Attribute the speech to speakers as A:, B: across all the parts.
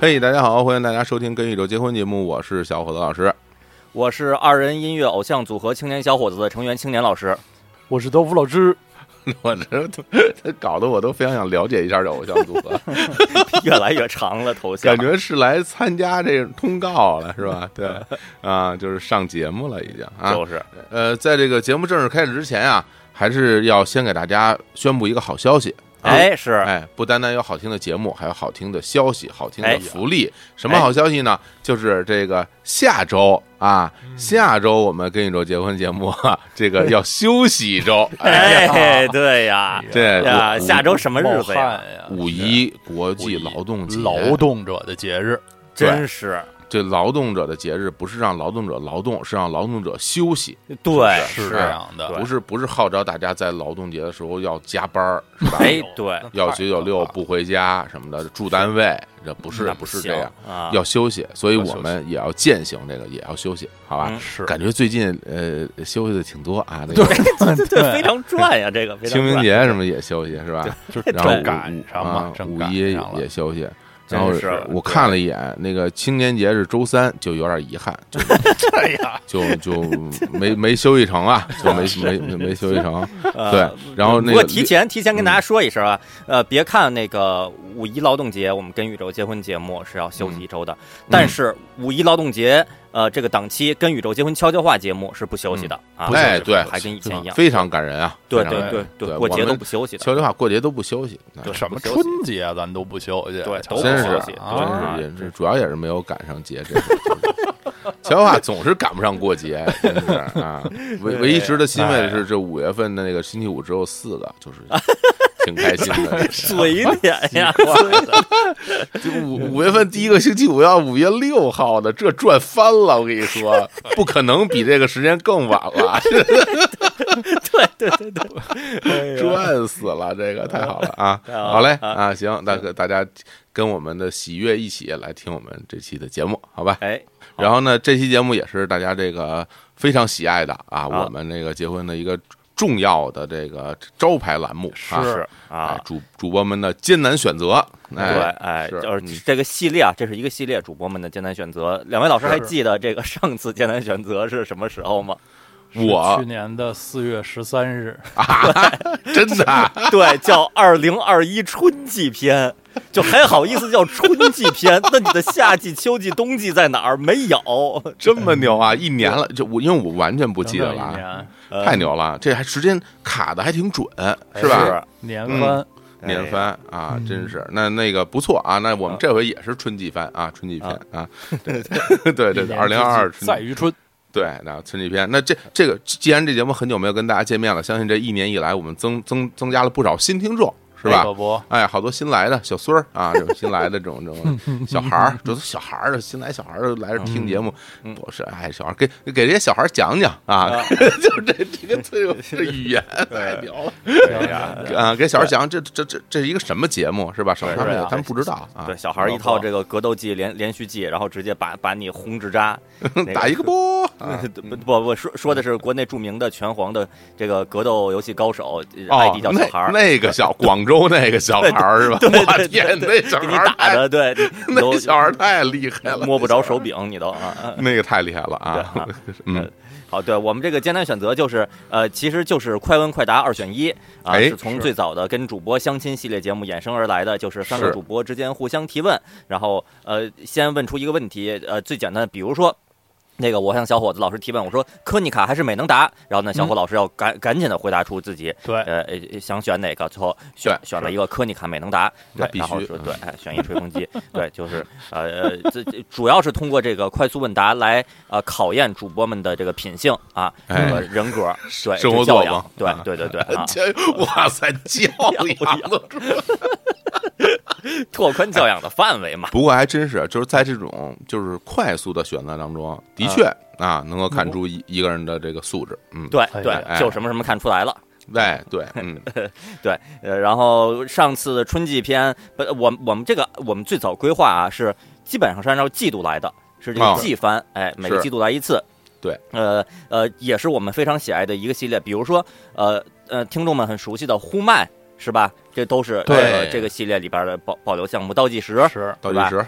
A: 嘿大家好，欢迎大家收听《跟宇宙结婚》节目，我是小伙子老师。
B: 我是二人音乐偶像组合青年小伙子的成员青年 老师。
C: 我是豆腐老师，
A: 我这这搞得我都非常想了解一下这偶像组 合，
B: 越来越长了头像，
A: 感觉是来参加这个通告了，是 吧？对，啊，就是上节目了，已经啊。
B: 就是
A: 呃，在这个节目正式开始之前啊，还是要先给大家宣布一个好消息。啊
B: 哎是
A: 哎，不单单有好听的节目，还有好听的消息、好听的
B: 哎
A: 福利。什么好消息呢？就是这个下周啊，
B: 嗯
A: 下周我们跟宇宙结婚节目啊，这个要休息一 周。
B: 哎
C: 哎呀
B: 对呀，哎
A: 这
B: 呀，
A: 五
B: 下周什么日子呀？
C: 冒汗呀？
A: 五一国际劳动节，
C: 劳动者的节日，
A: 对
B: 真是
A: 这劳动者的节日不是让劳动者劳动，是让劳动者休息，
B: 对
C: 是这样的，
A: 不是哎不是号召大家在劳动节的时候要加班儿，是吧？
B: 哎对，
A: 要九九六不回家什么的，住单位，这不是
B: 嗯那
A: 不
B: 不
A: 是
B: 行
A: 这样，
B: 啊，
A: 要休息，所以
C: 要休
A: 我
C: 息
A: 们也要践行这个，也要休息，好吧？
B: 嗯
C: 是
A: 感觉最近呃休息的挺多 啊，那个
C: 对
B: 对对，非常赚呀，这个非常
A: 清明
B: 赚
A: 节什么也休息是吧？
C: 就是
A: 然后
C: 正赶上嘛
A: 啊，
C: 正
A: 五
C: 赶
A: 一
C: 上了
A: 也，休息。
B: 真
A: 然后
B: 是
A: 我看了一眼，那个青年节是周三，就有点遗憾，就
C: 哎呀，
A: 就 就没没休息成啊，就没没没没休息成。
B: 呃
A: 对，然后那嗯
B: 不过
A: 个
B: 提前提前跟大家说一声啊，呃，别看那个五一劳动节，我们跟宇宙结婚节目是要休
A: 嗯
B: 息一周的，但是五一劳动节，呃，这个档期跟宇宙结婚悄悄话节目是不休息的啊，
A: 不休息哎对
B: 还跟以前一样，
A: 非常感人啊！
B: 对
A: 非常
B: 对
A: 感人
B: 对
A: 对，
B: 过节
A: 我
B: 都
A: 们
B: 不休息的，
A: 悄悄话过节都不休息，啊
B: 对
C: 什么
B: 不休息
C: 春节咱都不休息，
B: 对
C: 瞧
B: 都不
A: 真是
C: 瞧
B: 休息
A: 真
B: 对
C: 啊
A: 是也这主要也是没有赶上节这个。悄悄话总是 赶不上过节，真是 啊！唯唯一值得欣慰
B: 哎
A: 的是，这五月份的那个星期五只有四个，就是挺开心 的。
B: 嘴脸呀，
A: 就五五月份第一个星期五要五月六号的，这赚翻了！我跟你说，不可能比这个时间更晚 了，
B: 对对对 对，
A: 赚死了！这个太好了啊！
B: 太好了
A: 好嘞
B: 啊
A: 啊，行，大哥，大家跟我们的喜悦一起来听我们这期的节目，好吧？
B: 哎，好
A: 然后呢，这期节目也是大家这个非常喜爱的啊，
B: 啊
A: 我们这个结婚的一个重要的这个招牌栏目啊
C: 是
A: 哎
B: 啊，
A: 主主播们的艰难选择，
B: 对，
A: 哎，
B: 哎，
A: 是
B: 就是
A: 嗯
B: 这个系列啊，这是一个系列，主播们的艰难选择。两位老师还
C: 是
B: 记得这个上次艰难选择是什么时候吗？
C: 是
A: 我
C: 去年的四月十三日，
A: 真的啊
B: 对，叫《二零二一春季篇》，就还好意思叫春季篇？那你的夏季、秋季、冬季在哪儿？没有，
A: 这么牛啊！一年了，就我因为我完全不记得
C: 整
A: 了
C: 整一
A: 啊，
C: 年
B: 呃
A: 太牛了！这还时间卡的还挺准，
C: 哎
A: 是吧？
C: 年
A: 嗯
C: 番
B: 哎
A: 年番啊，真是那那个不错啊，那我们这回也是春季番啊，春季片啊，对 对对，二零二二春季
C: 在于春，
A: 对，那春季篇，那这这个既然这节目很久没有跟大家见面了，相信这一年以来我们增增增加了不少新听众，是吧
C: 可？不，
A: 哎，好多新来的小孙儿啊，这种新来的这种这种小孩儿，这都小孩儿，新来小孩儿来这听节目，我是哎，小孩儿给给这些小孩儿讲讲啊， 就是这这个这个这语言太牛了
C: 哎呀，
A: 啊，给小孩儿讲这这这这是一个什么节目是吧？省得他们
B: 对
A: 他们不知道啊，
B: 对，，小孩儿一套这个格斗技连连续技，然后直接把把你轰至渣
A: 打一个波啊
B: 不不不，说说的是国内著名的拳皇的这个格斗游戏高手呃
A: 哦
B: ，ID，叫小孩
A: 那
B: 儿，
A: 那个小广州那个小孩儿是吧？
B: 对
A: 我
B: 对
A: 天，
B: 对
A: 那小
B: 给
A: 孩
B: 你
A: 儿
B: 打
A: 太
B: 的，对，你
A: 那
B: 都
A: 小孩儿太厉害了，
B: 摸不着手柄，你都啊。啊
A: 那个太厉害了
B: 对
A: 啊！
B: 啊，
A: 嗯，
B: 好，对我们这个艰难选择就是，呃，其实就是快问快答二选一啊，
A: 哎
B: 是从最早的跟主播相亲系列节目衍生而来的，就是三
A: 是
B: 个主播之间互相提问，然后呃，先问出一个问题，呃，最简单的，比如说。那个，我向小伙子老师提问，我说科尼卡还是美能达？然后呢，
A: 嗯
B: 小伙老师要赶、赶紧的回答出自己
C: 对，
B: 呃呃想选哪个，最后选
A: 对
B: 选了一个科尼卡美能达，
A: 那
B: 对，
A: 必
B: 然后
A: 须
B: 说
A: 嗯
B: 对，哎，选一吹风机，对，就是呃呃，这这主要是通过这个快速问答来呃考验主播们的这个品性啊，这
A: 哎
B: 个人格，对，
A: 生
B: 这
A: 活作风，
B: 教养，对对对对 啊
A: 呃这哇塞， 教养了！
B: 拓宽教养的范围嘛，
A: 不过还真是，啊就是在这种就是快速的选择当中，
B: 嗯
A: 的确啊，能够看出一一个人的这个素质。嗯，
B: 对
C: 哎
B: 对
C: 哎，
A: 哎
B: 就什么什么看出来了。
A: 对 对，嗯，
B: 对，呃，然后上次的春季篇，不，我们我们这个我们最早规划啊，是基本上是按照季度来的，是这
A: 啊
B: 个季番，哎，每个
A: 是
B: 季度来一次。
A: 对，
B: 呃呃，也是我们非常喜爱的一个系列，比如说，呃呃，听众们很熟悉的呼麦是吧？这都是
C: 对
B: 呃这个系列里边的保保留项目，倒计时
C: 是
A: 倒计时，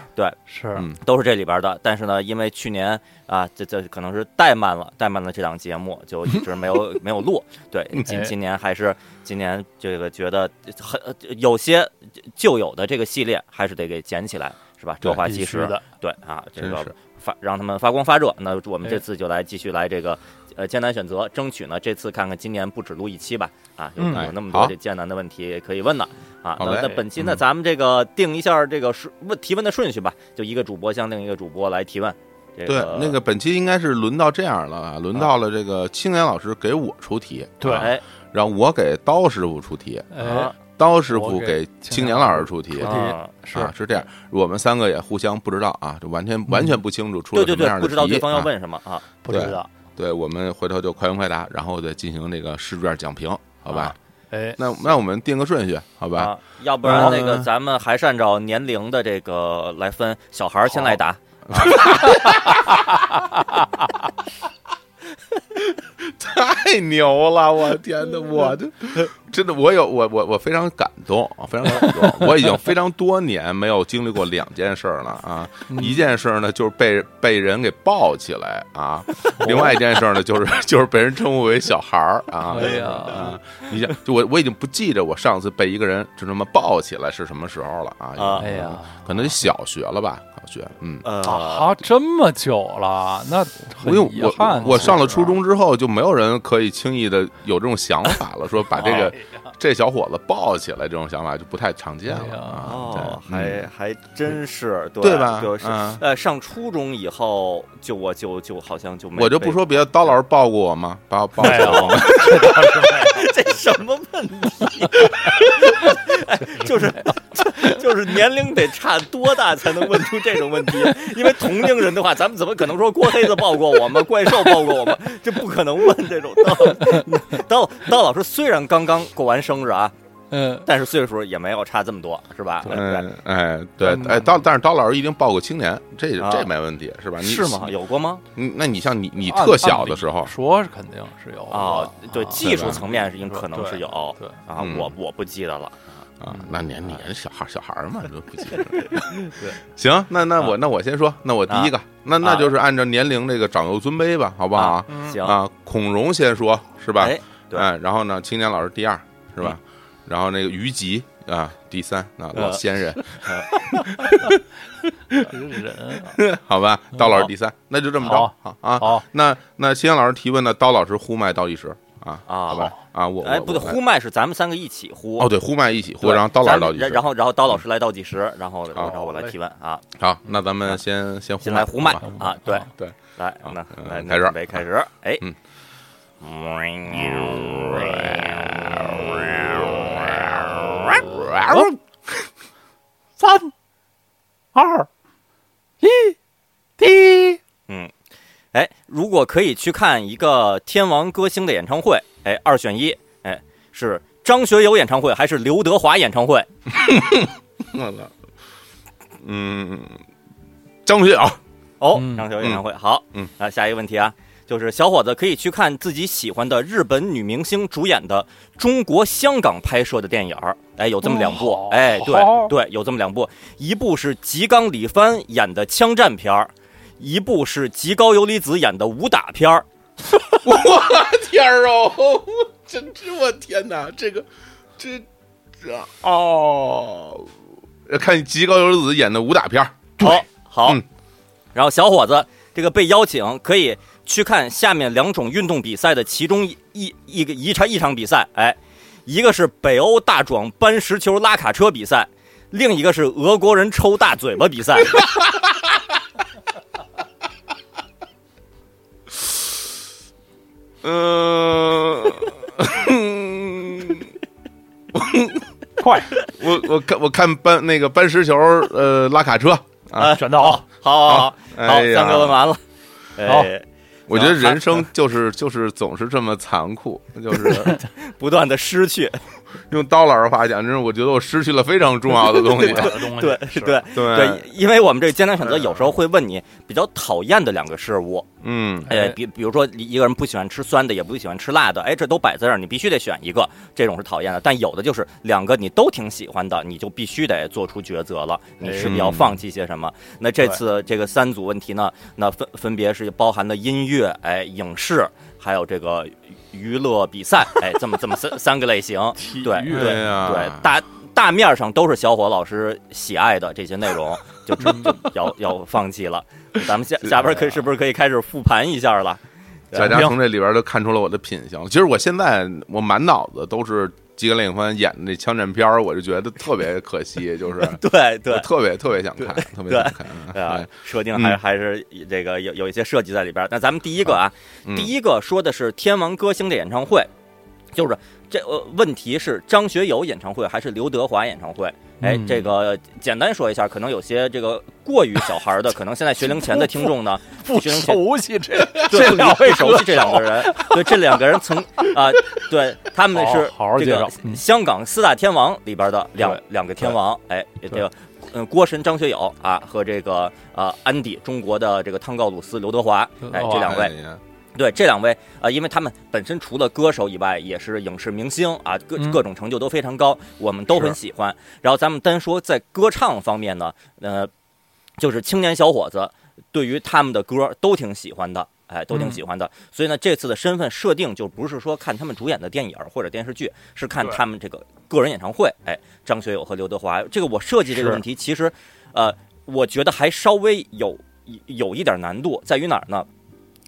C: 是
A: 嗯
B: 都是这里边的。但是呢，因为去年啊，这这可能是怠慢了，怠慢了这档节目，就一直没有没有录。对，今
C: 哎
B: 今年还是今年这个觉得很呃有些旧有的这个系列还是得给捡起来，是吧？
A: 对
B: 朝花
C: 必
B: 夕
C: 须
B: 拾，
C: 的，
B: 对啊，这
A: 真
B: 个
A: 是
B: 发让他们发光发热。那我们
C: 哎
B: 这次就来继续来这个呃艰难选择，争取呢这次看看今年不只录一期吧，啊，有
C: 嗯
B: 有那么
A: 哎好
B: 多这艰难的问题可以问了啊。
A: 好
B: 那
A: 嘞
B: 那本期呢，
A: 嗯
B: 咱们这个定一下这个顺问提问的顺序吧，就一个主播向另一个主播来提问。这嗯
A: 对，那个本期应该是轮到这样了啊，轮到了这个青年老师给我出题，
C: 对
A: 啊
B: 哎
A: 让我给刀师傅出题，
C: 哎，
A: 刀师傅
C: 我给
A: 给青年老师出题
C: 出题
B: 啊，
C: 是
A: 啊，是这样，我们三个也互相不知道啊，就完全完全不清楚出
B: 嗯
A: 了什
B: 对对
A: 么
B: 对
A: 样的，题，
B: 不知道对方要
A: 啊
B: 问什么啊，
C: 不知道，
A: 对，我们回头就快问快答，然后再进行这个试卷讲评，好吧
B: 啊？
C: 哎，
A: 那那我们定个顺序，好吧？
B: 啊，要不然那个
C: 嗯
B: 咱们还是按照年龄的这个来分，小孩儿先来答，
A: 太牛了！我天哪，我这真的，我有我我我非常感动，非常感动。我已经非常多年没有经历过两件事儿了啊！
C: 嗯
A: 一件事儿呢，就是被被人给抱起来 啊；另外一件事儿呢，就是 就是被人称呼为小孩儿啊。
C: 哎呀
A: 啊，你想，就我我已经不记得我上次被一个人就这么抱起来是什么时候了
B: 啊
A: 啊？
C: 哎呀，
A: 可能小学了吧，小学，嗯。
B: 呃，
C: 啊，这么久了，那很
A: 因为
C: 遗
A: 我
C: 憾啊。
A: 我上了初中之后，就没有人可以轻易的有这种想法了，说把这
C: 哎
A: 个这小伙子抱起来这种想法就不太常见
C: 哎呀
A: 了啊
B: 哦，，
A: 对嗯
B: 还还真是对
A: 对吧？
B: 就是
A: 嗯
B: 呃，上初中以后，就我就就好像就没
A: 我就不说别的，刀老师抱过我吗？把我抱
C: 没
A: 起来
C: 有
A: 过吗，
B: 被 这什么问题，哎就是 就是年龄得差多大才能问出这种问题？因为同龄人的话，咱们怎么可能说郭黑子抱过我们，怪兽抱过我们？这不可能问这种。刀刀刀老师虽然刚刚过完生日啊，
C: 嗯，
B: 但是岁数也没有差这么多，是吧？对，
A: 嗯哎对
C: 嗯
A: 哎刀，但是刀老师一定抱过青年，这
B: 啊
A: 这没问题是吧？你
B: 是吗？？有过吗？
A: 你那你像你你
C: 啊按
A: 特小的时候
C: 按理，说是肯定是有
A: 哦
B: 啊，对，技术
A: 吧
B: 层面是应可能是有
C: 对对
B: 啊，
A: 嗯
B: 我我不记得了。
C: 嗯
A: 啊，那你你是小孩儿小孩 儿嘛，就不记得。行，那
C: 啊
A: 那我那我先说，那我第一个，那那就是按照年龄这个长幼尊卑吧，好不好？
C: 嗯
B: 行，
A: 啊，孔融先说，是吧？
B: 哎，对嗯
A: 哎，然后呢，青年老师第二，是吧？然后那个于吉啊，第三啊，老
B: 呃
A: 仙人，
C: 这个人啊
A: 好吧？刀老师第三，那就这么着
C: 好
A: 好啊。
C: 好，
A: 那那青年老师提问呢，刀老师呼麦倒计时啊，
B: 啊
A: 好吧？啊，我
B: 哎，
A: 我
B: 不对，
A: 我来
B: 呼麦是咱们三个一起呼。
A: 哦，对，呼麦一起呼，
B: 对，
A: 然后刀老师倒计
B: 咱
A: 时，嗯
B: 们然后然后刀老师来倒计时，然后
A: 好
B: 然后我来提问啊，
A: 好，那咱们先先呼
B: 先来
A: 麦
B: 胡麦
A: 好吧
B: 啊，对
A: 对，
B: 来，那
A: 嗯
B: 来
A: 开始
B: 准备开始，哎，
A: 嗯。
C: 三二一，滴。
B: 嗯，哎，如果可以去看一个天王歌星的演唱会，哎，二选一，哎，是张学友演唱会还是刘德华演唱会？
A: 嗯，张学友，
B: 哦，
C: 嗯
B: 张学友演唱会。好，
A: 嗯，
B: 那下一个问题啊，就是小伙子可以去看自己喜欢的日本女明星主演的中国香港拍摄的电影儿。哎，有这么两部，
C: 哦
B: 哎，
C: 好
B: 对对，有这么两部，一部是吉冈里帆演的枪战片儿，一部是吉高由里子演的武打片儿。
A: 我天儿哦，真是我天哪，这个这这哦，看吉高由里子演的武打片儿
B: 好，好，
A: 嗯
B: 然后小伙子这个被邀请可以去看下面两种运动比赛的其中一一一个一场一场比赛，哎，一个是北欧大壮搬石球拉卡车比赛，另一个是俄国人抽大嘴巴比赛。
A: 嗯、
C: 快
A: 我我看我看搬那个搬石球，呃，拉卡车，
B: 啊
C: 选的好，
B: 好好好，好，
A: 哎呀
B: 三个问完了。
C: 好
B: 哎，
A: 我觉得人生就是就是总是这么残酷，就是
B: 不断的失去，
A: 用刀老师话讲，就是我觉得我失去了非常重要的东 西。啊
C: 东西
B: 对
C: 是
B: 对
A: 嗯
B: 对，因为我们这个艰难选择有时候会问你比较讨厌的两个事物，
A: 嗯，
B: 呃
C: 哎，
B: 比比如说一个人不喜欢吃酸的，也不喜欢吃辣的，哎，这都摆在这儿，你必须得选一个，这种是讨厌的。但有的就是两个你都挺喜欢的，你就必须得做出抉择了，你是
C: 哎
B: 不是要放弃些什么？那这次这个三组问题呢，那分分别是包含了音乐、哎影视，还有这个娱乐比赛，哎，这么这么三三个类型，对
C: 体育
A: 对
B: 对
A: 呀，
B: 对，大大面上都是小伙老师喜爱的这些内容，就只就要 要放弃了。咱们下下边可以是不是可以开始复盘一下了？啊
A: 大哎家从这里边都看出了我的品行。其实我现在我满脑子都是吉格林欢演的那枪战片儿，我就觉得特别可 惜，就是
B: 对对
A: 我特别特别想看，特别想看。
B: 对啊
A: 哎，
B: 设定还
A: 嗯
B: 还是这个有有一些设计在里边儿。那咱们第一个啊，
A: 嗯
B: 第一个说的是天王歌星的演唱会，就是这呃问题是张学友演唱会还是刘德华演唱会？哎，
C: 嗯
B: 这个简单说一下，可能有些这个过于小孩儿的，可能现在学龄前的听众呢，
C: 不
B: 学龄前
C: 熟悉这
B: 对
C: 这两
B: 不
C: 位
B: 熟悉这两个人，对这两个人 曾啊、对他们是
C: 好好好
B: 这
C: 介
B: 个
C: 绍嗯
B: 香港四大天王里边的两
C: 对
B: 两个天王，哎，这
C: 对
B: 个嗯郭神张学友啊和这个啊安迪中国的这个汤告鲁斯刘德华，哎
C: 哦
B: 这两位
A: 哎呀
B: 对这两位啊、呃因为他们本身除了歌手以外，也是影视明星啊，各
C: 嗯
B: 各种成就都非常高，我们都很喜欢。然后咱们单说在歌唱方面呢，呃，就是青年小伙子对于他们的歌都挺喜欢的。哎，都挺喜欢的，所以呢，这次的身份设定就不是说看他们主演的电影或者电视剧，是看
C: 对
B: 他们这个个人演唱会。哎，张学友和刘德华，这个我设计这个
C: 是
B: 问题，其实，呃，我觉得还稍微有有一点难度，在于哪儿呢？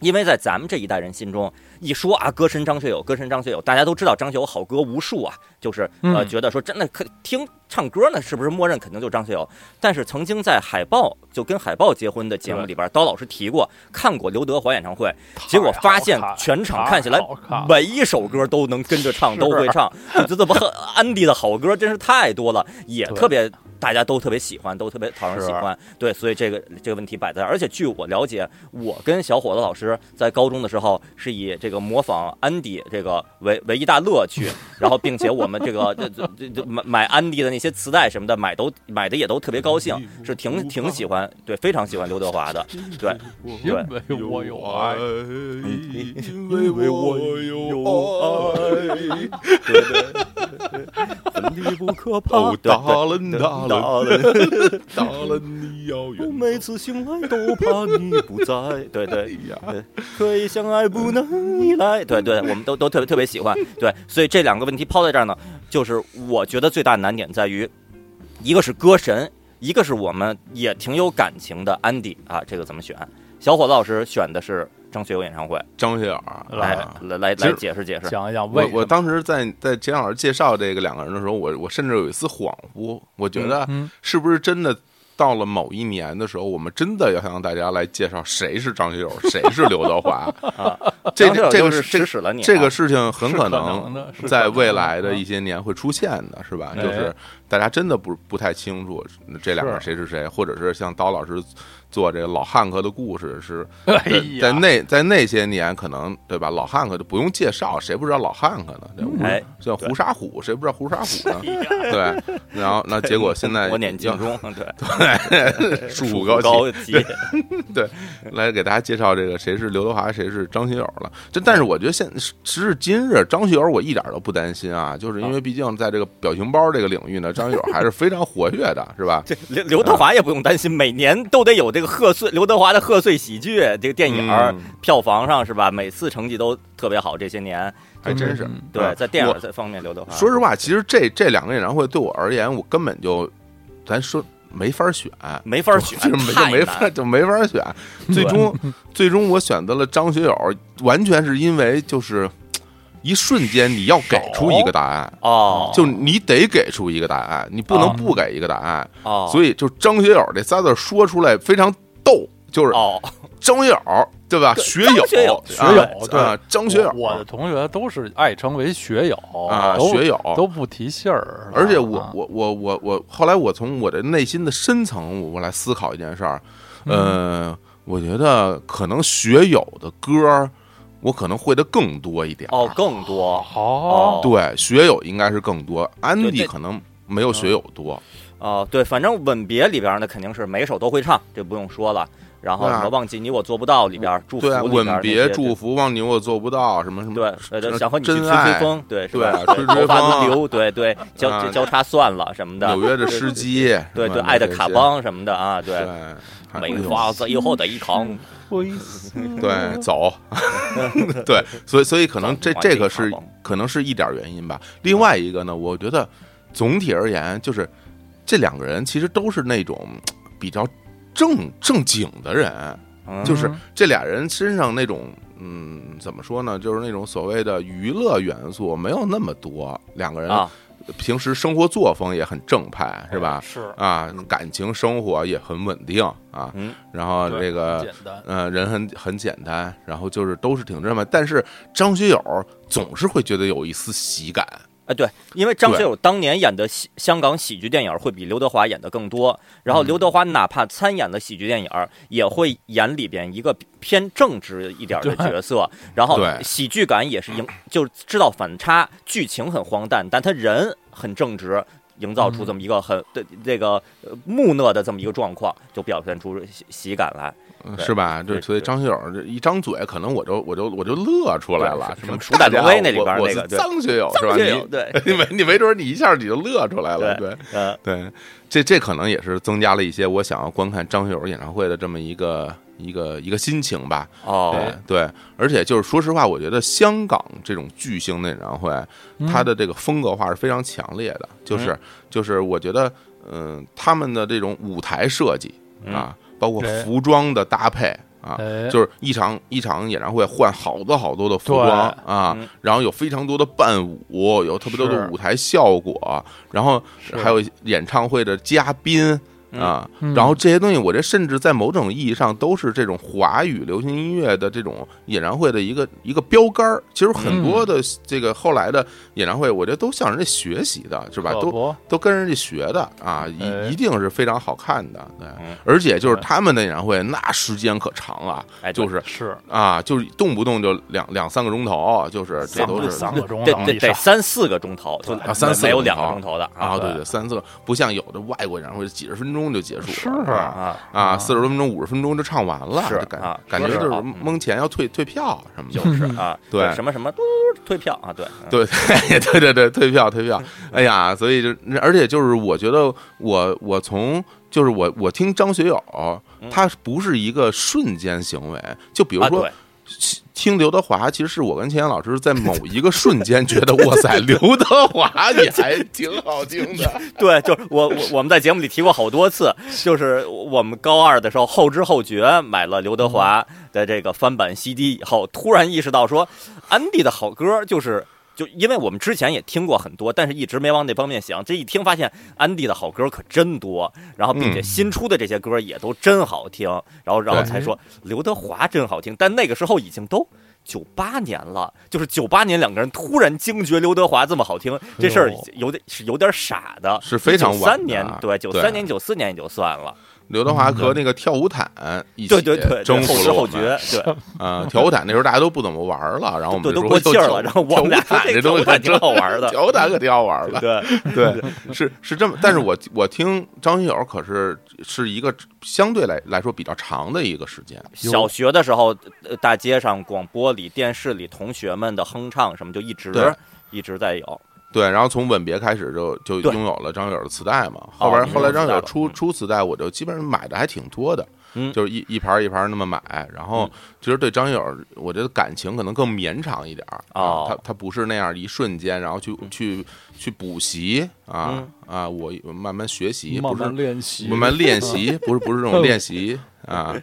B: 因为在咱们这一代人心中，一说啊，歌神张学友，歌神张学友，大家都知道张学友好歌无数啊，就是呃，
C: 嗯
B: 觉得说真的，可听唱歌呢，是不是默认肯定就张学友？但是曾经在海报就跟海豹结婚的节目里边，刀老师提过看过刘德华演唱会，结
C: 哎
B: 果发现全场看起来
C: 太好看了
B: 每一首歌都能跟着唱，
C: 是
B: 都会唱。你这怎么安迪的好歌真是太多了，也
C: 对
B: 特别大家都特别喜欢，都特别讨人
C: 是
B: 喜欢。对，所以这个这个问题摆在这儿，而且据我了解，我跟小伙子老师在高中的时候是以这个模仿安迪这个为为一大乐趣，然后并且我们这个 这这这这买买安迪的那些磁带什么的，买都买的也都特别高
C: 哎
B: 兴，是挺挺喜欢，对，非常喜欢刘德华的。对，
C: 因为我有爱，
A: 因为我有爱，
B: 对对对，分离不可怕。
A: 哦，
B: 对
A: 达
B: 对
A: 伦达
B: 打
A: 伦
B: 了。
A: 达伦你遥
B: 我
A: 远。
B: 每次醒来都怕你不在，对
A: 哎
B: 对，
A: 呀，
B: 对可以相爱不能依赖，对对，我们都都特别特别喜欢，对，所以这两个问题抛在这儿呢，就是我觉得最大难点在于，一个是歌神，一个是我们也挺有感情的安迪啊，这个怎么选？小伙子老师选的是张学友演唱会，
A: 张学友啊，
C: 来
B: 来
A: 啊
B: 来来
A: 其实
B: 来解释解释，
C: 讲一讲为
A: 我
C: 什么
A: 我当时在在钱老师介绍这个两个人的时候，我我甚至有一丝恍惚，我觉得
C: 嗯嗯
A: 是不是真的到了某一年的时候，我们真的要向大家来介绍谁是张学 友，谁是刘德华？啊这
B: 张学友
A: 这
B: 就
A: 个
B: 是
A: 这
B: 指
A: 个
B: 使了你啊，
A: 这个事情很
C: 是
A: 可
C: 可能
A: 能
C: 的是可
A: 在未
C: 能的
A: 来的
C: 啊
A: 一些年会出现的，是吧？
C: 哎
A: 就是大家真的不不太清楚这两个
C: 是
A: 谁是谁，或者是像刀老师做这个老汉克的故事是，
C: 哎
A: 在
C: 呀
A: 在那在那些年可能对吧？老汉克就不用介绍，谁不知道老汉克呢？对吧
B: 哎，
A: 像
B: 对
A: 胡沙虎，谁不知道胡沙虎呢？ 对，然后那结果现在
B: 我年
A: 要
B: 轻中， 对，
A: 树
B: 高
A: 高
B: 高
A: 高
B: 级，
A: 来给大家介绍这个谁是刘德华，谁是张学友了。这但是我觉得现时至今日，张学友我一点都不担心啊，就是因为毕竟在这个表情包这个领域呢，张学友还是非常活跃的， 是吧？
B: 这刘刘德华也不用担心，每年都得有这个贺岁刘德华的贺岁喜剧这个电影儿、
A: 嗯
B: 票房上是吧？每次成绩都特别好，这些年
A: 还真是
C: 嗯。
B: 对、
A: 啊
B: 在电影
A: 我
B: 这方面，刘德华
A: 说实话，其实这这两个演唱会对我而言，我根本就，咱说没法选。
B: 没法选，
A: 就没就
B: 太
A: 没
B: 难
A: 法就没法选， 最终最终我选择了张学友，完全是因为就是一瞬间你要给出一个答案，
B: 哦，
A: 就你得给出一个答案，你不能不给一个答案。
B: 哦，以
A: 所以就张学友这仨字说出来非常逗，就是
B: 哦，
A: 张学友，对吧？
B: 对
A: 学
B: 张学友
A: 友，
C: 学友
A: 对，啊张学友，
C: 我我的同学都是爱称为学友
A: 啊，
C: 都
A: 学友，
C: 都不提姓儿，
A: 而且
C: 啊
A: 我我我我我后来我从我的内心的深层，我我来思
B: 嗯
A: 考一件事儿，呃，我觉得可能学友的歌儿，我可能会的更多一点儿。
B: 哦，更多
C: 哦，
A: 对，学友应该是更多，安
B: 对
A: 迪
B: 对
A: 可能没有学友多。
B: 哦，对，反正吻别里边呢，肯定是每首都会唱，这不用说了。然后
A: 对啊
B: 什么忘记你我做不到里边，嗯祝福
A: 对
B: 里
A: 啊，
B: 边
A: 吻
B: 那
A: 别
B: 些
A: 祝福，忘你我做不到，什么什么。
B: 对，呃，想和你去吹
A: 真
B: 吹
A: 爱
B: 风，对，是
A: 对
B: 吧？
A: 吹吹
B: 头发
A: 风
B: 轮流，对对，交
A: 啊
B: 这交叉算了什么的
A: 纽， 约的诗姬，
B: 对
A: 是吧
B: 对，爱的卡，邦什么的啊，
A: 这些对，
B: 对，美
A: 哎呦
B: 发最后的一 堂，
A: 对， 走，对，所以所以可能这
B: 走
A: 这个
B: 完
A: 是
B: 这一场吧
A: 可能是一点原因吧。另外一个呢，我觉得总体而言，就是这两个人其实都是那种比较正正经的人，
B: 嗯
A: 就是
C: 嗯
A: 这俩人身上那种。嗯，怎么说呢？就是那种所谓的娱乐元素没有那么多，两个人
B: 啊，哎
A: 平时生活作风也很正派，是吧？
C: 是，
A: 啊，感情生活也很稳定啊，
B: 嗯
A: 然后这个
C: 简单，
A: 呃，人很很简单，然后就是都是挺认派，但是张学友总是会觉得有一丝喜感，
B: 哎，对，因为张
A: 对
B: 学友当年演的喜香港喜剧电影会比刘德华演的更多，
A: 嗯
B: 然后刘德华哪怕参演了喜剧电影，也会演里边一个偏正直一点的
C: 对
B: 角色，然后
A: 对
B: 喜剧感也是营，就是知道反差，剧情很荒诞，但他人很正直。营造
A: 嗯
B: 出这么一个很对这个呃木讷的这么一个状况，就表现出喜喜感来。
A: 嗯
B: 对
A: 是吧？
B: 对
A: 就所以
B: 对
A: 张学友这一张嘴，可能我就我就我就乐出来了，
B: 对
A: 什么
B: 什么
A: 大家
B: 鼠胆龙威
A: 好
B: 那里边
A: 我我
B: 那个
A: 是
B: 对
A: 张学友哦是吧？
B: 张学友
A: 你
B: 对，
A: 你没你没准你一下你就乐出来了，
B: 对
A: 对
B: 呃，
A: 对，这这可能也是增加了一些我想要观看张学友演唱会的这么一个一个一个心情吧。
B: 哦，
A: 对对，而且就是说实话，我觉得香港这种巨星的演唱会，
C: 嗯
A: 它的这个风格化是非常强烈的，就是就是我觉得，嗯、他们的这种舞台设计
B: 嗯
A: 啊，包括
C: 嗯对
A: 服装的搭配啊。
C: 哎，
A: 就是一场一场演唱会换好多好多的服装
C: 对
A: 啊
B: 嗯，
A: 然后有非常多的伴舞，有特别多的
C: 是
A: 舞台效果，然后
C: 是
A: 还有演唱会的嘉宾
B: 嗯
A: 啊，
C: 嗯
A: 然后这些东西，我这甚至在某种意义上都是这种华语流行音乐的这种演唱会的一个一个标杆儿。其实很多
C: 嗯
A: 的这个后来的演唱会，我觉得都向人家学习的，是吧？
C: 可
A: 都
C: 不
A: 都跟人家学的啊，
C: 哎
A: 一一定是非常好看的。对
B: 嗯，
A: 而且就是
C: 对
A: 他们的演唱会，那时间可长了，
B: 哎，对
A: 就是
C: 是
A: 啊，就是动不动就两两三个钟头，就是这
C: 三
A: 都
C: 不
A: 是
C: 三个钟
B: 得
C: 头
B: 得
C: 以
B: 得
C: 上，
B: 三四个钟头，就
A: 啊三四个
B: 没有
A: 钟
B: 两
A: 头
B: 个钟头的
A: 啊，对
C: 对
A: 对，三四个，不像有的外国演唱会几十分钟就结束
C: 是
A: 了，
C: 啊
B: 啊。
A: 啊，
C: 啊
A: 四十多分钟、五十分钟就唱完了，
B: 是
A: 就感、
B: 啊
A: 感觉
B: 说
A: 就是是
B: 好
A: 蒙钱要退退票什么的。
B: 就是啊，
A: 对
B: 什么什么嘟嘟退票啊，对，嗯
A: 对 对对对，退票退票，哎呀，所以就而且就是我觉得我我从就是我我听张学友，
B: 嗯
A: 他不是一个瞬间行为，就比如
B: 啊
A: 说、
B: 对，
A: 听刘德华，其实是我跟钱岩老师在某一个瞬间觉得，哇塞，刘德 华也还挺好听的，
B: 对，就是我我我们在节目里提过好多次， 就是我们高二的时候后知后觉买了刘德华的这个翻版 CD 以后，突然意识到说，安迪的好歌就是。就因为我们之前也听过很多，但是一直没往那方面想。这一听发现，安迪的好歌可真多，然后并且
A: 嗯
B: 新出的这些歌也都真好听，然后然后
A: 对
B: 才说刘德华真好听。但那个时候已经都九八年了，就是九八年两个人突然惊觉刘德华这么好听，这事儿
C: 哎呦
B: 有点是有点傻的，
A: 是非常晚的
B: 三年，对，九
A: 对
B: 三年、九四年也就算了，
A: 刘德华和那个跳舞毯一起
B: 对对对，
A: 征
B: 对
A: 服
B: 后知
A: 了我
B: 后
A: 们
B: 觉，对
A: 啊，跳舞毯那时候大家都不怎么玩了，然后我们
B: 对，
A: 就
B: 都
A: 说
B: 过气儿
A: 跳
B: 了。然后我们俩
A: 跳舞毯这
B: 这
A: 东
B: 跳
A: 西
B: 舞毯挺好玩的，
A: 跳舞毯可挺好玩了。
B: 对，
A: 对，是是这么，但是我我听张学友可是是一个相对来来说比较长的一个时间，
B: 小学的时候，呃大街上、广播里、电视里，同学们的哼唱什么，就一直
A: 对
B: 一直在有。
A: 对，然后从吻别开始就就
B: 对哦
A: 拥有了张学友的磁带嘛，后边
B: 你
A: 后来
B: 有
A: 张学友
B: 磁带了
A: 出
B: 嗯
A: 出磁带，我就基本上买的还挺多的，
B: 嗯
A: 就是一一盘一盘那么买，然后其实对张学友，我觉得感情可能更绵长一点儿啊，
B: 哦
A: 他他不是那样一瞬间，然后去去去补习啊
B: 嗯
A: 啊，我我慢慢学习，
C: 慢
A: 不是
C: 慢练习，
A: 慢慢练 习，不是不是这种练习啊，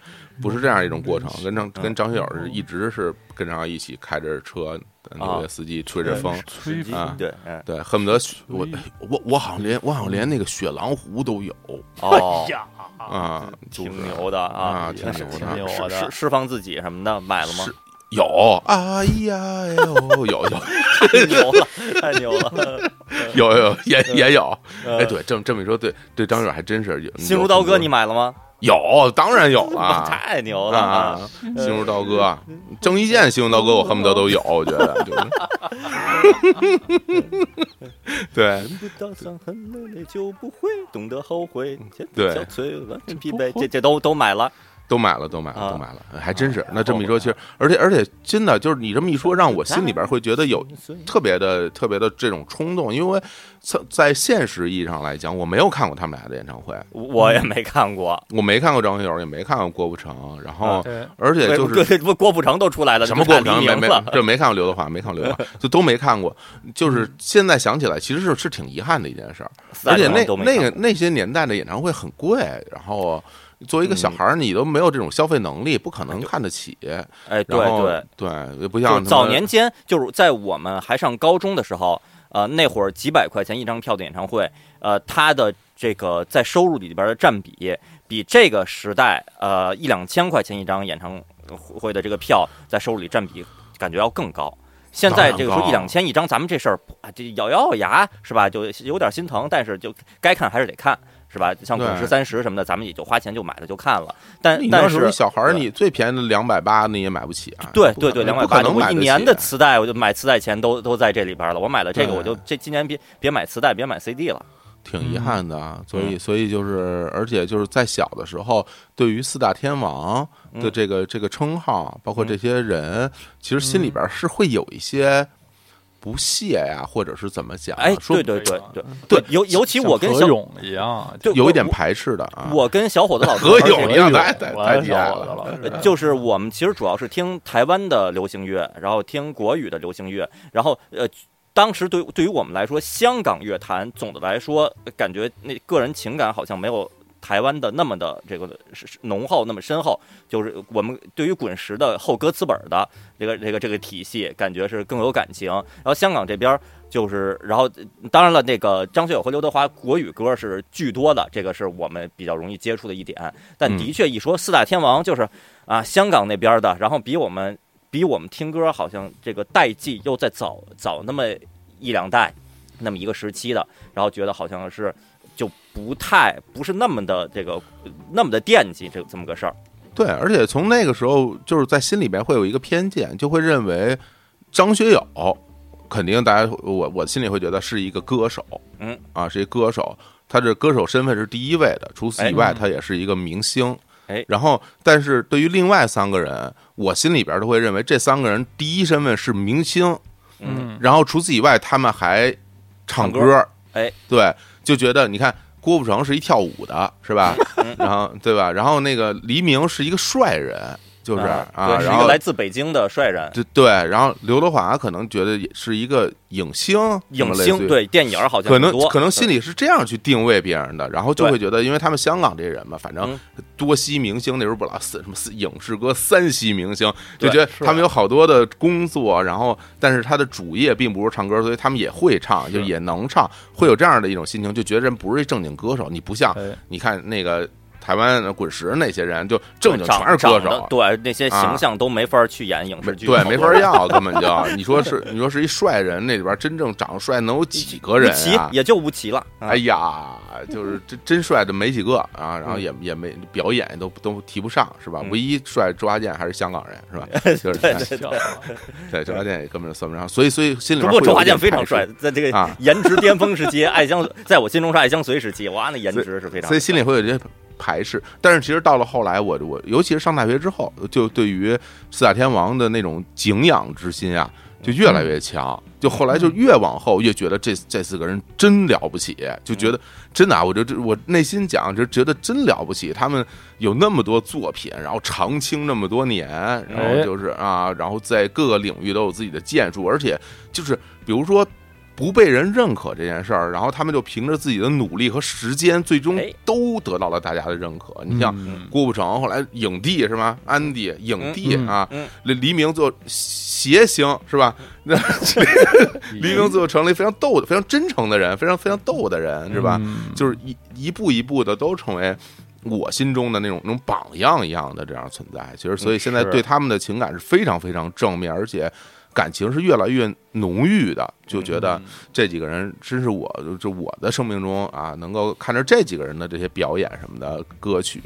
A: 不是这样一种过程。跟张
B: 嗯
A: 跟张学友是一直是跟张一起开着
B: 哦
A: 车，纽约司机吹着风，
C: 吹
B: 嗯
A: 啊
B: 对， 嗯，
A: 对，恨不得我我我好像连我好像连那个雪狼湖都有
B: 哦，
C: 呀，
A: 啊，就
B: 挺
A: 是
B: 牛的
A: 啊，
B: 啊，
A: 挺牛
C: 挺
A: 的
C: 牛。
B: 释
C: 我的
B: 释释放自己什么的，买了吗？
A: 是有，哎呀，哎呦，有有
B: 太牛了，太牛 了！
A: 有有也也有，
B: 哎
A: 哎，，对，这么这么一说，对对，张远还真是有。
B: 嗯心如刀割，你买了吗？
A: 有，当然有
B: 哇
A: 了。
B: 太牛了！嗯
A: 啊，心如刀割，郑伊健、心如刀割，我恨不得都有，我觉得 就是，对，
B: 不到伤痕了，你就不会懂得后悔。
A: 对
B: 憔悴完全疲惫，这这都都买了。
A: 都买了，都买了，
B: 啊
A: 都买了，还真是。那这么一说，其实，而且而且，真的就是你这么一说，让我心里边会觉得有特别的、特别的这种冲动，因为在在现实意义上来讲，我没有看过他们俩的演唱会，
B: 我我也没看过，
A: 我没看过张学友，也没看过郭富城，然后
C: 对，
A: 而且 就是
B: 啊 对，不郭富城都出来了，
A: 什么郭富
B: 你
A: 城
B: 们
A: 没没
B: 俩黎明了。
A: 这没看过刘德华，没看过刘德 华，就都没看过。就是
B: 嗯
A: 现在想起来，其实是是挺遗憾的一件事儿。
B: 三
A: 而且
B: 个
A: 那
B: 人都没
A: 那个
B: 看过
A: 那些年代的演唱会很贵，然后作
B: 嗯
A: 为一个小孩儿，你都没有这种消费能力，不可能看得起。
B: 哎，对
A: 然后
B: 对，
A: 对，也不
B: 就
A: 像
B: 是早
A: 他们
B: 年间，就是在我们还上高中的时候，呃，那会儿几百块钱一张票的演唱会，呃，它的这个在收入里边的占比，比这个时代，呃，一两千块钱一张演唱会的这个票在收入里占比，感觉要更高。现在这个
A: 当然
B: 说
A: 高
B: 一两千一张，咱们这事儿啊这咬咬牙是吧？就有点心疼，但是就该看还是得看，是吧？像滚石、
A: 对
B: 三十什么的，咱们也就花钱就买了就看了。但
A: 你那
B: 哎但
A: 时候
B: 是
A: 一小孩儿，
B: 对
A: 你最便宜的两百八，你也买不起啊。
B: 对
A: 不
B: 对
A: 可
B: 对，
A: 能
B: 两百
A: 不可
B: 八，
A: 能
B: 我
A: 买
B: 一
A: 得起啊
B: 年的磁带，我就买磁带钱都都在这里边了。我买了这个，
A: 对
B: 我就这今年别别买磁带，别买 CD 了。
A: 挺遗
B: 嗯
A: 憾的啊。所以所以就是，而且就是在小的时候，对于四大天王
B: 嗯
A: 的这个这个称号，包括这些人，其实心里
B: 嗯
A: 边是会有一些不屑呀，或者是怎么讲啊？
B: 哎，
A: 说
B: 对对对对
A: 对
B: 尤尤其
C: 像
B: 我跟
C: 何
B: 小
C: 勇一样，
B: 对
A: 有
B: 我
A: 一点
B: 我
A: 排斥的啊。
B: 我跟小伙子老师
A: 何
B: 而且哎
A: 勇一样，太哎太
C: 我
A: 太厉害
C: 小伙子
A: 了。
C: 了，
B: 就是我们其实主要是听台湾的流行乐，然后听国语的流行乐，然后呃，当时对对于我们来说，香港乐坛总的来说，感觉那个人情感好像没有。台湾的那么的这个是是浓厚，那么深厚，就是我们对于滚石的后歌词本的这个这个这个体系，感觉是更有感情。然后香港这边儿就是，然后当然了，那个张学友和刘德华国语歌是巨多的，这个是我们比较容易接触的一点。但的确一说四大天王，就是啊，香港那边的，然后比我们比我们听歌好像这个代际又再早早那么一两代，那么一个时期的，然后觉得好像是就不太不是那么的这个那么的惦记这这么个事儿。
A: 对，而且从那个时候，就是在心里边会有一个偏见，就会认为张学友肯定大家我我心里会觉得是一个歌手，
B: 嗯
A: 啊，是一歌手，他这歌手身份是第一位的，除此以外，
C: 哎
A: 他也是一个明星。
B: 嗯哎
A: 然后，但是对于另外三个人，我心里边都会认为这三个人第一身份是明星，
C: 嗯，
A: 然后除此以外，他们还唱
B: 唱
A: 歌，
B: 哎，
A: 对，就觉得你看郭富城是一跳舞的，是吧
B: 嗯？
A: 然后对吧？然后那个黎明是一个帅人，就是
B: 啊
A: 啊，
B: 对，是
A: 然
B: 一个
A: 后
B: 来自北京的帅人，
A: 对对，然后刘德华可能觉得也是一个影星，什
B: 影
A: 么类似
B: 星
A: 于。
B: 对电影儿好像
A: 可
B: 很
A: 能
B: 多
A: 可能心里是这样去定位别人的，然后就
B: 对
A: 会觉得，因为他们香港这些人嘛，反正
B: 嗯
A: 多栖明星那时候不老四什么四影视歌三栖明星，
B: 对
A: 就觉得
C: 是
A: 他们有好多的工作，然后但是他的主业并不是唱歌，所以他们也会唱，
C: 是
A: 就也能唱，会有这样的一种心情，就觉得人不是一正经歌手，你不像
C: 哎
A: 你看那个台湾滚石那些人，就正经全是歌
B: 长得
A: 手。
B: 对那些形
A: 啊
B: 象都没法儿去演影
A: 没
B: 视剧，
A: 对，没法要，根本就你说是你说是一帅人，那里边真正长得帅能有几个人
B: 吴奇
A: 啊？
B: 也就吴奇了。啊
A: 哎呀，就是真真帅的没几个啊，然后也也没表演都都提不上是吧？
B: 嗯
A: 唯一帅猪八戒还是香港人是 吧？就是
B: 对
A: 哎
B: 对
C: 小
B: 对
C: 伙子
A: 对猪八戒也根本就算不上，所以所以心里
B: 只
A: 面
B: 不过
A: 会
B: 周
A: 有
B: 华
A: 一点
B: 健非常
A: 排斥
B: 帅，，在这个
A: 啊
B: 颜值巅峰时期，爱相在我心中是爱相随时期，哇，那颜值是非常。
A: 所以心里会有一些排斥。但是其实到了后来，我我尤其是上大学之后，就对于四大天王的那种敬仰之心啊，就越来越强。就后来就越往后越觉得这这四个人真了不起，就
B: 嗯
A: 觉得真的啊，我就这我内心讲就觉得真了不起，他们有那么多作品，然后长青那么多年，然
B: 哎
A: 后就是啊，然后在各个领域都有自己的建树，而且就是比如说不被人认可这件事儿，然后他们就凭着自己的努力和时间，最终
B: 哎
A: 都得到了大家的认可。你像
C: 嗯
A: 郭富城后来影帝是吧？安迪影帝
C: 嗯嗯
A: 啊
B: 嗯，
A: 黎黎明最后谐星是吧？那黎明最后成了一个非常逗的、非常真诚的人，非常非常逗的人是吧？
C: 嗯
A: 就是一一步一步的都成为我心中的那种那种榜样一样的这样存在。其实，所以现在
C: 嗯是
A: 对他们的情感是非常非常正面，而且感情是越来越浓郁的，就觉得
C: 嗯
A: 这几个人真是我就我的生命中啊，能够看着这几个人的这些表演什么的，歌曲、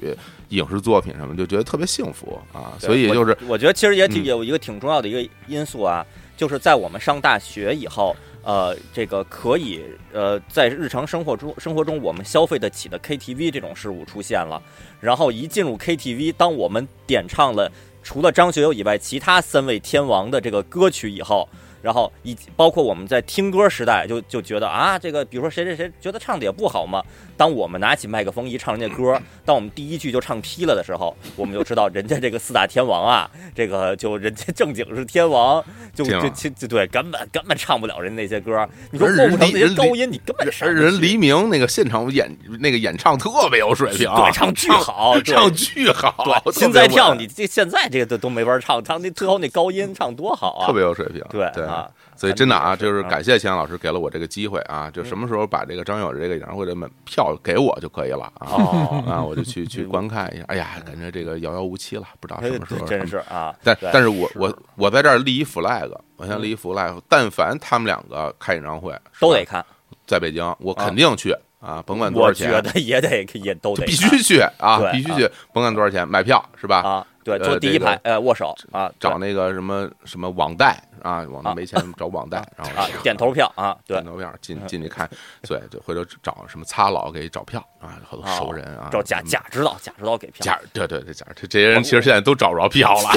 A: 影视作品什么，就觉得特别幸福啊。所以就是
B: 我我觉得其实也挺
A: 嗯
B: 有一个挺重要的一个因素啊，就是在我们上大学以后，呃，这个可以呃在日常生活中生活中我们消费得起的 KTV 这种事物出现了，然后一进入 KTV，当我们点唱了除了张学友以外其他三位天王的这个歌曲以后。然后以及包括我们在听歌时代就就觉得啊，这个比如说谁谁谁觉得唱的也不好嘛。当我们拿起麦克风一唱人 家歌，当我们第一句就唱劈了的时候，我们就知道人家这个四大天王啊，这个就人家正经是天王，就
A: 这样
B: 就就就对，根本根本唱不了人那些歌。你说
A: 而
B: 过不
A: 人黎
B: 成那些
A: 人黎
B: 高音，你根本上
A: 而
B: 不
A: 人
B: 去
A: 黎明那个现场演那个演唱特别有水平啊，
B: 对唱巨 好，对
A: 唱巨好，特别
B: 对，心在跳，
A: 稳
B: 你这现在这个都都没法唱，唱那最后那高音唱多好啊！
A: 特别有水平，
B: 对
A: 对
B: 啊，
A: 所以真的啊，
B: 咱们也
A: 就是是感谢钱老师给了我这个机会啊，
B: 嗯
A: 就什么时候把这个张友的这个演唱会的门票给我就可以了啊。
B: 哦，
A: 啊，我就去去观看一下。哎呀，感觉这个遥遥无期了，不知道什么时候。
B: 真是啊！
A: 但
B: 对嗯
A: 但是我我我在这儿立一 flag，我先立一 flag，但凡他们两个开演唱会，
B: 都得看，
A: 在北京，我肯定去啊，甭管多少
B: 我觉
A: 钱，
B: 得也得也都得
A: 必
B: 看
A: 须去啊，
B: 对
A: 必须去，甭管多少钱，买票是吧？
B: 啊！对，
A: 呃
B: 坐第一
A: 这个
B: 排，呃，握手啊，对
A: 找那个什么什么网贷啊，网
B: 啊
A: 上没钱找网贷，然后
B: 啊点头票啊，对
A: 点，投票进进去看，对，就回头找什么擦老给找票啊，好多
B: 哦
A: 熟人啊，
B: 找贾
A: 什么
B: 贾指导，贾指导给票。哦
A: 贾，对对对贾，这这些人其实现在都找不着票了，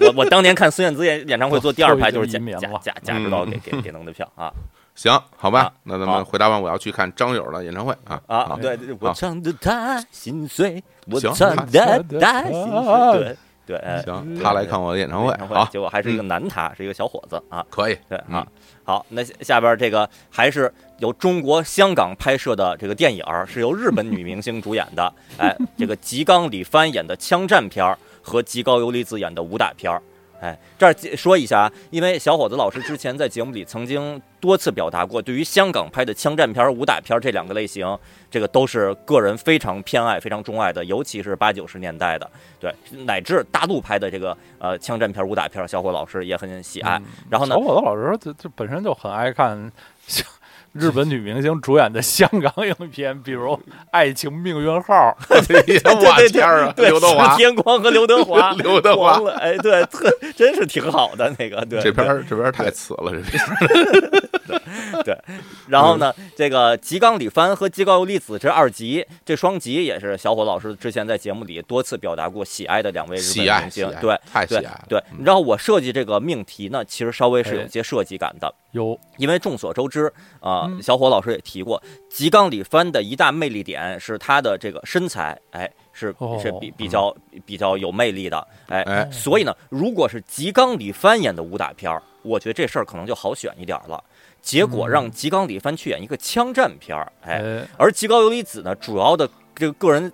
B: 我我当年看孙燕姿演演唱会坐第二排就是贾
C: 都已经移民
B: 贾
C: 了
B: 贾贾指
A: 嗯
B: 导给给给弄的票 啊
A: 行，好吧
B: 啊，
A: 那咱
B: 好
A: 们回答完，我要去看张友的演唱会啊
B: 啊！对，我
A: 好
B: 唱的太心碎，我
A: 行啊
B: 唱的
C: 好
B: 太心碎，对对，哎
A: 行，
B: 对
A: 他来看我的演唱会，好，
B: 结果还是一个
A: 嗯
B: 男他，是一个小伙子啊。
A: 可以，
B: 对
A: 嗯
B: 啊，好，那下下边儿这个还是由中国香港拍摄的这个电影儿，是由日本女明星主演的，哎，这个吉冈里帆演的枪战片儿和吉高由里子演的武打片儿。哎，这儿说一下啊，因为小伙子老师之前在节目里曾经多次表达过，对于香港拍的枪战片儿、武打片儿这两个类型，这个都是个人非常偏爱、非常钟爱的，尤其是八九十年代的，对，乃至大陆拍的这个呃枪战片儿、武打片儿，小伙老师也很喜爱。
C: 嗯
B: 然后呢
C: 小，伙子老师这这本身就很爱看像日本女明星主演的香港影片，比如《爱情命运号》
A: 我
B: 对对
A: 天 儿啊，
B: 对，
A: 刘德华，
B: 石， 天光和刘德华
A: 刘德华
B: 黄了，哎，对， 特真是挺好的那个，对
A: 这边
B: 对
A: 儿这边儿太次了，这边儿
B: 然后呢，
A: 嗯
B: 这个吉冈里帆和吉高由里子这二集，这双集也是小伙老师之前在节目里多次表达过喜爱的两位日
A: 喜
B: 本
A: 爱
B: 明
A: 喜
B: 星
A: 爱，，
B: 对。
A: 太喜
B: 对
A: 爱了，
B: 对，
A: 嗯
B: 然后我设计这个命题呢，其实稍微是有
C: 哎
B: 些设计感的，
C: 有
B: 因为众所周知啊、
C: 嗯
B: 小伙老师也提过，吉冈里帆的一大魅力点是他的这个身材，哎，是
C: 哦
B: 是比比较比较有魅力的，哎，
C: 嗯
A: 哎，
B: 所以呢，如果是吉冈里帆演的武打片儿，我觉得这事儿可能就好选一点儿了。结果让吉冈里帆去演一个枪战片儿，哎，
C: 哎，
B: 而吉高由里子呢，主要的这个个人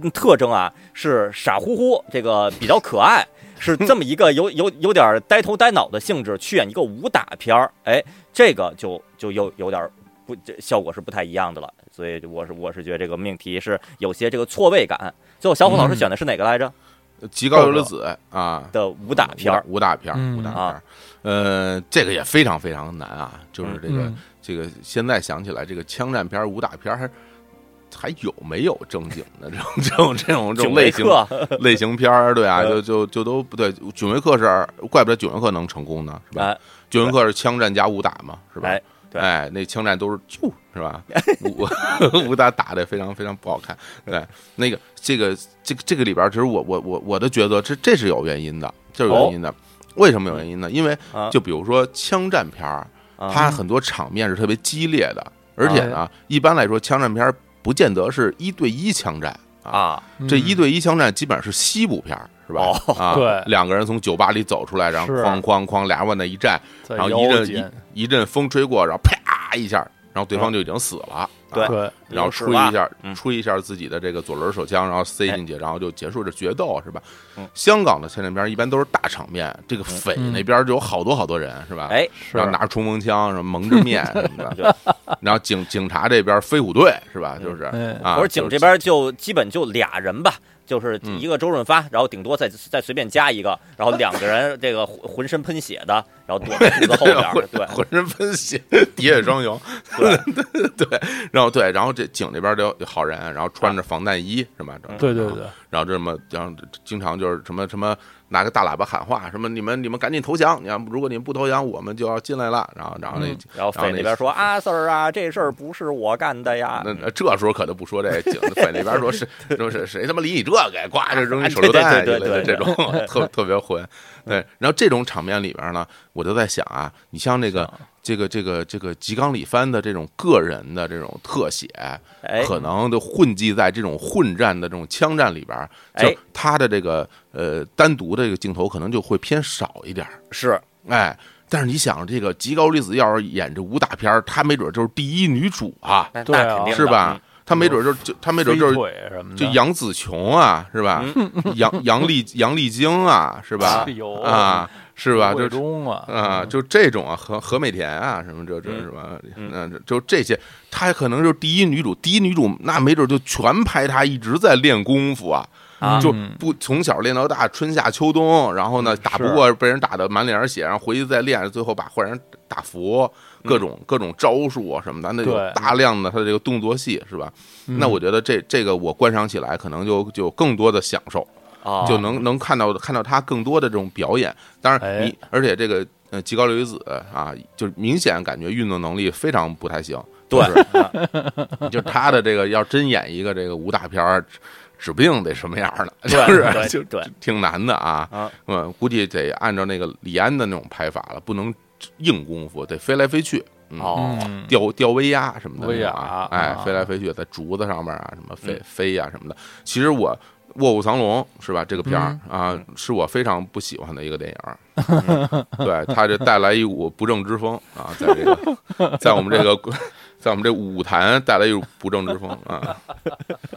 B: 嗯特征啊是傻乎乎，这个比较可爱，是这么一个有 有有点儿呆头呆脑的性质去演一个武打片儿，哎，这个就就又有点儿不这效果是不太一样的了。所以我是我是觉得这个命题是有些这个错位感。最后小虎老师选的是哪个来着？
A: 极高游离子啊，
B: 的武打片儿。啊
A: 武打片儿，
C: 嗯
A: 武打片儿，呃，这个也非常非常难啊，就是这个
C: 嗯
A: 这个现在想起来，这个枪战片儿、武打片儿还还有没有正经的这种这种这种这
B: 九
A: 种
B: 维
A: 类型
B: 克
A: 类型片儿？对 啊，
B: 嗯
A: 就就就都不对。九维克是，怪不得九维克能成功呢，是吧？
B: 哎
A: 九维克是枪战加武打嘛，是吧
B: 哎？对
A: 哎，那枪战都是就是 吧？武 武打打的非常非常不好看。对，那个这个这个这个里边儿，其实我我我我的觉得这这是有原因的，这是有原因的。为什么有原因呢？因为
B: 哦啊，
A: 就比如说枪战片儿，
B: 啊哎
A: 它很多场面是特别激烈的，而且呢，一般来说枪战片儿不见得是一对一枪战啊，
B: 啊，
A: 这一对一枪战基本上是西部片儿。是吧？
B: 哦
A: 啊，
C: 对
A: 两个人从酒吧里走出来，然后
C: 是
A: 哐哐哐，俩人往那一站，
C: 嗯在
A: 然后一
C: 腰
A: 阵
C: 间，嗯
A: 一一阵风吹过，然后啪一下，然后对方就已经死了。
B: 对
A: 啊
C: 对，
A: 然后
B: 是
A: 吹
B: 吧
A: 一下
B: 嗯，
A: 吹一下自己的这个左轮手枪，然后塞进去，
C: 哎
A: 然后就结束这决斗，是吧
B: 嗯？
A: 香港的枪战片一般都是大场面，这个匪
C: 嗯
A: 那边就有好多好多人，是吧？
B: 哎，
C: 是
A: 然后拿着冲锋枪，什么蒙着面什么 的， 然后警警察这边飞虎队是吧？就是
C: 嗯
A: 啊，
B: 我说警
A: 就
B: 这
A: 是
B: 边就基本就俩人吧，就是
A: 嗯
B: 一个周润发，然后顶多再再随便加一个，然后两个人这个浑浑身喷血的，然后躲在柱子后边儿， 对
A: 浑身喷血，滴血双 雄，
B: 对，
A: 对，然后对，然后这井这边都有好人，然后穿着防弹衣是吧？
C: 嗯对对对，
A: 然后这么，然后经常就是什么什么拿个大喇叭喊话，什么你们你们赶紧投降，你要如果你们不投降，我们就要进来了。然后然后那、
C: 嗯
B: 然后
A: 然后
B: 匪
A: 那
B: 那边说啊，Sir 啊，这事儿不是我干的呀，
A: 那那这时候可就不说 这警匪那边说是说是谁他妈理你这个呀，呱就扔一手榴弹之
B: 啊对
A: 类
B: 对
A: 的
B: 对对
A: 这
B: 对
A: 种， 特特别混。对，然后这种场面里边呢，我就在想啊，你像那个这个这个这个吉冈里帆的这种个人的这种特写，
B: 哎，
A: 可能就混迹在这种混战的这种枪战里边儿，就
B: 哎
A: 他的这个呃单独的这个镜头可能就会偏少一点儿，
B: 是
A: 哎。但是你想，这个吉高里子要是演这武打片儿，她没准就是第一女主啊，
B: 那
C: 对啊
B: 那肯定的
A: 是吧？？她没准就是就她没准
C: 嗯飞
A: 就是
C: 腿什么的，
A: 就杨紫琼啊，是吧？杨杨丽杨丽晶啊，是吧
C: 哎？呦
A: 啊，是吧？就
C: 最
A: 是
C: 终啊，
A: 啊，就这种啊，和和美田啊，什么这
C: 嗯
A: 这什么，那就这些，她可能就是第一女主，第一女主那没准就全拍她一直在练功夫啊，
C: 嗯
B: 啊
A: 就不从小练到大，春夏秋冬，然后呢打不过被人打的满脸是血，然后回去再练，最后把坏人打服，各种各种招数啊什么的，那有
C: 嗯对
A: 大量的她的这个动作戏是吧？
C: 嗯
A: 那我觉得这这个我观赏起来可能就就有更多的享受。
B: 啊，
A: 就能能看到看到他更多的这种表演。当然
C: 哎
A: 你，而且这个呃极高流离子啊，就是明显感觉运动能力非常不太行。
B: 对
A: 就是就是 他的这个要真演一个这个武打片儿，指指不定得什么样儿呢？
B: 对
A: 就是
B: 对
A: 就
B: 对
A: 挺难的啊。
B: 啊
A: 嗯，估计得按照那个李安的那种拍法了，不能硬功夫，得飞来飞去。嗯
B: 哦，
C: 嗯
A: 吊吊威亚什么的那
C: 威亚
A: 种啊，哎，
C: 啊
A: 飞来飞去在竹子上面啊，什么飞
B: 嗯
A: 飞呀、什么的。其实我《卧虎藏龙》是吧？这个片儿
C: 嗯
A: 啊，是我非常不喜欢的一个电影儿。 对，它这带来一股不正之风啊，在这个，在我们这个， 在我们这舞坛带来一股不正之风啊。 嗯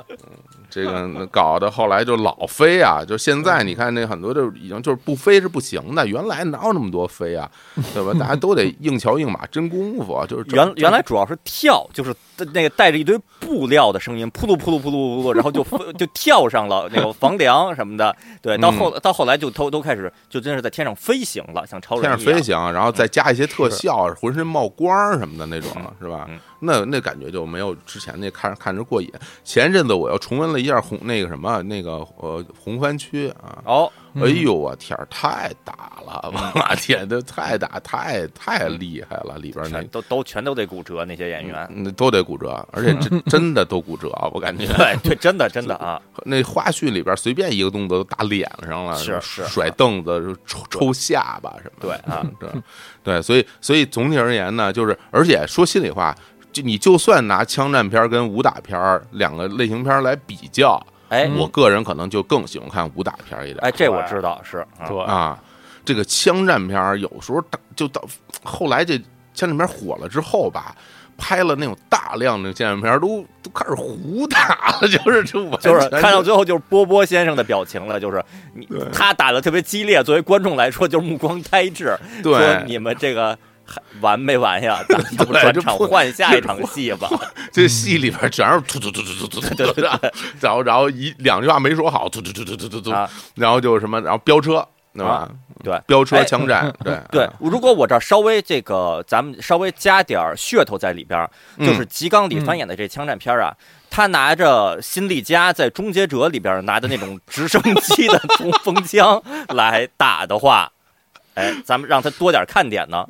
A: 这个搞得后来就老飞啊，就现在你看那很多就已经就是不飞是不行的，原来哪有那么多飞啊，对吧？大家都得硬桥硬马，真功夫啊，就是这
B: 原原来主要是跳，就是那个带着一堆布料的声音，扑噜扑噜扑噜扑噜，然后就 就跳上了那个房梁什么的。对，到后
A: 嗯
B: 到后来就都都开始就真是在天上飞行了，像超人
A: 天上
B: 一样嗯
A: 飞行，然后再加一些特效，啊浑身冒光儿什么的那种，是吧
B: 嗯？
A: 那那感觉就没有之前那看看着过瘾。前一阵子我又重温了一下红那个什么那个呃红番区啊，
B: 哦，
A: 哎呦我天儿，太打了， 我天，这太打太太厉害了，里边那嗯
B: 嗯全都都全都得骨折那些演员。
A: 那都得骨折，而且 真真的都骨折，我 感觉。
B: 对 对，真的真的啊，
A: 那花絮里边随便一个动作都打脸上了，
B: 是是
A: 甩凳子、抽抽下巴什么
B: 对
A: 的。
B: 啊，
A: 对嗯对，所以所以总体而言呢，就是而且说心里话，就你就算拿枪战片儿跟武打片儿两个类型片儿来比较，
B: 哎
A: 我个人可能就更喜欢看武打片儿一点
B: 哎，这我知道是啊
C: 对，
A: 啊。这个枪战片儿有时候打就到后来这枪战片儿火了之后吧。拍了那种大量的枪战片儿，都都开始胡打了，就是就完
B: 就是
A: 全
B: 看到最后就是波波先生的表情了，就是你他打的特别激烈，作为观众来说就是目光呆滞，说
A: 对
B: 你们这个还完没 完呀？咱们
A: 对
B: 转
A: 这
B: 场
A: 不
B: 换下一场戏 吧。
A: 这戏里边全是突突突突突突突突， 然后然后一两句话没说好，突突突突突突突
B: 啊，
A: 然后就是什么，然后飙车，对吧
B: 啊？对
A: 飙车
B: 哎
A: 枪战，对
B: 对
A: 啊，
B: 如果我这儿稍微这个，咱们稍微加点儿噱头在里边儿，
A: 嗯
B: 就是吉冈里帆演的这枪战片儿啊，他拿着辛利加在《终结者》里边儿拿的那种直升机的冲锋枪来打的话， 哎，咱们让他多点儿看 点呢。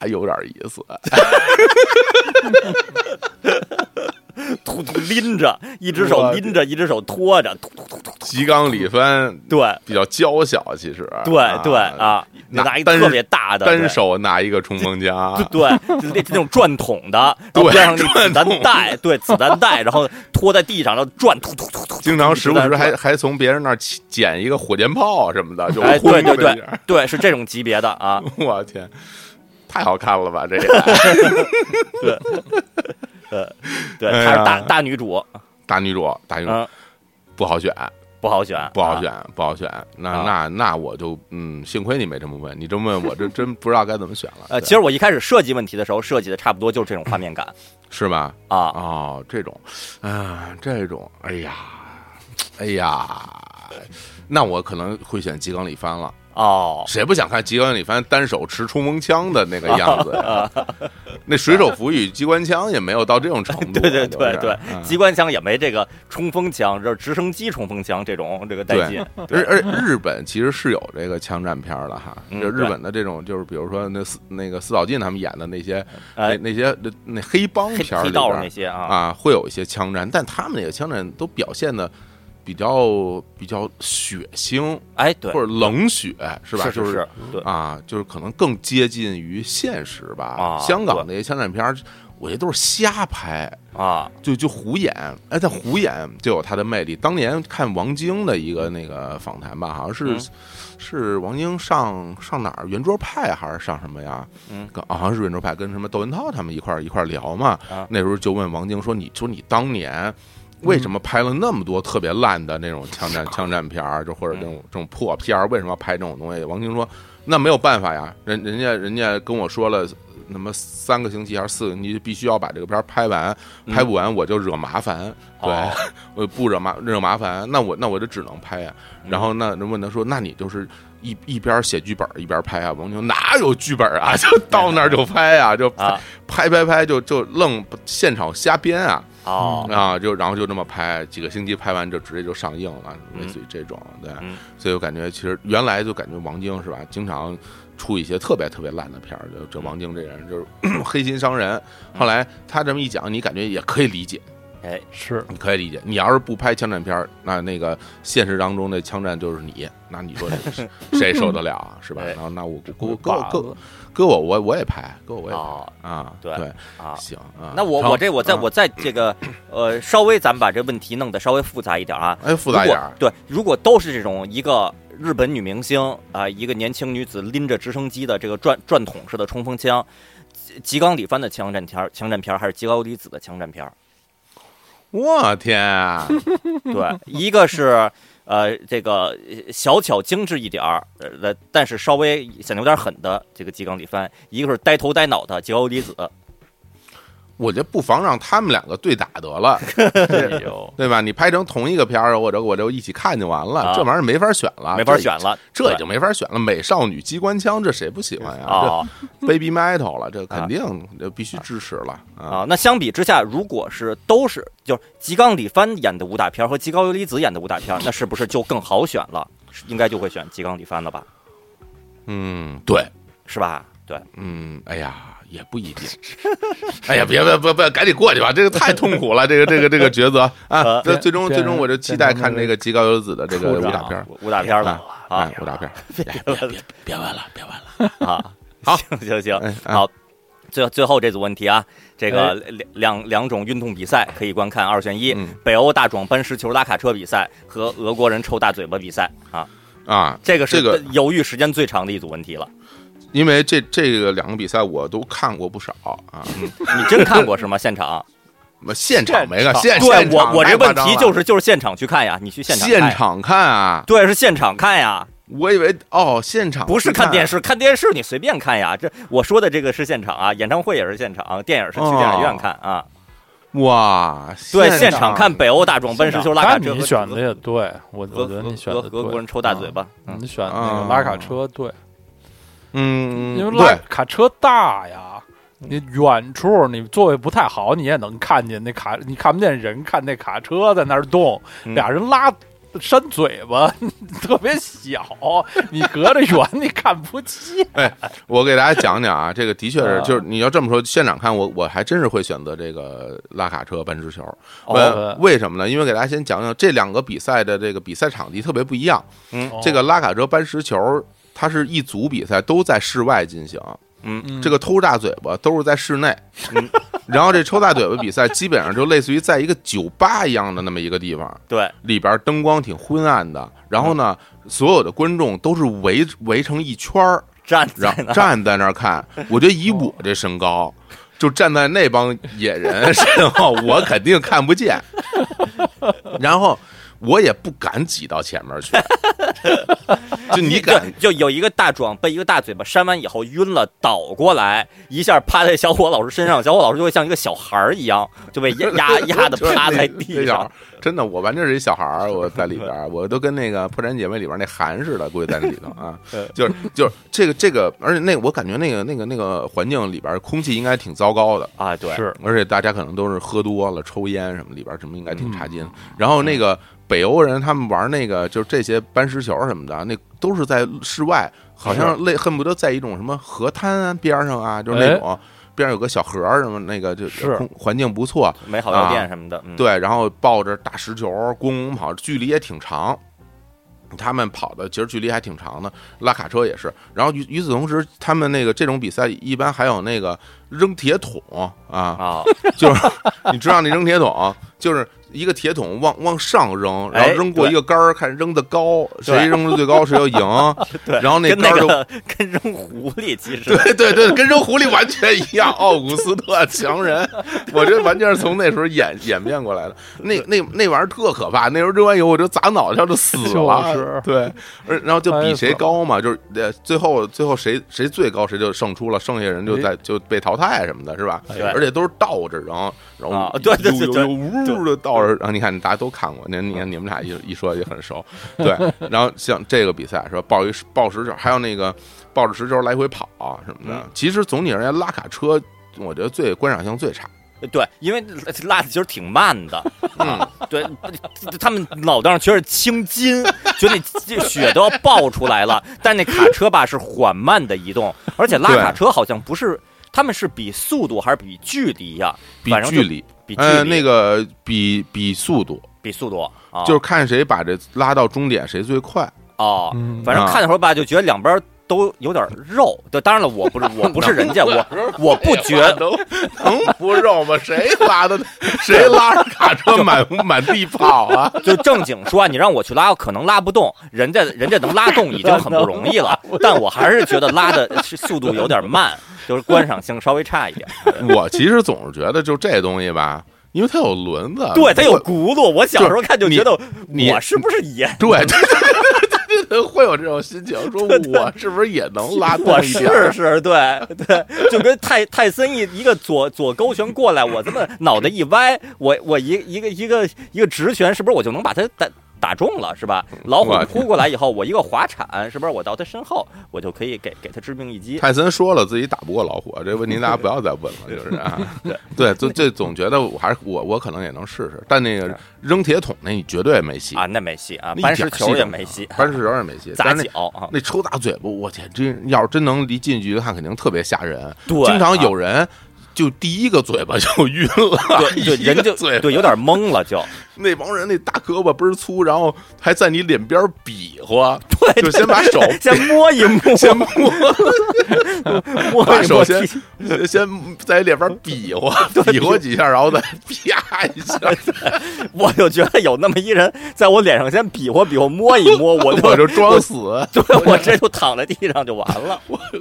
A: 哎有点意思。
B: 突突拎着，一只手
A: 我
B: 拎着，一只手拖着，突突突突突。
A: 吉冈里帆
B: 对
A: 比较娇小，其实
B: 对对，啊，
A: 拿
B: 拿一
A: 单
B: 特别大的
A: 单
B: 对
A: 手拿一个冲锋 枪，
B: 对，就那那种转筒的，然后
A: 啊对
B: 边 上那子
A: 转筒
B: 弹带，对，子弹带，然后拖在地上，然后转，突突突突，
A: 经常时不时
B: 一直
A: 还
B: 在转
A: 还从别人那儿起捡一个火箭炮什么的，就
B: 哎，对
A: 轰
B: 对
A: 的一
B: 对
A: 下，
B: 对，是这种级别的啊，
A: 我天，太好看了吧这个
B: 呃对，
A: 哎
B: 她是
A: 呀
B: 大大女主，
A: 大女主，大女主
B: 嗯，
A: 不好选。
B: 不好选，
A: 不好
B: 啊，
A: 选，不好选。那、
B: 啊
A: 那那我就嗯，幸亏你没这么问，你这么问我这真不知道该怎么选了。
B: 呃，
A: 对
B: 其实我一开始设计问题的时候，设计的差不多就是这种画 面感
A: 是吧？
B: 啊，
A: 哦，这种，啊，这种，哎呀，哎呀，那我可能会选吉冈里帆了
B: 哦，
A: 谁不想看机关里帆单手持冲锋枪的那个样子呀？ 那水手服与机关枪也没有到这种程度啊。
B: 对对对
A: 就是
B: 对，
A: 嗯
B: 机关枪也没这个冲锋枪，这直升机冲锋枪这种这个带劲，
A: 而而日本其实是有这个枪战片儿的哈，
B: 嗯
A: 就
B: 对
A: 日本的这种就是比如说那四那个四岛进他们演的那些那
B: 哎，
A: 那些那那黑帮
B: 黑
A: 片儿
B: 黑
A: 里
B: 道
A: 边
B: 儿那
A: 儿
B: 些啊，
A: 啊，会有一些枪战，但他们那个枪战都表现的比较比较血腥
B: 哎，对
A: 或，者冷血，是吧？
B: 是
A: 就是
B: 是，对，
A: 啊，就是可能更接近于现实吧。
B: 啊
A: 香港那些枪战片儿，我觉得都是瞎拍，
B: 啊，
A: 就就胡演，哎，但胡演就有它的魅力。当年看王晶的一个那个访谈吧，好像是、
B: 嗯
A: 是王晶上上哪儿圆桌派还是上什么呀？
B: 嗯
A: 跟，啊好像是圆桌派跟什么窦文涛他们一块儿一块儿聊嘛。
B: 啊
A: 那时候就问王晶说：“你说你当年。”为什么拍了那么多特别烂的那种枪 战枪战片儿，就或者这
B: 嗯
A: 种这种破片儿？为什么要拍这种东西？王晶说：“那没有办法呀，人人家人家跟我说了，那么三个星期还是四个星期，必须要把这个片儿拍完，
B: 嗯
A: 拍不完我就惹麻烦，
B: 哦
A: 对， 我不惹麻惹麻烦，那我那我就只能拍呀、然后那人问他说，那你就是一一边写剧本一边拍啊？王晶哪有剧本啊？ 就到那儿就拍啊，就拍
B: 啊
A: 拍拍拍就就愣现场瞎编啊
B: 哦，
A: 啊，就然后就这么拍，几个星期拍完就直接就上映了，
B: 嗯
A: 类似于这种对
B: 嗯，
A: 所以我感觉其实原来就感觉王晶是吧，经常。出一些特别特别烂的片儿，就这王晶这人就是 黑心商人。后来他这么一讲，你感觉也可以理解，
B: 哎，
C: 是
A: 你可以理解，你要是不拍枪战片儿，那那个现实当中的枪战就是你，那你说 谁谁受得了啊，是吧？
B: 哎
A: 然后那我
C: 我
A: 我搁我搁搁我我我也拍，搁我我也拍
B: 哦
A: 啊，
B: 对
A: 对，
B: 啊。
A: 行啊。
B: 那我
A: 成
B: 我这我再
A: 啊
B: 我再这个呃稍微咱们把这问题弄得稍微复杂一点啊，
A: 哎复杂一点儿
B: 如果对，如果都是这种一个日本女明星啊、一个年轻女子拎着直升机的这个转转筒式的冲锋枪，吉吉冈里帆的枪战片儿，枪战片儿还是吉高里子的枪战片儿？
A: 我天 啊，
B: 对，一个是。呃，这个呃小巧精致一点儿，呃，但是稍微显得有点狠的这个吉冈里帆，一个是呆头呆脑的吉高里子，
A: 啊我觉得不妨让他们两个对打得 了，
C: 哎呦，
A: 对吧？你拍成同一个片儿，我就我就一起看就完了，
B: 啊
A: 这玩意儿没法选了，
B: 没法
A: 这
B: 选，了，
A: 这
B: 对
A: 已经没法选了。美少女机关枪，这谁不喜欢呀？
B: 哦
A: 这 Baby Metal 了，这肯定这必须支持了啊
B: 啊，那相比之下，如果是都是就是吉冈里帆演的武打片儿和吉高由里子演的武打片儿，那是不是就更好选了？是应该就会选吉冈里帆了吧？
A: 嗯，对，
B: 是吧？对，
A: 嗯，哎呀，也不一定。哎呀，别别别别，赶紧过去吧，这个太痛苦了，这个这个这个 抉择啊！
B: 呃
A: 这最终
C: 变
A: 最终，我就期待看这个吉高由子的这个
C: 处
A: 武
C: 长
A: 打片儿
B: 武武打片儿了啊
A: 嗯哎，武打片儿。别问了，别问了。
B: 啊！
A: 好
B: 行行行
A: 哎，啊
B: 好。最最后这组问题啊，这个两两两种运动比赛可以观看二选一
A: 哎嗯，
B: 北欧大壮搬石球拉卡车比赛和俄国人抽大嘴巴比赛啊，
A: 啊，
B: 这个是
A: 这个
B: 犹豫时间最长的一组问题了。
A: 因为这这个两个比赛我都看过不少啊，
B: 你真看过是吗？现场？
A: 我现场没看，现
B: 啊对
A: 现
B: 我
A: 场
B: 我这
A: 太夸
B: 问
A: 张
B: 题
A: 了
B: 就是就是现场去看呀，你去现场看
A: 现
B: 呀
A: 场看啊，
B: 对，是现场看呀，
A: 我以为哦，现场
B: 不是看电
A: 视，
B: 视，看电视你随便看呀。这我说的这个是现场啊，演唱会也是现场，电影是去电影
A: 哦
B: 院看啊。
A: 哇，
B: 对，现场看北欧大壮奔石球拉卡车
C: 但
B: 和
C: 你选的
B: 俄
C: 也对，我我觉得你选
B: 俄
C: 的
B: 俄国
C: 对
B: 人，抽大嘴巴，嗯
C: 你选那
A: 啊
C: 个拉卡车对，
A: 嗯，
C: 因为拉
A: 对，
C: 卡车大呀。你远处你座位不太好，你也能看见那卡，你看不见人，看那卡车在那儿动，
B: 嗯
C: 俩人拉扇嘴巴， 特别小，你隔着远你看不见。
A: 我给大家讲讲 啊，这个的确是
C: 啊，
A: 就是你要这么说，现场看我我还真是会选择这个拉卡车半直球。
C: 哦
A: 呃为什么呢？因为给大家先讲讲这两个比赛的这个比赛场地特别不一样。
C: 嗯
A: 这
C: 哦
A: 个拉卡车搬石球，它是一组比赛都在室外进行。
B: 嗯，
A: 这个偷大嘴巴都是在室内。
C: 嗯
A: 然后这抽大嘴巴比赛基本上就类似于在一个酒吧一样的那么一个地方，
B: 对，
A: 里边灯光挺昏暗的。然后呢，
C: 嗯
A: 所有的观众都是围围成一圈儿。
B: 站在
A: 然
B: 那
A: 后站在那儿看，我觉得以我这身高，就站在那帮野 人身后，我肯定看不见。然后我也不敢挤到前面 去，就你敢
B: 就就有一个大壮被一个大嘴巴扇完以后晕了，倒过来一下趴在 小伙老师身上，小伙老师就会像一个小孩儿一样就被压压压的趴在地
A: 那小
B: 上
A: 孩。真的，我完全是一小孩儿，我在里边儿，我都跟那个《破产姐妹》里边儿那韩似的，估计在那里头 啊
B: 嗯
C: 对，
A: 就是就是这个这个，而且那个我感觉那个那个那个环境里边儿空气应该挺糟糕的，
B: 啊，对，
C: 是
A: 而且大家可能都是喝多了、抽烟什么，里边儿什么应该挺差劲的。然后那个北欧人他们玩那个就是这些搬石球什么的，那都是在室外，好像类恨不得在一种什么河滩啊边儿上啊，就是那种边上有个小河儿什么，那个就是空环境不错。
B: 美好药店什么的，嗯，
A: 啊对，然后抱着大石球儿咣咣跑，距离也挺长。他们跑的其实距离还挺长的，拉卡车也是。然后与与此同时，他们那个这种比赛一般还有那个扔铁桶啊，
B: 啊，
A: 就是你知道那扔铁桶，就是一个铁桶往往上扔，然后
B: 哎
A: 扔过一
B: 对
A: 个杆儿，看扔的高，
B: 对
A: 谁扔的最高谁就 赢。
B: 对，
A: 然后那
B: 跟
A: 杆
B: 那
A: 儿就
B: 个跟扔狐狸其实
A: 对对对，跟扔狐狸完全一样。奥古斯特强人，我这完全是从那时候演演变过来的。那那那玩意儿特可怕，那时候扔完以后我就砸脑袋上就死了。
C: 就是
A: 对，而然后就比谁
C: 哎
A: 高嘛，就是呃，最后最后谁谁最高谁就胜出了，剩下人就在就被淘汰什么的，是吧？
B: 对
A: 而且都是倒着扔，然后
B: 啊对对对
A: 有
B: 对
A: 有呜的倒着，然后你看大家都看过，那你看你们俩一一说也很熟，对。然后像这个比赛是吧，抱一抱石球，还有那个抱着石球来回跑啊什么的
B: 嗯。
A: 其实总体而言，拉卡车我觉得最观赏性最 差。
B: 对，因为拉的其实挺慢的，
A: 嗯，
B: 对，他们脑袋上全是青筋，觉得那血都要爆出来了。但那卡车吧是缓慢的移动，而且拉
A: 对
B: 卡车好像不是，他们是比速度还是比距离呀、
A: 比
B: 反正就
A: 距离，
B: 比距离、
A: 呃，那个比比速度，
B: 比速度啊，
A: 就是看谁把这拉到终点谁最快。
B: 哦，
C: 嗯
B: 反正
A: 啊
B: 看的时候吧，就觉得两边都有点肉。对，当然了，我不是我不是人 家， 我我不觉
A: 得能能不肉吗？谁拉 的？谁拉着卡车满 满地跑啊？
B: 就正经说，你让我去拉，我可能拉不动。人家人家能拉动已经很不容 易了，但我还是觉得拉的是速度有点慢，就是观赏性稍微差一点。
A: 啊我其实总是觉得就这东西吧，因为它有轮子，啊
B: 对，它有轱辘。我小时候看就觉得
A: 你
B: 我是不是也
A: 对。 会有这种心情，说我是不是也能拉动
B: 我
A: 一点儿？
B: 试试，对对，就跟泰泰森一一个左左勾拳过来，我这么脑袋一歪，我我一一个一个一个直拳，是不是我就能把他打打中了，是吧？老虎
A: 我
B: 扑过来以后，我一个滑铲，是不是我到他身后，我就可以给给他致命一击？
A: 泰森说了自己打不过老 虎，这问题大家不要再问了，就是啊，对，就这总觉得我还是我我可能也能试试，但那个扔铁桶那你绝对没戏
B: 啊，，那没戏啊，
A: 那一
B: 搬
A: 点
B: 石
A: 儿
B: 球也
A: 都
B: 没戏，啊
A: 搬石球也没戏，
B: 砸
A: 但是那
B: 脚啊，
A: 那抽大嘴巴，我天，真要是真能离近距离看，肯定特别吓人。
B: 对
A: 经常
B: 啊
A: 有人就第一个嘴巴就晕了，
B: 对对，
A: 一
B: 人
A: 个
B: 就
A: 嘴巴哦
B: 对有点懵了就，
A: 那帮人那大胳膊倍儿粗，然后还在你脸边儿比划，
B: 对，
A: 就
B: 对
A: 先把手
B: 对先摸一 摸，
A: 先摸，
B: 摸
A: 把
B: 一
A: 手
B: 摸
A: 先
B: 踢
A: 先在你脸边儿比 划比划几下，然后再啪一下，
B: 我就觉得有那么一人在我脸上先比划比划，摸一摸，我就
A: 我就装死，
B: 对我这就躺在地上就完 了。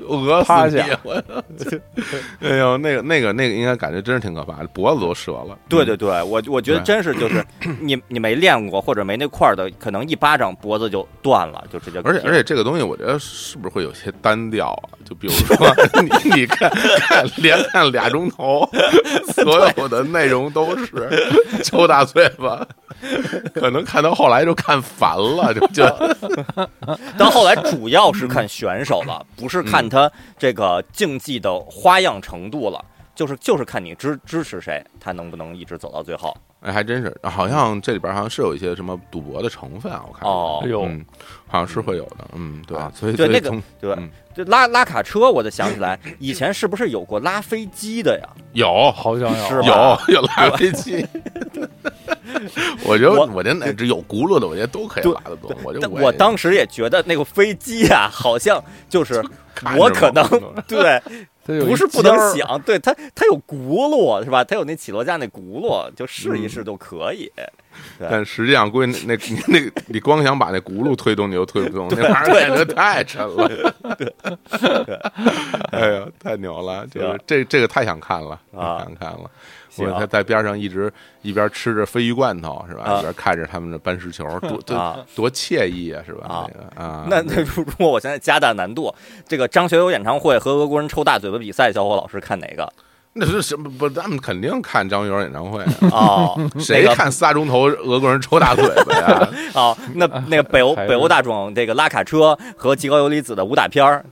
A: 讹
C: 趴
A: 死
C: 下
A: 你！我 哎呦，那个那个那个，应该感觉真是挺可怕的，脖子都折了。嗯
B: 对对对，我我觉得真是就是你你没练过或者没那块儿的，可能一巴掌脖子就断了，就直接。
A: 而且而且这个东西，我觉得是不是会有些单调啊？就比如说你你看看连看俩钟头，所有的内容都是抽大嘴巴，可能看到后来就看烦了，就觉得
B: 到后来主要是看选手了，不
A: 嗯
B: 是看他这个竞技的花样程度了，就是就是看你支支持谁，他能不能一直走到最后。
A: 哎，还真是，好像这里边好像是有一些什么赌博的成分啊，我看
B: 哦
C: 哎呦，
A: 嗯，好像是会有的，嗯，对
B: 啊，
A: 所以所
B: 对
A: 以
B: 那个
A: 从
B: 对吧
A: 嗯？
B: 这拉拉卡车，我就想起来，以前是不是有过拉飞机的呀？
A: 有
C: 好啊像有
B: 是吧
A: 有有拉飞机。 我觉得
B: 我
A: 我觉得那只有轱辘的，我觉得都可以
B: 对
A: 拉得动。我就
B: 但
A: 也
B: 我当时也觉得那个飞机啊，好像就是
A: 看
B: 我
A: 着
B: 可
A: 嘛
B: 能对
C: 它有一
B: 不是不能
C: 尖儿
B: 想，对它它有轱辘是吧？它有那起落架那轱辘，就试一
A: 嗯
B: 试就可以。哎
A: 但实际上，估计那那那个，你光想把那轱辘推动，你就推 不动，那玩意儿感觉太沉了。 哎呀，太牛了！就是这这个太想看了，
B: 啊
A: 太想看了。
B: 行
A: 我在在边上一直一边吃着鲱鱼罐头是吧，
B: 啊
A: 一边看着他们的搬石球，多多
B: 啊
A: 多惬意啊是吧
B: 啊？
A: 那个啊，
B: 那那如 如果我现在加大难度，这个张学友演唱会和俄国人抽大嘴巴比赛，小伙老师看哪个？
A: 那是什么？不，咱们肯定看张学友演唱会啊，
B: 哦，
A: 谁
B: 那个
A: 看仨钟头俄国人抽大腿呗、
B: 哦，那
A: 啊
B: 那个北欧
C: 还有
B: 北欧大众这个拉卡车和极高游离子的武打片儿，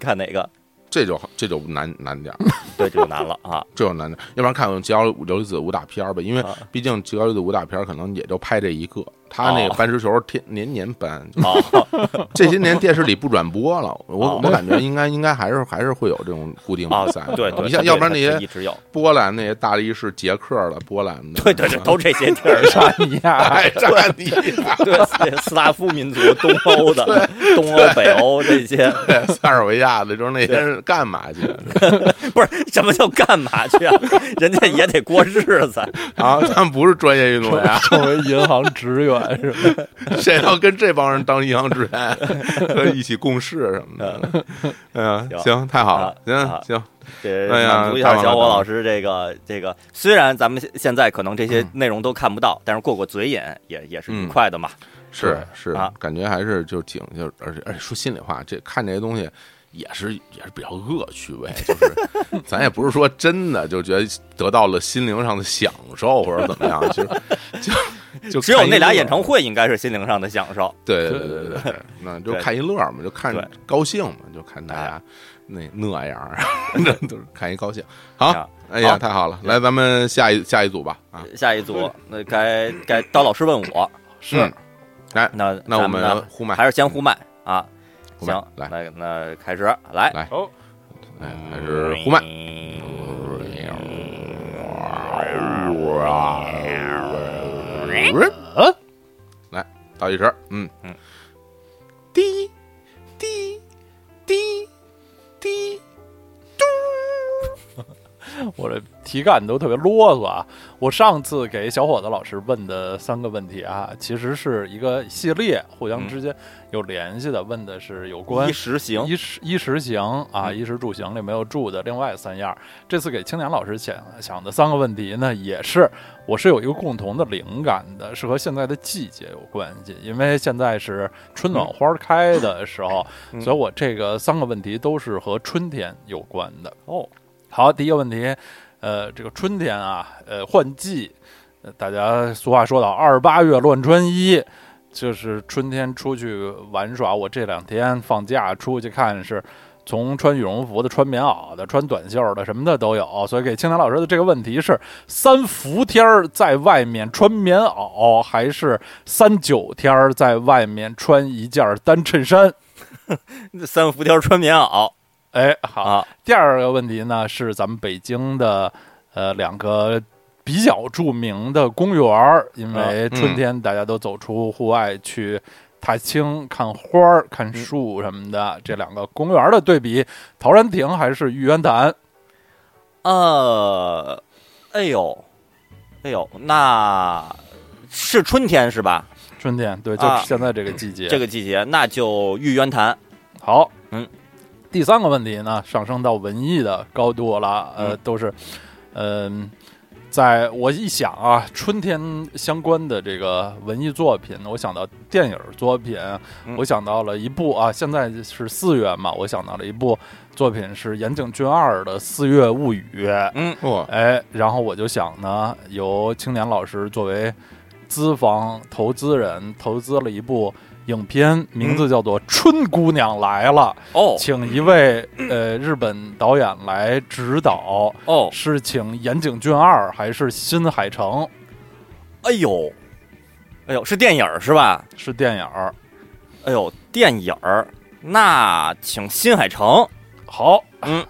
B: 看哪个？
A: 这就这就难难点儿，
B: 对，这就难了啊！
A: 这就难点儿。要不然看《极高游离子》武打片儿吧，因为
B: 啊
A: 毕竟《极高游离子》武打片儿可能也就拍这一个。他那个
B: 哦
A: 搬石球天年年 搬，
B: 哦，
A: 这些年电视里不转播了。我
B: 哦
A: 我感觉应该应该还是还是会有这种固定
B: 哦
A: 比赛。
B: 对对，
A: 你像
B: 对
A: 要不然那
B: 它
A: 些
B: 一直有，
A: 波兰那些大力士、捷克的、波兰的，
B: 对对对，都这些 地儿。
C: 啥你啊 呀？
A: 哎，这你
B: 对，斯斯拉夫民族、东欧的、东欧、北欧这些，
A: 对塞尔维亚的，就是那些人干嘛去
B: 不是什么叫干嘛去啊？ 人家也得过日 子。
A: 啊？他们不是专业运动 员，
C: 作为银行职员是吧？
A: 谁要跟这帮人当银行职 员，一起共事什么的？嗯，
B: 行
A: 行，太好了，
B: 啊
A: 行行，
B: 这
A: 哎呀
B: 满足一下
A: 太完美
B: 小伙
A: 了
B: 老师这个这个，虽然咱们现现在可能这些内容都看不到，但是过过嘴瘾也也是愉
A: 嗯
B: 快的嘛。
A: 是是
B: 啊，
A: 感觉还是就挺就，而且而且说心里话，这看这些东西。也是也是比较恶趣味，就是咱也不是 说真的就觉得得到了心灵上的享受或者怎么样，其 实就就
B: 只有
A: 看一
B: 那俩
A: 乐
B: 演唱会应该是心灵上的享受。
A: 对
C: 对
A: 对
C: 对
A: 对对，那就
B: 对
A: 看一乐嘛，就看
B: 对哎
A: 高兴嘛，就看大家那那样儿， 那都是看一高兴。好
B: 啊，
A: 哎呀，
B: 哎好
A: 太好了，来咱们下一下一组吧啊，
B: 下一组，那该该刀老师问我，
A: 嗯，
B: 那
A: 那我
B: 咱们
A: 们
B: 呢
A: 呼麦
B: 还是先呼麦啊？
A: 呼麦
B: 行，
A: 来
B: 那那开始来嗯
A: 来
C: 哦，
A: 哎还是呼麦，嗯来倒计时，嗯
B: 嗯，
A: 滴滴滴滴，
C: 我这题干都特别啰嗦啊！我上次给小伙子老师问的三个问题啊，其实是一个系列，互相之间有联系的，问的是有关
B: 一时行，
C: 衣食衣食行啊，
B: 嗯
C: 衣食住行里没有住的另外三样儿。这次给青年老师想想的三个问题呢，也是我是有一个共同的灵感的，是和现在的季节有关系，因为现在是春暖花开的时候，
B: 嗯
C: 所以我这个三个问题都是和春天有关的。
B: 哦，
C: 好，第一个问题，呃，这个春天啊，呃，换季，呃大家俗话说到二八月乱穿衣，就是春天出去玩耍。我这两天放假出去看是。从穿羽绒服的、穿棉袄的、穿短袖的，什么的都有。所以给青年老师的这个问题是：三伏天儿在外面穿棉袄，还是三九天儿在外面穿一件单衬衫？
B: 三伏天穿棉袄
C: 哎，好，
B: 啊，
C: 第二个问题呢，是咱们北京的呃两个比较著名的公园儿，因
B: 啊嗯
C: 为春天大家都走出户外去踏青、看花儿、看树什么的。这两个公园儿的对比，陶然亭还是玉渊潭？
B: 呃，哎呦，哎呦，那是春天是吧？
C: 春天对，就
B: 啊
C: 是现在这个季节。
B: 这个季节，那就玉渊潭。
C: 好，
B: 嗯，
C: 第三个问题呢，上升到文艺的高度了，呃，
B: 嗯
C: 都是，嗯、在我一想啊，春天相关的这个文艺作品，我想到电影作品，
B: 嗯
C: 我想到了一部啊，现在是四月嘛，我想到了一部作品是岩井俊二的《四月物语》，
B: 嗯，
A: 哇，
C: 哎，然后我就想呢，由青年老师作为资方投资人，投资了一部影片，名字叫做《春姑娘来了》，
B: 哦
C: 请一位呃日本导演来指导，
B: 哦，
C: 是请岩井俊二还是新海诚？
B: 哎呦，哎呦，是电影儿是吧？
C: 是电影儿。
B: 哎呦，电影儿，那请新海诚。
C: 好，
B: 嗯，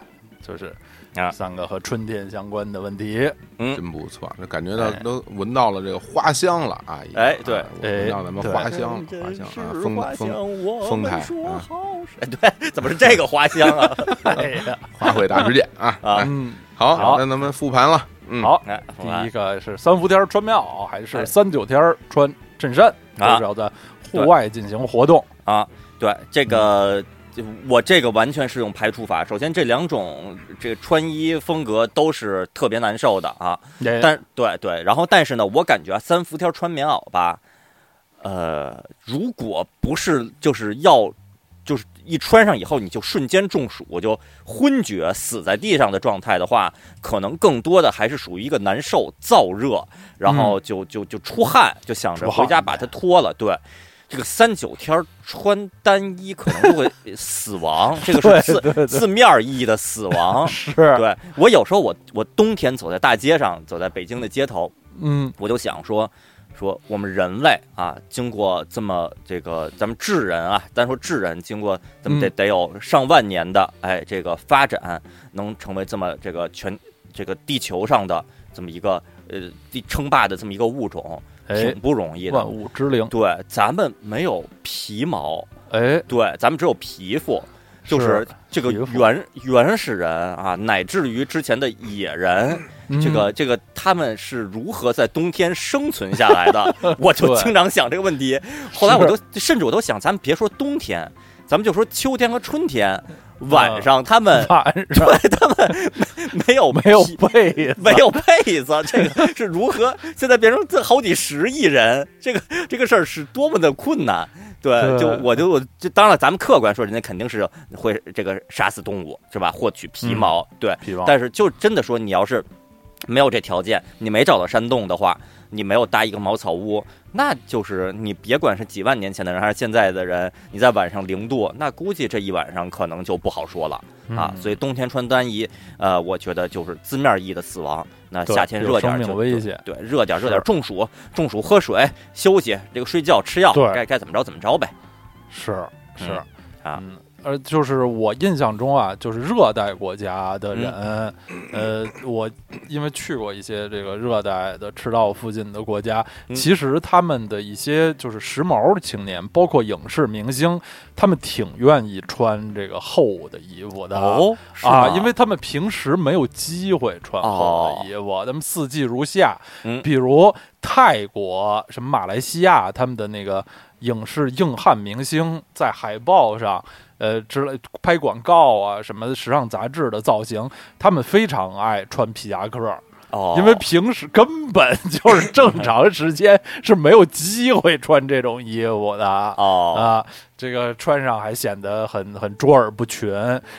C: 就是
B: 啊
C: 三个和春天相关的问题。
A: 真不错，这感觉到
B: 哎
A: 都闻到了这个花香了，阿姨，
B: 哎
A: 啊
B: 对
A: 我闻到咱们
C: 对
A: 花香了，花香啊，风风
B: 风
A: 风们态说啊
B: 好哎，对， 怎么是这个花香 啊？
C: 哎呀，
A: 花卉大世界啊，
B: 啊
A: 哎
C: 嗯，
A: 好，
C: 好
A: 那咱们复盘了，嗯，
C: 好，
B: 哎，
C: 第一个是三伏天儿穿棉袄，还
B: 哎
C: 是三九天儿穿衬衫？
B: 啊
C: 都是要在户外进行活动。
B: 啊，对这个。就我这个完全是用排除法。首先，这两种这个穿衣风格都是特别难受的啊。
C: 哎
B: 但对对，然后但是呢，我感觉啊，三伏天穿棉袄吧，呃，如果不是就是要就是一穿上以后你就瞬间中暑，我就昏厥死在地上的状态的话，可能更多的还是属于一个难受、燥热，然后就就就出汗，就想着
C: 嗯出
B: 回
C: 汗
B: 家把它脱了。对，这个三九天儿穿单衣可能就会 死亡，这个是
C: 对对
B: 字
C: 对。
B: 字面意义的死亡
C: 是，
B: 对我有时候我我冬天走在大街上，走在北京的街头，
C: 嗯
B: 我就想说，说我们人类啊，经过这么这个咱们智人啊，咱说智人经过咱们得
C: 嗯
B: 得有上万年的哎这个发展，能成为这么这个全这个地球上的这么一个呃地称霸的这么一个物种，
C: 哎
B: 挺，不容易的。
C: 万物之灵，
B: 对，咱们没有皮毛，
C: 哎，
B: 对，咱们只有皮肤，就是这个
C: 皮肤
B: 原原始人啊，乃至于之前的野人，
C: 嗯
B: 这个这个他们是如何在冬天生存下来 的？我就
C: 对
B: 经常想这个问题。后来我都甚至我都想，咱们别说冬天，咱们就说秋天和春天
C: 嗯
B: 晚上，他们、
C: 晚上
B: 没有
C: 嗯没有
B: 皮
C: 被 子，
B: 没 有被子，这个是如何？现在变成这好几十亿人，这个这个事儿是多么的困难。对，
C: 对
B: 就我就我就当然了，咱们客观说，人家肯定是会这个杀死动物是吧？获取皮毛，对。
C: 皮毛，
B: 但是就真的说，你要是没有这条件，你没找到山洞的话，你没有搭一个茅草屋，那就是你别管是几万年前的人还是现在的人，你在晚上零度，那估计这一晚上可能就不好说了。啊，
C: 嗯
B: 所以冬天穿单衣，呃，我觉得就是字面意义的死亡。那
C: 对
B: 夏天
C: 有
B: 热点
C: 生
B: 儿
C: 命
B: 就
C: 危
B: 就
C: 险
B: 对，热点儿热点儿
C: 是
B: 中暑，中暑喝水休息，这个睡觉吃药
C: 对，
B: 该该怎么着怎么着呗。
C: 是是
B: 嗯啊
C: 嗯，呃，就是我印象中啊，就是热带国家
B: 嗯
C: 的人，呃，我因为去过一些这个热带的赤道附近的国家，
B: 嗯
C: 其实他们的一些就是时髦的青年，包括影视明星，他们挺愿意穿这个厚的衣服的。
B: 哦，是吗
C: 啊，因为他们平时没有机会穿厚
B: 哦
C: 的衣服，他们四季如夏。
B: 嗯
C: 比如泰国、什么马来西亚，他们的那个影视硬汉明星在海报上，呃，之类拍广告啊，什么时尚杂志的造型，他们非常爱穿皮夹克，
B: 哦，
C: 因为平时根本就是正常时间是没有机会穿这种衣服的。
B: 哦，
C: 啊，这个穿上还显得很很卓尔不群，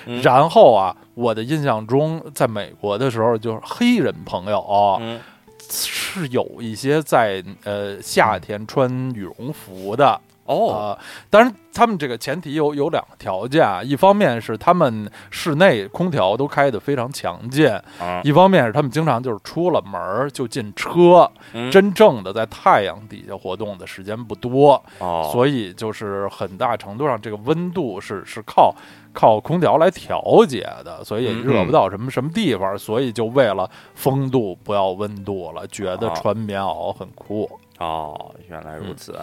B: 嗯
C: 然后啊，我的印象中，在美国的时候，就是黑人朋友、啊
B: 嗯
C: 是有一些在呃夏天穿羽绒服的
B: 哦，
C: 啊、呃当然他们这个前提有有两个条件啊，一方面是他们室内空调都开得非常强劲，
B: 嗯
C: 一方面是他们经常就是出了门儿就进车，
B: 嗯
C: 真正的在太阳底下活动的时间不多，
B: 哦，
C: 所以就是很大程度上这个温度是是靠靠空调来调节的，所以
A: 嗯
C: 也热不到什么什么地方，所以就为了风度不要温度了，觉得
B: 啊
C: 穿棉袄很酷。
B: 哦，原来如此。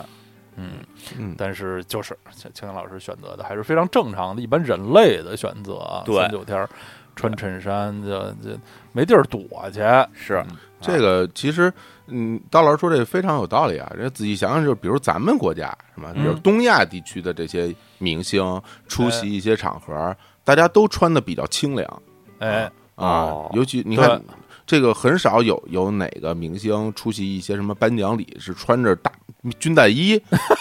A: 嗯，
C: 但是就是青青年老师选择的还是非常正常的，一般人类的选择啊，
B: 对
C: 三九天儿穿衬衫就就没地儿躲去，
B: 是，
C: 啊
A: 这个其实，嗯，刀老师说这个非常有道理啊。这仔细想想，就比如咱们国家什么，比如
C: 嗯
A: 东亚地区的这些明星出席一些场合，大家都穿的比较清凉
C: 哎，
A: 啊
B: 哦，
A: 尤其你
C: 对
A: 看。这个很少有有哪个明星出席一些什么颁奖礼是穿着大军大衣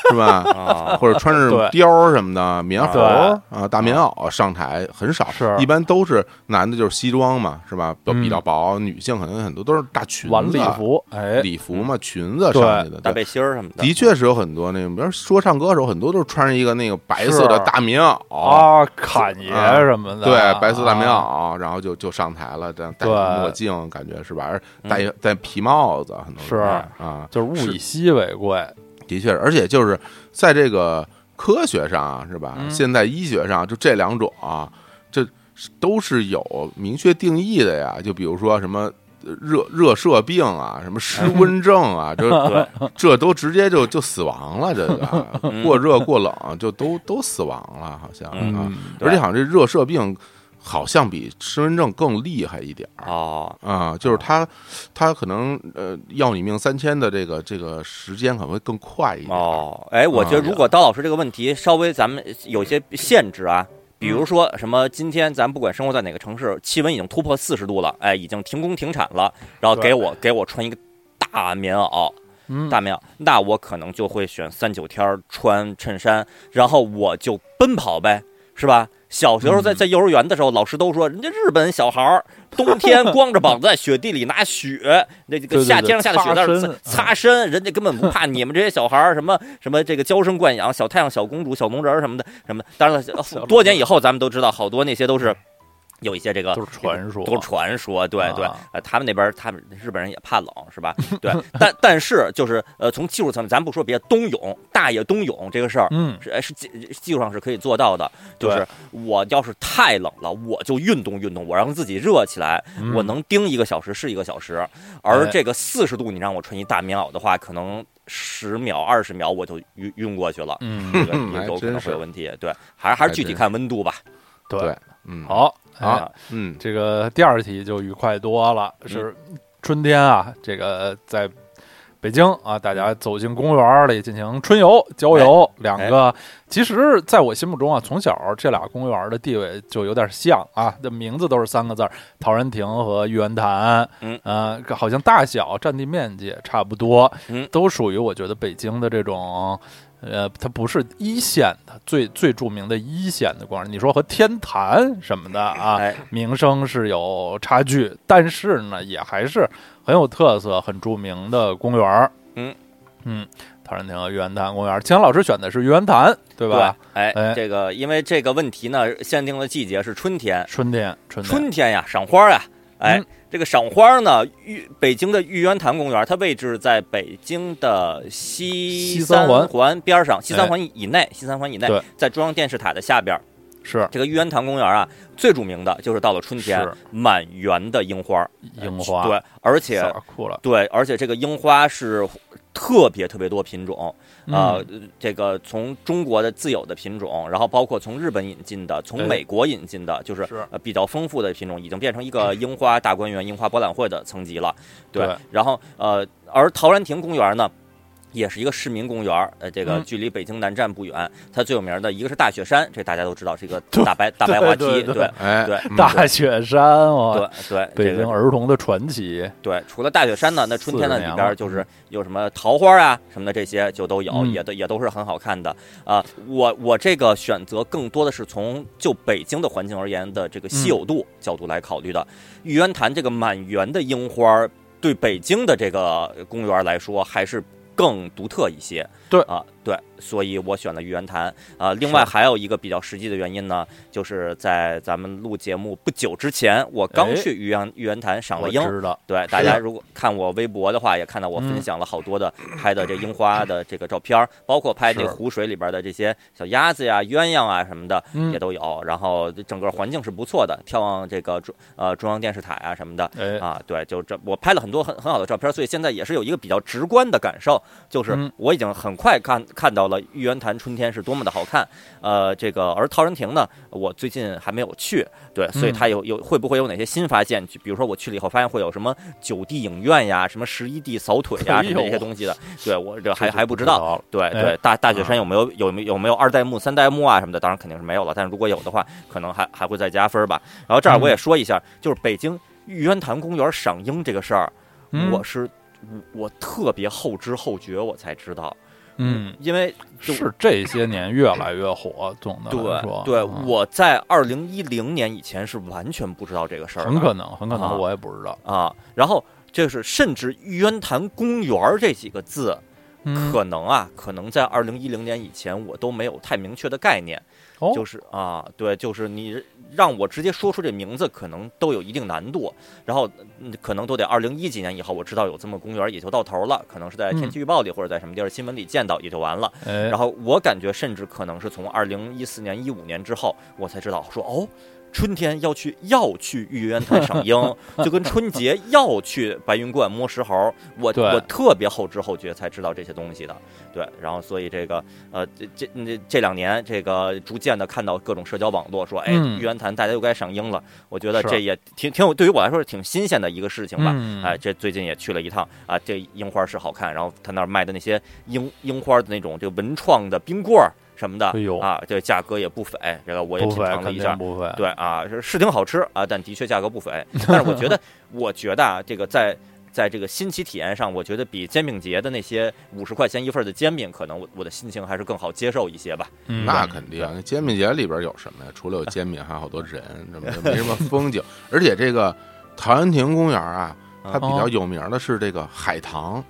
A: 是吧？
B: 啊，
A: 或者穿着
C: 对
A: 貂儿什么的棉猴
C: 对
A: 儿啊大棉袄上台很少，
C: 是
A: 一般都是男的就是西装嘛是吧？比较
C: 嗯
A: 比较薄，女性可能很多都是大裙
C: 晚
A: 子啊
C: 礼服，哎，
A: 礼服嘛，裙子上去的。
B: 大
A: 对
B: 背心儿什么的，
A: 的确是有很多那种，比如说唱歌手，很多都是穿着一个那个白色的
C: 是
A: 大棉袄，
C: 啊，侃爷什么的，
A: 对，白色大棉
C: 啊，
A: 袄，然后就就上台了，这样戴
C: 对
A: 墨镜，感觉是吧？而
B: 嗯
A: 戴一戴皮帽子，很多
C: 是
A: 人啊，
C: 就是物以稀为贵，
A: 的确是，而且就是在这个科学上啊是吧？
C: 嗯
A: 现代医学上，就这两种啊，这是都是有明确定义的呀。就比如说什么。呃热热射病啊，什么 湿温症啊，这
B: 对，
A: 这都直接就就死亡了，这 个
B: 嗯
A: 过热过冷就都都死亡了，好像
B: 嗯
A: 啊，
B: 对
A: 而且好像这热射病好像比失温症更厉害一点儿
B: 哦，
A: 啊，就是它它可能呃要你命三千的这个这个时间可能会更快一点儿，
B: 哦，哎，我觉得
A: 嗯
B: 如果刀老师这个问题稍微咱们有些限制啊，
A: 嗯
B: 比如说什么，今天咱不管生活在哪个城市，气温已经突破四十度了，哎，已经停工停产了，然后
C: 对
B: 给我给我穿一个大棉袄，
C: 嗯，
B: 大棉袄，那我可能就会选三九天儿穿衬衫，然后我就奔跑呗。是吧？小时候在
C: 嗯
B: 在幼儿园的时候，老师都说人家日本小孩儿冬天光着膀子在雪地里拿雪，那这
C: 对
B: 个
C: 对
B: 夏
C: 对
B: 天上下的雪在
C: 擦
B: 那儿
C: 身嗯
B: 擦擦身，人家根本不怕你们这些小孩儿什么什么这个娇生惯养，小太阳、小公主、小龙人儿什么的什么的。当然 了，
C: 龙
B: 多年以后咱们都知道，好多那些都是有一些这个
C: 都是传说，
B: 都是传说，对对
C: 啊，
B: 呃，他们那边儿他们日本人也怕冷是 吧？对，但但是就是呃，从技术层面，咱不说别的，冬泳大野冬泳这个事儿。
C: 嗯，
B: 是哎是技技术上是可以做到的，就
C: 对
B: 是我要是太冷了，我就运动运动，我让自己热起来，
C: 嗯
B: 我能盯一个小时是一个小时。而
C: 哎
B: 这个四十度，你让我穿一大棉袄的话，可能十秒二十秒我就晕晕过去了，
C: 嗯，
B: 这个
A: 嗯还
B: 也有可
A: 真
B: 能
A: 是
B: 会有问题。对，还是还是具体
A: 真是
B: 看温度吧。啊
C: 对
A: 对，嗯，，
C: 好，哎呀
A: 好，嗯，
C: 这个第二题就愉快多了，是春天啊，这个在北京啊，大家走进公园里进行春游、郊
B: 哎
C: 游，两个。其实，在我心目中啊，从小这俩公园的地位就有点像啊，这名字都是三个字儿：陶然亭和玉渊潭。
B: 嗯
C: 呃，好像大小、占地面积也差不多，
B: 嗯
C: 都属于我觉得北京的这种。呃，它不是一线的最最著名的一线的公园，你说和天坛什么的啊，
B: 哎，
C: 名声是有差距，但是呢，也还是很有特色、很著名的公园儿。
B: 嗯
C: 嗯，陶然亭和玉渊潭公园儿，秦老师选的是玉渊潭，
B: 对
C: 对吧？？哎
B: 哎，这个因为这个问题呢，限定的季节是春天，
C: 春天，春天，
B: 春天呀，赏花呀，哎，
C: 嗯
B: 这个赏花呢，玉北京的玉渊潭公园，它位置在北京的西
C: 西三环哎
B: 环边上，西三环以内，西三环以内
C: 对，
B: 在中央电视塔的下边。
C: 是
B: 这个玉渊潭公园啊，最著名的就是到了春天
C: 是，
B: 满园的樱花，
C: 樱花，
B: 对，而且
C: 撒酷了
B: 对，而且这个樱花是特别特别多品种啊、
C: 嗯
B: 呃这个从中国的自有的品种，然后包括从日本引进的，
C: 哎
B: 从美国引进的，就是
C: 是嗯
B: 呃比较丰富的品种，已经变成一个樱花大观园、樱花博览会的层级了。对，
C: 对
B: 然后呃，而陶然亭公园呢。也是一个市民公园，呃，这个
C: 嗯
B: 距离北京南站不远。它最有名的一个是大雪山，这大家都知道是一个
C: 对
B: 大白大白
C: 对
B: 滑梯，
C: 对对
B: 对
A: 哎，
B: 对
A: 嗯
C: 大雪山，哇，
B: 对对，
C: 北
B: 这个
C: 京儿童的传奇，
B: 对，除了大雪山呢，那春天呢
C: 四十年
B: 里
C: 了
B: 边就是有什么桃花啊什么的，这些就都有，
C: 嗯
B: 也都也都是很好看的啊、我我这个选择更多的是从就北京的环境而言的这个
C: 嗯
B: 稀有度角度来考虑的。玉渊潭这个满园的樱花儿，对北京的这个公园来说还是更独特一些。
C: 对
B: 啊，对，所以我选了玉渊潭啊。另外还有一个比较实际的原因呢，就是在咱们录节目不久之前，我
C: 哎
B: 刚去玉渊玉渊潭赏
C: 我
B: 了樱。
C: 知道，
B: 对，大家如果看我微博的话，也看到我
C: 嗯
B: 分享了好多的拍的这樱花的这个照片儿，包括拍这
C: 是
B: 湖水里边的这些小鸭子呀、鸳鸯啊什么的
C: 嗯
B: 也，都有。然后整个环境是不错的，眺望这个中呃中央电视塔啊什么的。
C: 哎，
B: 啊，对，就这，我拍了很多很很好的照片，所以现在也是有一个比较直观的感受，就是
C: 嗯
B: 我已经很快看看到了玉渊潭春天是多么的好看。呃，这个而陶然亭呢，我最近还没有去，对，所以
C: 嗯
B: 它有有会不会有哪些新发现？就比如说我去了以后，发现会有什么九地影院呀、什么十一地扫腿呀、
C: 哎呦
B: 什么这些东西的，对我这还
C: 哎这就
B: 还不知道。
C: 道了，
B: 对对
C: 哎，
B: 大大雪山有没有有没有有没有二代目、三代目啊什么的？当然肯定是没有了，但是如果有的话，可能还还会再加分儿吧。然后这儿
C: 嗯
B: 我也说一下，就是北京玉渊潭公园赏樱这个事儿，
C: 嗯
B: 我是我我特别后知后觉我才知道，
C: 嗯，
B: 因为就是
C: 这些年越来越火，总的来说
B: 对，对，
C: 嗯
B: 我在二零一零年以前是完全不知道这个事儿的，
C: 很可能，很可
B: 啊
C: 能我也不知道，
B: 啊。然后就是甚至玉渊潭公园儿这几个字，
C: 嗯
B: 可能啊，可能在二零一零年以前我都没有太明确的概念。
C: 哦
B: 就是啊，对，就是你让我直接说出这名字，可能都有一定难度，然后嗯可能都得二零一几年以后，我知道有这么公园，也就到头了，可能是在
C: 嗯
B: 天气预报里或者在什么地儿新闻里见到，也就完了。
C: 哎
B: 然，后我感觉，甚至可能是从二零一四年、一五年之后，我才知道说哦。春天要去要去玉渊潭赏 樱，就跟春节要去白云观摸石猴，我
C: 对
B: 我特别后知后觉才知道这些东西的，对，然后所以这个呃这这这这两年这个逐渐的看到各种社交网络说，哎，
C: 嗯
B: 玉渊潭大家又该赏樱了，我觉得
C: 是
B: 这也挺挺有对于我来说是挺新鲜的一个事情吧，
C: 嗯
B: 哎，这最近也去了一趟啊，这樱花是好看，然后他那儿卖的那些樱樱花的那种这个文创的冰棍儿什么的，
C: 哎呦
B: 啊，这价格也不菲，这个我也
C: 不
B: 品
C: 菲，
B: 尝了
C: 肯
B: 一
C: 定
B: 下。
C: 不菲，
B: 对啊，是是挺好吃啊，但的确价格不菲。但是我觉得，我觉得啊，这个在在这个新奇体验上，我觉得比煎饼节的那些五十块钱一份儿的煎饼，可能我我的心情还是更好接受一些吧。
C: 嗯
A: 那肯定啊，那煎饼节里边有什么呀？除了有煎饼，还有好多人，这么没什么风景。而且这个陶然亭公园啊，它比较有名的是这个海棠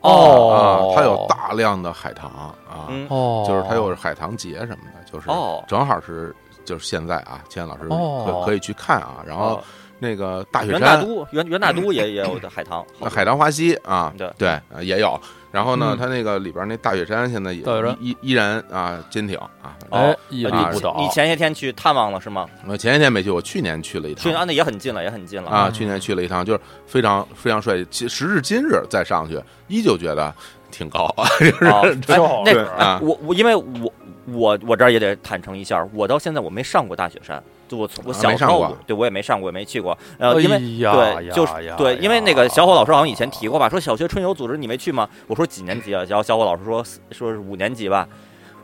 C: 哦
A: 啊，它有大量的海棠啊，
B: 哦嗯，
C: 哦，
A: 就是它有海棠节什么的，就是
B: 哦
A: 正好是就是现在啊，钱老师
C: 哦
A: 可可以去看啊。然后
B: 哦
A: 那个大雪
B: 袁
A: 山，
B: 大都袁袁大都也也有的海棠，好
A: 那海棠花溪啊，
B: 对
A: 对、呃也有。然后呢
C: 嗯，
A: 它那个里边那大雪山现在也
C: 大雪山
A: 依依依然啊坚挺啊。
C: 哎，屹立
A: 啊
C: 不倒，
B: 呃你前些天去探望了是吗？
A: 我前些天没去，我去年去了一
B: 去
A: 趟
B: 安那也很近了，也很近了。
A: 啊，去年去了一趟，就是非常非常帅。其时至今日再上去，依旧觉得挺高啊，就是、
B: 哦哎
C: 就
B: 那
A: 对 啊，
B: 我我因为我我我这儿也得坦诚一下，我到现在我没上过大雪山，就我从我
A: 啊
B: 小
A: 没
B: 时
A: 上
B: 候
A: 过
B: 我对我也没上过，也没去过。呃，
C: 哎
B: 因为
C: 呀
B: 对，
C: 呀
B: 就是
A: 哎
C: 呀
B: 对，
C: 呀
B: 因为那个小伙老师好像以前提过吧，说小学春游组织你没去吗？我说几年级啊？然后小伙老师说说是五年级吧。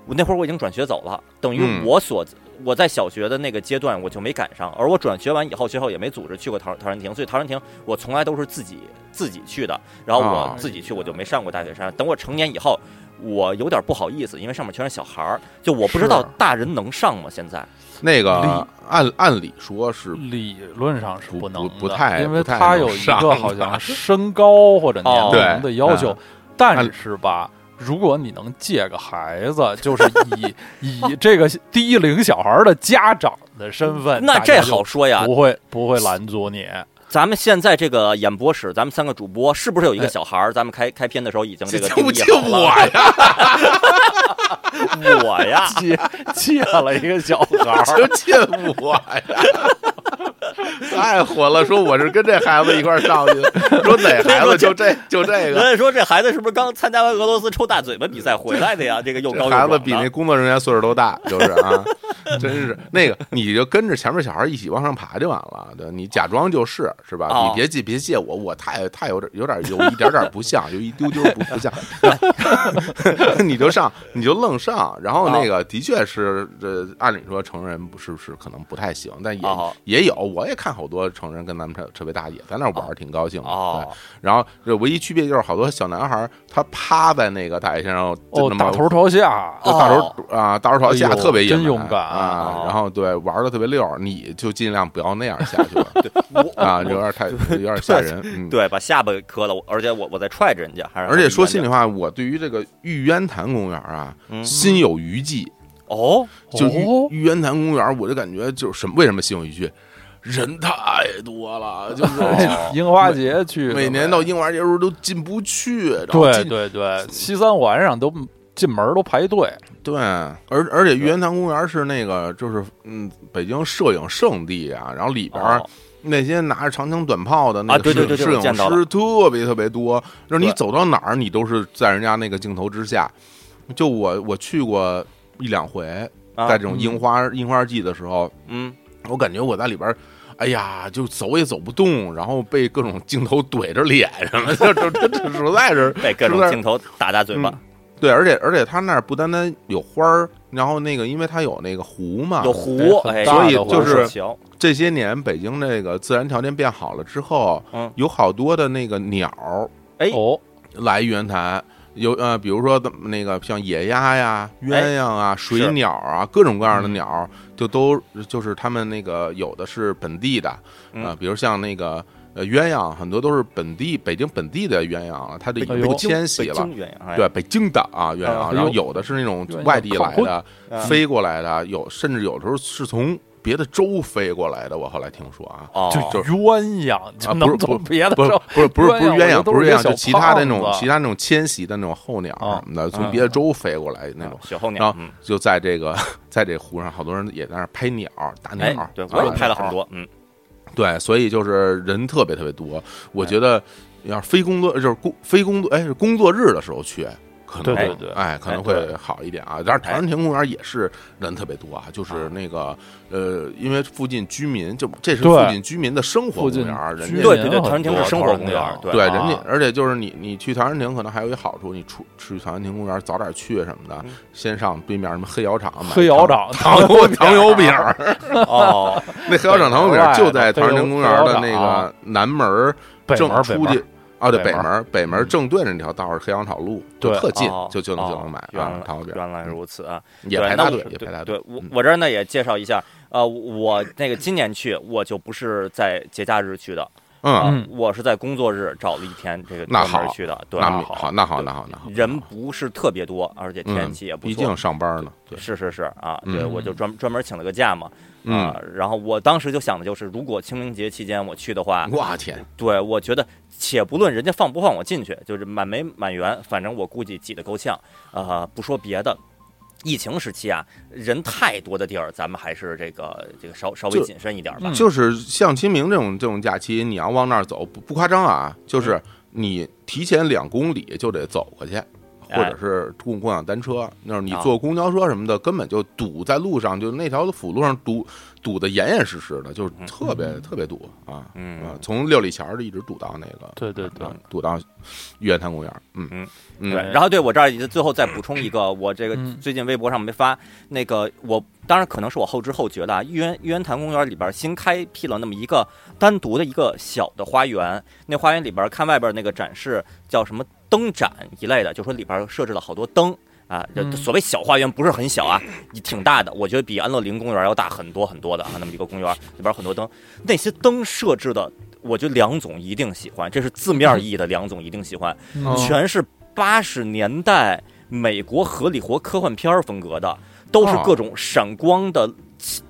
B: 我那会儿我已经转学走了，等于
A: 嗯
B: 我所、我在小学的那个阶段我就没赶上，而我转学完以后，学校也没组织去过陶陶然亭，所以陶然亭我从来都是自己自己去的，然后我
A: 啊
B: 自己去我就没上过大雪山。等我成年以后，我有点不好意思，因为上面全是小孩儿，就我不知道
A: 是啊
B: 大人能上吗？现在
A: 那个
C: 立
A: 按按理说是
C: 理论上是
A: 不
C: 能的
A: 不不太
C: 因为
A: 不太
C: 它
A: 能
C: 有一
A: 上
C: 个好像身高或者
B: 哦
C: 年龄的
A: 对
C: 要求
A: 嗯，
C: 但是吧。如果你能借个孩子，就是以以这个低龄小孩的家长的身份，
B: 那
C: 大
B: 这
C: 家就
B: 好啊说呀，
C: 不会不会拦阻你。
B: 咱们现在这个演播室，咱们三个主播是不是有一个
C: 哎
B: 小孩儿？咱们开开篇的时候已经这个
A: 啊就
B: 定义
A: 就
B: 好
A: 我
B: 了，
A: 呀，
B: 我呀，
C: 借借了一个小孩儿， 哦
A: 就见我呀，太火了！说我是跟这孩子一块儿上去的，说哪孩子就这就 这
B: 人
A: 个。
B: 家说这孩子是不是刚参加完俄罗斯抽大嘴巴比赛回来 的呀？这个又高
A: 这
B: 又
A: 孩
B: 壮
A: 子
B: 的
A: 比那工作人员岁数都大，就是 啊，真是那个，你就跟着前面小孩一起往上爬就完了，对，你假装就是是吧？
B: 哦
A: 你别借别借我，我太太有点有点有一点点不像，有一丢丢不不像， 你就上你就愣上，然后那
B: 哦
A: 个的确是这按理说成人不是是可能不太行，但也
B: 哦
A: 也有，我也看好多成人跟咱们特特别大也在那玩儿，挺高兴的。对
B: 哦，
A: 然后这唯一区别就是好多小男孩儿他趴在那个大爷身上，就
C: 哦
A: 那，么
C: 大头朝下，
A: 就大头啊，大头朝下
C: 哎呦
A: 特别野
C: 真
A: 蛮
C: 勇敢
A: 啊
B: 哦！
A: 然后对玩的特别溜儿，你就尽量不要那样下去吧
B: 我
A: 啊，有点太有点吓人。嗯，
B: 对，把下巴磕了，我而且我我在踹着人家，还是
A: 而且说心里
B: 里
A: 话，我对于这个玉渊潭公园啊，
B: 嗯
A: 心有余悸。
B: 哦，
A: 就玉
C: 哦
A: 玉渊潭公园，我就感觉就是什么为什么心有余悸，人太多了，就是
C: 樱花节去，
A: 哦每年到樱花节时候都进不去，然后
C: 对
A: 进
C: 对对，西三环上都进门儿都排队，
A: 对，而而且玉渊潭公园是那个，就是嗯，北京摄影圣地啊，然后里边儿
B: 哦
A: 那些拿着长枪短炮的那个
B: 啊对对
A: 摄
B: 对对我
A: 摄影
B: 见到了
A: 师特别特别多，就是你
B: 对
A: 走到哪儿，你都是在人家那个镜头之下。就我我去过一两回，
B: 啊
A: 哦在这种樱花、樱花季的时候，
B: 嗯，
A: 我感觉我在里边儿。哎呀，就走也走不动，然后被各种镜头怼着脸什么的， 就就就实在是
B: 被各
A: 实
B: 种
A: 在
B: 镜头打打嘴巴，
A: 嗯对，而且而且它那儿不单单有花儿，然后那个因为它有那个湖嘛，
B: 有湖，
C: 很
B: 哎，
A: 所以
C: 大的
A: 就
B: 有
A: 是
B: 小桥
A: 这些年北京这个自然条件变好了之后，
B: 嗯
A: 有好多的那个鸟儿
B: 哎
C: 哦，
A: 来玉渊潭。有呃，比如说咱们那个像野鸭呀、
B: 哎
A: 鸳鸯啊、水鸟啊，各种各样的
B: 嗯
A: 鸟儿，就都就是他们那个有的是本地的啊、
B: 嗯
A: 比如像那个呃鸳鸯，很多都是本地北京本地的鸳鸯了，它就已
C: 北
A: 经
C: 京
A: 迁徙
B: 北
A: 了。
B: 京鸳鸯，哎
A: 对，北京的啊鸳
C: 啊
A: 鸯，然后有的是那种
C: 鸳鸯
A: 外地来
C: 靠
A: 的
B: 嗯，
A: 飞过来的，有甚至有时候是从别的州飞过来的。我后来听说啊，
B: 哦，
C: 就 鸳鸯就
A: 啊不
C: 能
A: 是
C: 走
A: 不
C: 别的
A: 不是
C: 州，
A: 不是不是不是
C: 鸳
A: 鸳
C: 鸯
A: 鸯，
C: 我觉得都
A: 不
C: 是
A: 是鸳鸯，
C: 些
A: 就
C: 小
A: 其他的那种
C: 胖子
A: 其他那种迁徙的那种候鸟什
C: 啊
A: 么的，
C: 嗯
A: 从别的州飞过来那种。啊
B: 雪候
A: 然
B: 鸟
A: 后，
B: 嗯，
A: 就在这个 在这湖上，好多人也在那儿拍鸟、打鸟
B: 哎，，对
A: 啊
B: 我也拍了
A: 鸟
B: 很多，嗯，
A: 对，所以就是人特别特别多。我觉得要是非工作就是工非工作哎是工作日的时候去，可能
C: 对对对
A: 哎可能
B: 哎
A: 会
B: 对
A: 好一点啊。但是陶然亭公园也是人特别多啊，就是那个呃，因为附近居民就这是附
C: 对
A: 近居民的生活
C: 附
A: 公
C: 近
A: 园儿，人
C: 居
A: 家
C: 民
B: 对对对，
C: 很
B: 陶然亭
A: 多
B: 是生活公
C: 陶然
B: 园
C: 亭，
A: 对，
C: 啊
A: 人家，而且就是你，你去陶然亭可能还有一好处，你出去陶然亭公园早点去什么的，先上对面什么黑窑厂买
C: 嗯黑窑厂
A: 糖糖油糖油 饼儿，
B: 哦，
A: 那黑窑厂糖油饼儿就在陶然亭公园的那
C: 黑窑厂啊
A: 个南门儿
C: 北
A: 正
C: 门儿北
A: 出
C: 门
A: 去
C: 儿，
A: 哦，对，
C: 北
A: 北
C: 门
A: 门北门正对着那条道是黑杨草路，就
C: 对
A: 特近
B: 哦，
A: 就就能就
B: 哦
A: 能买
B: 原
A: 啊
B: 来，
A: 糖油饼
B: 原来如此啊，
A: 也
B: 对
A: 排大
B: 那我
A: 队，也
B: 对
A: 排大队。嗯
B: 对我我这儿呢也介绍一下，呃，我那个今年去，我就不是在节假日去的，
A: 嗯，
B: 啊我是在工作日找了一天这个
A: 那
B: 专门
A: 好
B: 去的，对，啊
A: 那好，那好，
B: 对
A: 那好，那好，
B: 人不是特别多，而且天
A: 嗯
B: 气也不
A: 毕
B: 错
A: 竟，上班呢，对，
B: 是是是啊，对，
A: 嗯
B: 我就专专门请了个假嘛，
A: 嗯，
B: 啊，然后我当时就想的就是，如果清明节期间我去的话，
A: 我天，
B: 对我觉得，且不论人家放不放我进去，就是满没满员，反正我估计挤得够呛。啊，不说别的。疫情时期啊，人太多的地儿，咱们还是这个这个稍稍微
A: 就
B: 谨慎一点吧
C: 嗯。
A: 就是像清明这种这种假期，你要往那儿走，不不夸张啊，就是你提前两公里就得走过去。或者是共共享单车，那是你
B: 啊
A: 坐公交车什么的，根本就堵在路上，就那条辅路上堵堵得严严实实的，就是特别特别堵啊
B: 嗯
A: 啊！从六里桥儿就一直堵到那个，
C: 对对对
A: 啊，堵到玉渊潭公园儿。嗯
B: 嗯对，
A: 嗯，
B: 然后对我这儿也最后再补充一个，我这个
C: 嗯
B: 最近微博上没发那个，我当然可能是我后知后觉的啊。玉渊玉渊潭公园里边新开辟了那么一个单独的一个小的花园，那花园里边看外边那个展示叫什么灯展一类的，就说里边设置了好多灯。啊，这
C: 嗯
B: 所谓小花园不是很小啊，也挺大的，我觉得比安乐林公园要大很多很多的啊。那么一个公园里边很多灯，那些灯设置的，我觉得梁总一定喜欢，这是字面意义的，梁总一定喜欢。
C: 嗯
A: 哦
B: 全是八十年代美国合理活科幻片儿风格的，都是
A: 哦
B: 各种闪光的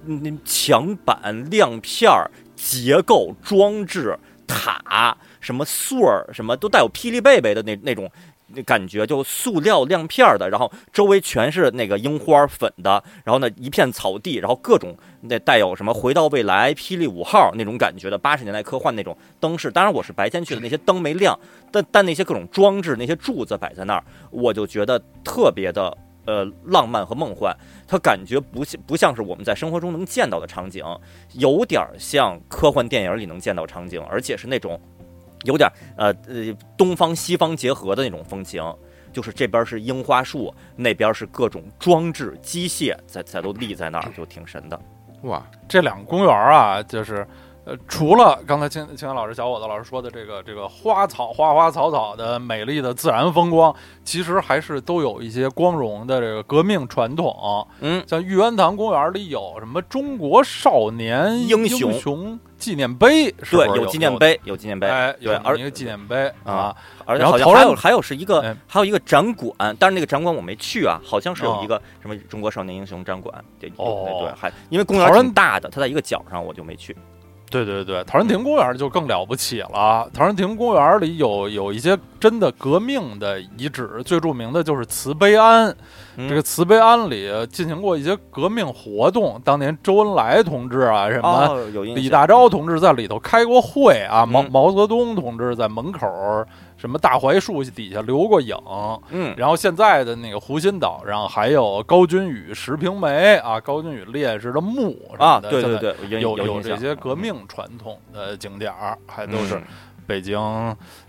B: 嗯墙板、亮片儿、结构、装置、塔、什么穗儿，什么都带有霹雳贝贝的那那种。那感觉就塑料亮片儿的，然后周围全是那个樱花粉的，然后呢一片草地，然后各种那带有什么回到未来、霹雳五号那种感觉的八十年代科幻那种灯饰。当然我是白天去的，那些灯没亮，但但那些各种装置、那些柱子摆在那儿，我就觉得特别的呃浪漫和梦幻。它感觉不像不像是我们在生活中能见到的场景，有点儿像科幻电影里能见到场景，而且是那种有点儿呃呃东方西方结合的那种风情。就是这边是樱花树，那边是各种装置机械在在都立在那儿，就挺神的。
A: 哇，
C: 这两个公园啊，就是呃，除了刚才青青年老师、小伙子老师说的这个这个花草花花草草的美丽的自然风光，其实还是都有一些光荣的这个革命传统。
B: 嗯，
C: 像玉渊堂公园里有什么中国少年
B: 英雄
C: 雄纪念碑，是不
B: 对
C: 是，有
B: 纪念，碑，有纪念碑，
C: 哎，有
B: 对
C: 这么
B: 而
C: 一个纪念碑
B: 啊
C: 啊，
B: 而且
C: 然后
B: 好像
C: 投
B: 还
C: 篮
B: 有还有是一个
C: 嗯
B: 还有一个展馆，但是那个展馆我没去啊，好像是有
C: 哦
B: 一个什么中国少年英雄展馆，对对
C: 哦
B: 对，还因为公园
C: 陶然
B: 挺大的，它在一个角上，我就没去。
C: 对对对，陶然亭公园就更了不起了。陶然亭公园里有有一些真的革命的遗址，最著名的就是慈悲庵。
B: 嗯
C: 这个慈悲庵里进行过一些革命活动，当年周恩来同志啊，什么
B: 哦，有印象
C: 李大钊同志在里头开过会啊，毛
B: 嗯
C: 毛泽东同志在门口什么大槐树底下留过影。
B: 嗯，
C: 然后现在的那个湖心岛上还有高君宇、石平梅啊，高君宇烈士的墓什么
B: 啊，
C: 的
B: 对
C: 现
B: 对
C: 在
B: 对，有
C: 有
B: 有印
C: 这
B: 象
C: 些革命传统的景点儿，还都是
B: 嗯
C: 北京，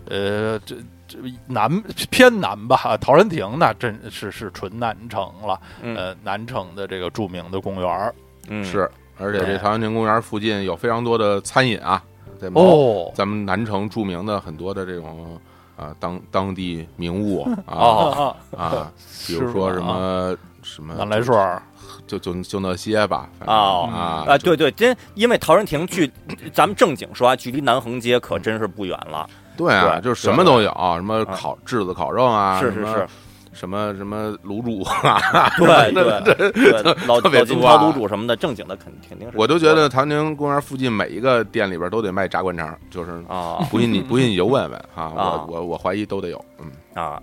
C: 呃，这这南偏南吧，啊陶然亭那真是是纯南城了，
B: 嗯
C: 呃，南城的这个著名的公园儿
B: 嗯
A: 是，而且
C: 对
A: 这朝阳亭公园附近有非常多的餐饮啊，在毛
C: 哦，
A: 咱们南城著名的很多的这种啊当当地名物啊
B: 哦
C: 啊，
A: 啊，比如说
C: 是
A: 什
C: 吧啊
A: 么什么
C: 南来顺儿，
A: 就就就那些吧，反正
B: 哦
A: 啊
B: 啊，对对，真因为陶然亭距咱们正经说啊，距离南横街可真是不远了。
A: 对啊，
B: 对
A: 就是什么都有，什么
B: 啊
A: 烤炙子烤肉啊，
B: 是
A: 什
B: 是
A: 么
B: 是，
A: 什么什么卤煮 啊，
B: 对对对，老
A: 特别
B: 老金
A: 多
B: 涛
A: 啊
B: 卤煮什么的，正经的肯肯定是。
A: 我都觉得唐宁公园附近每一个店里边都得卖炸灌肠，就是
B: 啊
A: 不信你不信你就问问啊，
B: 啊
A: 我我我怀疑都得有，嗯，
B: 啊，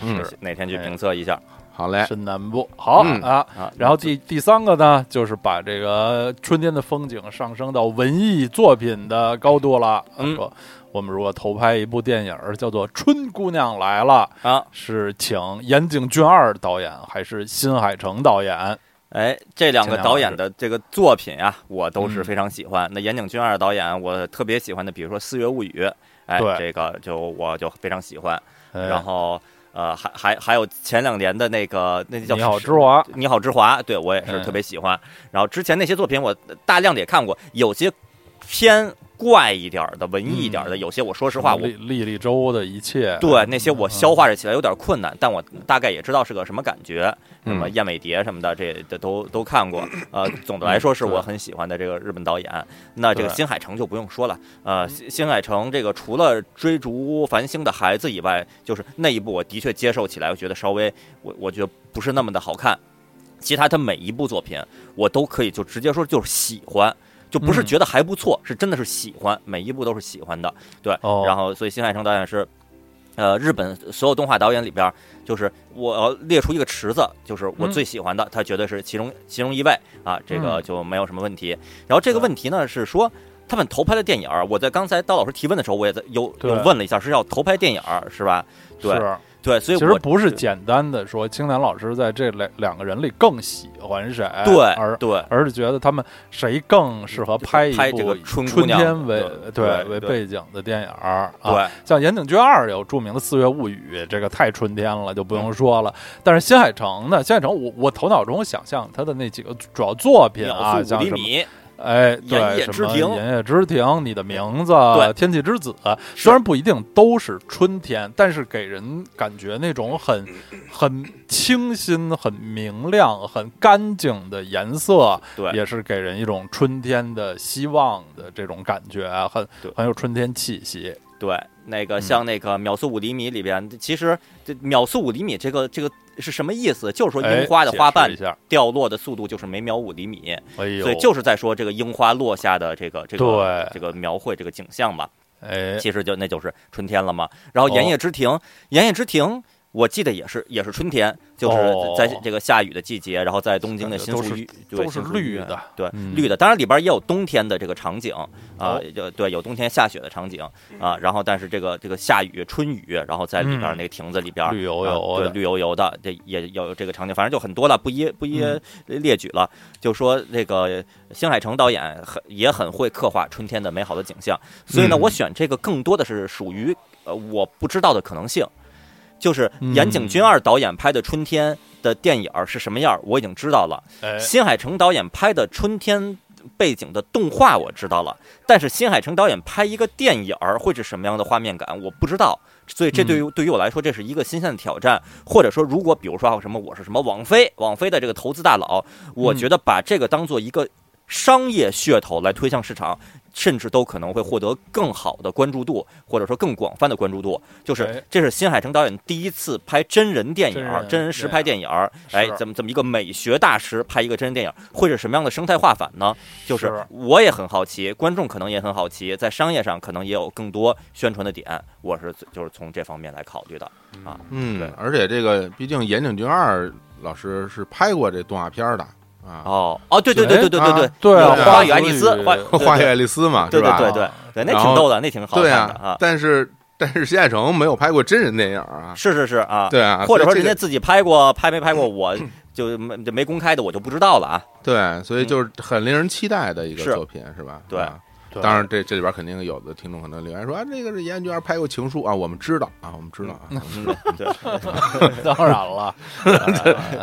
A: 嗯
B: 是哪天去评测一下
A: 好
B: 哎
A: 嘞，
C: 深南部，好
A: 嗯
C: 啊。
B: 啊？
C: 然后第第三个呢，就是把这个春天的风景上升到文艺作品的高度了。
B: 嗯
C: 说我们如果投拍一部电影儿，叫做《春姑娘来了》，
B: 啊，
C: 是请岩井俊二导演还是新海诚导演？
B: 哎，这两个
C: 前两
B: 导
C: 个
B: 演
C: 是
B: 的这个作品啊，我都是
C: 嗯
B: 非常喜欢。那岩井俊二导演，我特别喜欢的，比如说《四月物语》，哎，
C: 对
B: 这个就我就非常喜欢。
C: 哎
B: 然后呃，还还还有前两年的那个那叫
C: 你啊好，
B: 什
C: 之华，
B: 你好之华，对我也是
C: 嗯
B: 特别喜欢。然后之前那些作品我大量的也看过，有些偏怪一点儿的、文艺一点儿
C: 嗯
B: 的，有些我说实话我
C: 粒粒粒周的一切，
B: 对那些
C: 嗯
B: 我消化着起来有点困难，但我大概也知道是个什么感觉，什么
A: 嗯
B: 燕尾蝶什么的，这这都都看过。呃，总的来说是我很喜欢的这个日本导演。那这个
C: 对
B: 新海诚就不用说了，呃，新新海诚这个除了追逐繁星的孩子以外，就是那一部我的确接受起来，我觉得稍微我我觉得不是那么的好看。其他他每一部作品，我都可以就直接说就是喜欢，就不是
C: 嗯
B: 觉得还不错，是真的是喜欢，每一部都是喜欢的。对，
C: 哦
B: 然后所以新海诚导演是，呃，日本所有动画导演里边儿，就是我要列出一个池子，就是我
C: 嗯
B: 最喜欢的，他绝对是其中其中一位啊，这个
C: 嗯
B: 就没有什么问题。然后这个问题呢是说。他们投拍的电影儿，我在刚才刀老师提问的时候，我也在有
C: 对
B: 有问了一下，是要投拍电影儿是吧？对
C: 是，
B: 对，所以
C: 其
B: 我
C: 实不是简单的说青楠老师在这两两个人里更喜欢谁，
B: 对
C: 而
B: 对，
C: 而是觉得他们谁更适合拍一
B: 拍这
C: 部
B: 个春姑
C: 春
B: 娘
C: 天为
B: 对对对
C: 对为背景的电影儿啊，
B: 对，
C: 像岩井俊二有著名的《四月物语》，这个太春天了，就不用说了。但是新海诚呢？新海诚，我我头脑中想象他的那几个主要作品
B: 秒
C: 啊，
B: 速五
C: 像
B: 厘
C: 什么
B: 米，
C: 哎，
B: 岩
C: 对，
B: 野
C: 什
B: 之
C: 么
B: 庭
C: 岩野之庭、你的名字、
B: 对
C: 天气之子，
B: 是
C: 虽然不一定都是春天，但是给人感觉那种很
B: 嗯
C: 很清新、很明亮、很干净的颜色，
B: 对
C: 也是给人一种春天的希望的这种感觉，啊很
B: 对
C: 很有春天气息。
B: 对，那个
C: 嗯
B: 像那个《秒速五厘米》里边，其实这《秒速五厘米》这个这个是什么意思？就是说
C: 哎
B: 樱花的
C: 解
B: 花
C: 释
B: 瓣
C: 一下，
B: 掉落的速度就是每秒五厘米，
C: 哎呦，
B: 所以就是在说这个樱花落下的这个这啊个
C: 对，
B: 这个描绘这个景象嘛。
C: 哎，
B: 其实就那就是春天了嘛。然后《盐
C: 哦
B: 业之庭》，《盐业之庭》我记得也是也是春天，就是
C: 哦
B: 在这个下雨的季节，然后在东京的新
C: 都
B: 宿
C: 是
B: 御对
C: 都是
B: 新宿御
C: 绿
B: 苑
C: 的
B: 对
C: 嗯
B: 绿的。当然里边也有冬天的这个场景啊
C: 哦，
B: 就对有冬天下雪的场景啊。然后但是这个这个下雨春雨，然后在里边
C: 嗯
B: 那个亭子里边
C: 绿油
B: 啊
C: 油
B: 对
C: 的，
B: 绿油油的，这也有这个场景，反正就很多了，不一不一
C: 嗯
B: 列举了。就说那个新海诚导演很也很会刻画春天的美好的景象，所以呢，
C: 嗯
B: 我选这个更多的是属于呃我不知道的可能性，就是
C: 嗯
B: 岩井俊二导演拍的春天的电影是什么样，我已经知道了。
C: 哎，
B: 新海诚导演拍的春天背景的动画我知道了，但是新海诚导演拍一个电影儿会是什么样的画面感，我不知道。所以这
C: 嗯
B: 对于对于我来说，这是一个新鲜的挑战。或者说，如果比如说还有什么，我是什么网飞，网飞的这个投资大佬，我
C: 嗯
B: 觉得把这个当做一个商业噱头来推向市场，甚至都可能会获得更好的关注度，或者说更广泛的关注度。就是
C: 哎
B: 这是新海诚导演第一次拍真人电影
C: 真
B: 儿，
C: 人
B: 真人实拍
C: 电
B: 电影儿，哎，
C: 是
B: 这么这么一个美学大师拍一个真人电影儿，会是什么样的生态化反呢？就是
C: 是
B: 我也很好奇，观众可能也很好奇，在商业上可能也有更多宣传的点，我是就是从这方面来考虑的。啊对
A: 嗯，而且这个毕竟岩井俊二老师是拍过这动画片儿的啊，
B: 哦哦，对对对对对对对
A: 哎，
C: 对
B: 那
C: 啊
B: 个，
A: 花
B: 花
C: 语
B: 与爱丽丝，花
A: 《 花与
B: 哦对
A: 爱丽丝》嘛，
B: 对
A: 是
B: 对
A: 吧？
B: 对
C: 吧
B: 对对，那
A: 然
B: 挺
A: 后
B: 逗的，那挺好看
A: 对
B: 的
A: 啊
B: 啊，，
A: 但是但是新海诚没有拍过真人电影啊，
B: 是是是啊，
A: 对啊，
B: 或者说
A: 所以
B: 人
A: 这
B: 家
A: 个
B: 自己拍过，拍没拍过，我就没就没公开的，我就不知道了啊。
A: 对，所以就是很令人期待的一个
B: 是
A: 作品，是吧？
B: 对
A: 啊
C: 对
A: 当然这这里边肯定有的听众可能留言说啊，这个是岩井俊二拍过《情书》啊，我们知道啊，我们知道
B: 嗯
A: 啊，我们知道
B: 对，
C: 当然了，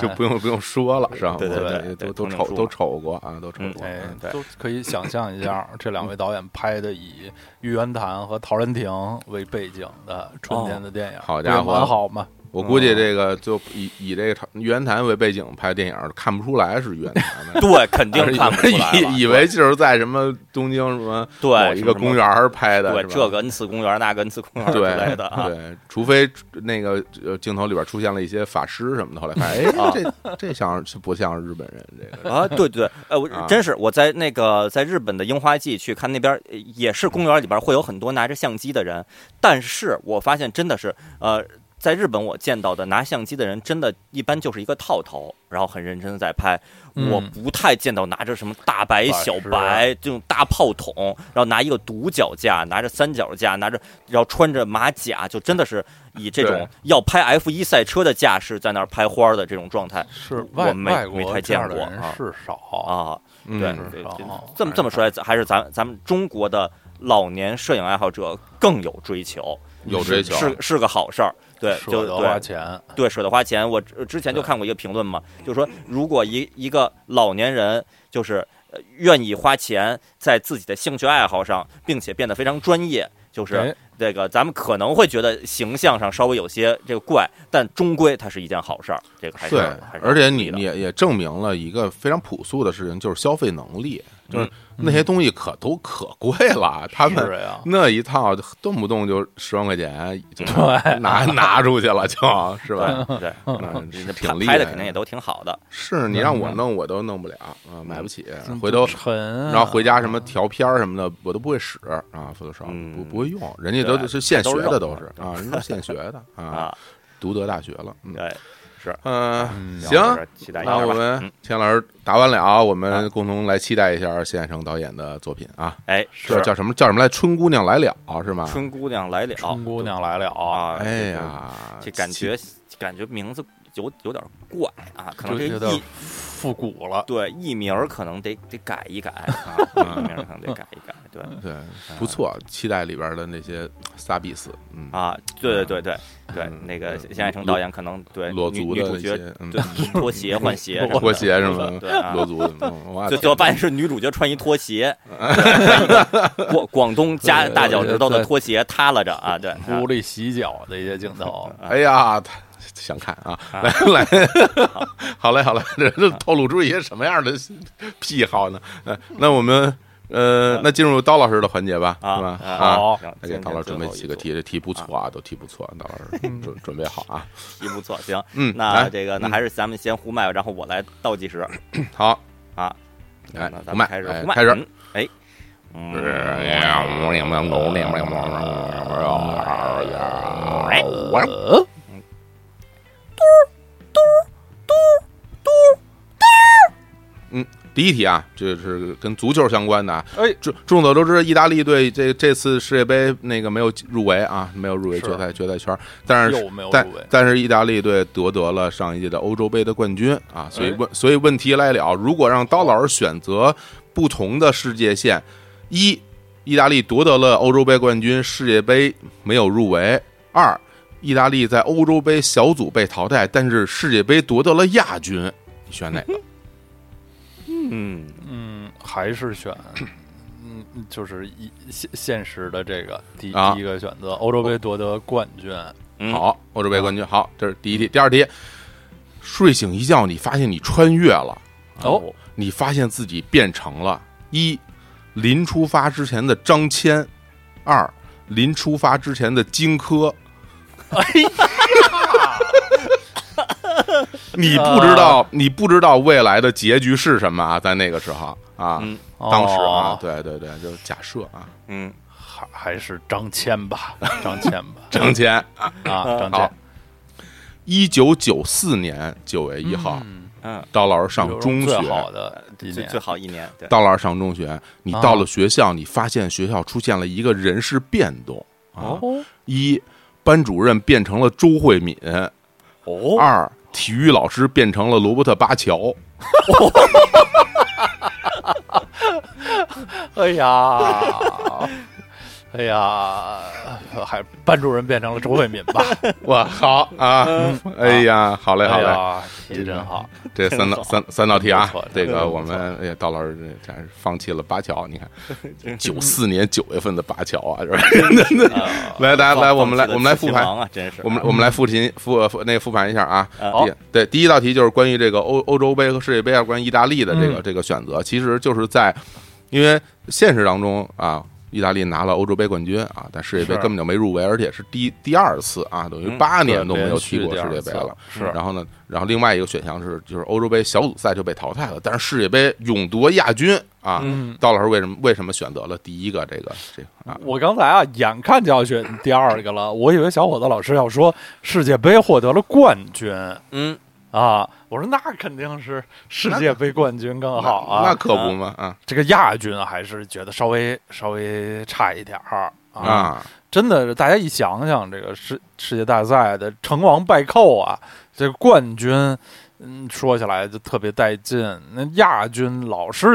A: 就不用不用说了，是吧？
B: 对对
A: 我
B: 对
A: 们
B: 对
A: 都都
B: 同
A: 瞅
B: 种
A: 都瞅过啊，都瞅
B: 嗯
A: 过。
C: 哎
A: 嗯，
B: 对
C: 都可以想象一下，这两位导演拍的以玉渊潭和陶然亭为背景的春天的电影，
A: 好家伙
C: 不也蛮好嘛，
A: 我估计这个就以以这个长玉渊潭为背景拍电影，看不出来是玉渊潭 的。
B: 对，肯定
A: 但是
B: 看不出来了
A: 以以为就是在什么东京什么
B: 对
A: 某
B: 什
A: 一
B: 么
A: 个
B: 什么
A: 公园儿拍的，
B: 对
A: 是吧
B: 这个恩赐公园，那个恩赐公园之类
A: 对
B: 的啊。
A: 对，除非那个呃镜头里边出现了一些法师什么的，后来发现，
B: 啊
A: 哎，这这像是不像日本人？这个
B: 啊，对对，呃，我
A: 啊
B: 真是我在那个在日本的樱花季去看那边，呃也是公园里边会有很多拿着相机的人，但是我发现真的是，呃，在日本我见到的拿相机的人，真的一般就是一个套头，然后很认真的在拍，
C: 嗯
B: 我不太见到拿着什么大白、
C: 法
B: 小
C: 师
B: 白这种大炮筒，然后拿一个独脚架，拿着三脚架，拿着然后穿着马甲，就真的是以这种
A: 对
B: 要拍 F 一赛车的架势在那儿拍花儿的这种状态
C: 是
B: 我
C: 外
B: 没
C: 外
B: 没太
C: 国这
B: 见
C: 样的
B: 过
C: 人
B: 啊
C: 是少，
B: 啊。
A: 嗯
B: 对
C: 是
B: 对
C: 吧
B: 对
C: 哦，
B: 这么这么说来，还是咱咱们中国的老年摄影爱好者更有追求，
A: 有追求，
B: 是是个好事儿。对，
C: 舍
B: 就
C: 得花
B: 对
C: 钱，
B: 对，舍得花钱。我之之前就
C: 对
B: 看过一个评论嘛，就说如果一一个老年人就是呃愿意花钱在自己的兴趣爱好上，并且变得非常专业。就是
C: 哎
B: 这个，咱们可能会觉得形象上稍微有些这个怪，但终归它是一件好事儿。这个还是
A: 对
B: 还，是
A: 而且你
B: 的
A: 你也也证明了一个非常朴素的事情，就是消费能力，
B: 嗯
A: 就是那些东西可都可贵了，他
C: 是
A: 们
B: 啊
C: 呀，
A: 那一套动不动就十万块钱，就
C: 对
A: 拿拿出去了，就是吧？
B: 对对，
A: 嗯，
B: 这
A: 是
B: 这
A: 挺
B: 拍
A: 厉
B: 拍
A: 害
B: 的肯定也嗯都挺好的。
A: 是你让我弄我都弄不了啊，买不起，
B: 嗯
A: 回头
C: 都沉啊，
A: 然后回家什么调片儿什么的，我都不会使啊，Photoshop
B: 嗯
A: 不不会用，人家都
B: 对
A: 是现学的，都
B: 都是
A: 是
B: 肉
A: 啊，人家现学的啊
B: 啊，，
A: 读德大学了，嗯
B: 对，
A: 嗯，行
B: 然后就是期待一
A: 那
B: 下
A: 我
B: 吧。
A: 们
B: 嗯
A: 钱老师答完了，我们
B: 啊
A: 共同来期待一下谢海成导演的作品啊，
B: 哎，
A: 叫叫什么叫什么来？春姑娘来了是吗？
B: 春姑娘来了，
C: 春姑娘来了啊，
B: 啊，
A: 哎呀，
B: 这感觉感觉名字有有点怪啊，可能
C: 就
B: 这
C: 有点
B: 艺
C: 复古了。
B: 对艺名儿可能得得改一改 啊，艺名儿可能得改一改，对
A: 对不错，期待里边的那些撒比斯，嗯，
B: 啊，对对对对对，
A: 嗯
B: 那个
A: 嗯
B: 向海成导演可能对
A: 裸
B: 女
A: 足
B: 女
A: 的
B: 主
A: 那
B: 角
A: 些，嗯，
B: 对 脱鞋换鞋什么的，
A: 拖鞋什么
B: 对啊
A: 的，裸足的，嗯 哇
B: 就就发现是女主角穿一 拖鞋，广广东加大脚趾头的拖鞋塌拉着啊，对，啊
C: 屋里洗脚的一些镜 头，
A: 哎呀，他想看啊，来来， 好嘞好嘞，这这透露出一些什么样的癖好呢？
B: 啊
A: 呃那我们呃，那进入刀老师的环节吧，是吧？
B: 啊
A: 啊，
C: 好
B: 行
A: 那给
B: 今
A: 刀
B: 天
A: 老师
B: 最
A: 准备
B: 后一
A: 几个
B: 组
A: 题，这题不错啊，都题不错，刀老师 准准备好啊，
B: 题不错，行，
A: 嗯
B: 那
A: 来
B: 这个那还是咱们先互麦，然后我来 倒计时，
A: 好，
B: 啊，
A: 来
B: 那
A: 互
B: 咱
A: 麦，
B: 们开始
A: 哎
B: 互麦，
A: 开始。
B: 嗯，哎，嗯，
A: 哎嗯，第一题啊，这是跟足球相关的啊。
C: 哎
A: 众众所周知，意大利队这这次世界杯那个没有入围啊，没有入围
C: 是
A: 决赛决赛圈，但是
C: 又没有
A: 但
C: 入围
A: 但是意大利队夺得了上一届的欧洲杯的冠军啊，所以
C: 哎
A: 问所以问题来了，如果让刀老师选择不同的世界线，一意大利夺得了欧洲杯冠军，世界杯没有入围；二意大利在欧洲杯小组被淘汰，但是世界杯夺得了亚军，你选哪个？
B: 嗯，
C: 嗯，还是选，嗯，就是一现现实的这个第
A: 啊
C: 第一个选择，欧洲杯夺得冠军，
B: 嗯，
A: 好，欧洲杯冠军。好，这是第一题。第二题，睡醒一觉，你发现你穿越了，
C: 哦，
A: 你发现自己变成了一临出发之前的张骞，二临出发之前的荆轲。
C: 哎
A: 你不知道，你不知道未来的结局是什么啊？在那个时候啊，
B: 嗯
A: 当时啊
C: 哦，
A: 对对对，就假设啊，
B: 嗯，
C: 还还是张骞吧，张骞吧，
A: 张骞，
C: 啊，张骞
A: 好，一九九四年九月一号，
C: 嗯
B: 嗯，
A: 刀老师上
C: 刘
A: 中
C: 荣
A: 学
C: 最，好的一
B: 最
C: 年
B: 最好一年，对，
A: 刀老师上中学，你
C: 啊
A: 到了学校，你发现学校出现了一个人事变动啊，
C: 哦
A: 一班主任变成了周慧敏，
B: 哦，
A: 二体育老师变成了罗伯特巴乔，
C: 哎呀，哎呀，还班主任变成了周慧敏吧？
A: 哇，好啊，哎呀，好 嘞，好
C: 哎
A: 嘞，
C: 呀，题真好，
A: 这三道三三道题啊
C: 不错，
A: 这
C: 真
A: 个
C: 不
A: 我们哎呀，刀老师这这放弃了巴乔，你看，九四年九月份的巴乔啊，是吧？ 来，大家来，我们来，我们来复盘。
B: 啊，真是，嗯
A: 我们我们来复评复复那个复盘一下啊。
B: 好
A: 第对，第一道题就是关于这个欧欧洲杯和世界杯啊，关于意大利的这
C: 嗯
A: 个、这个选择，其实就是在因为现实当中啊。意大利拿了欧洲杯冠军啊，但世界杯
C: 是
A: 根本就没入围，而且是第第二次啊，等于
B: 嗯
A: 八年
C: 对
A: 都没有
C: 连
A: 踢
C: 续
A: 过
C: 第
A: 世
C: 二
A: 界
C: 次
A: 杯了
C: 了。是
A: 然后呢，然后另外一个选项是，就是欧洲杯小组赛就被淘汰了，但是世界杯勇夺亚军啊。
C: 嗯
A: 道老师为什么为什么选择了第一个这个这个啊？
C: 我刚才啊，眼看就要选第二个了，我以为小伙子老师要说世界杯获得了冠军
B: 嗯，
C: 啊，我说那肯定是世界杯冠军更好
A: 那那
C: 啊，
A: 可不嘛啊
C: 这个亚军还是觉得稍微稍微差一点儿啊。
A: 啊！
C: 真的，大家一想想，这个世世界大赛的成王败寇啊，这个冠军，嗯，说起来就特别带劲。那亚军老是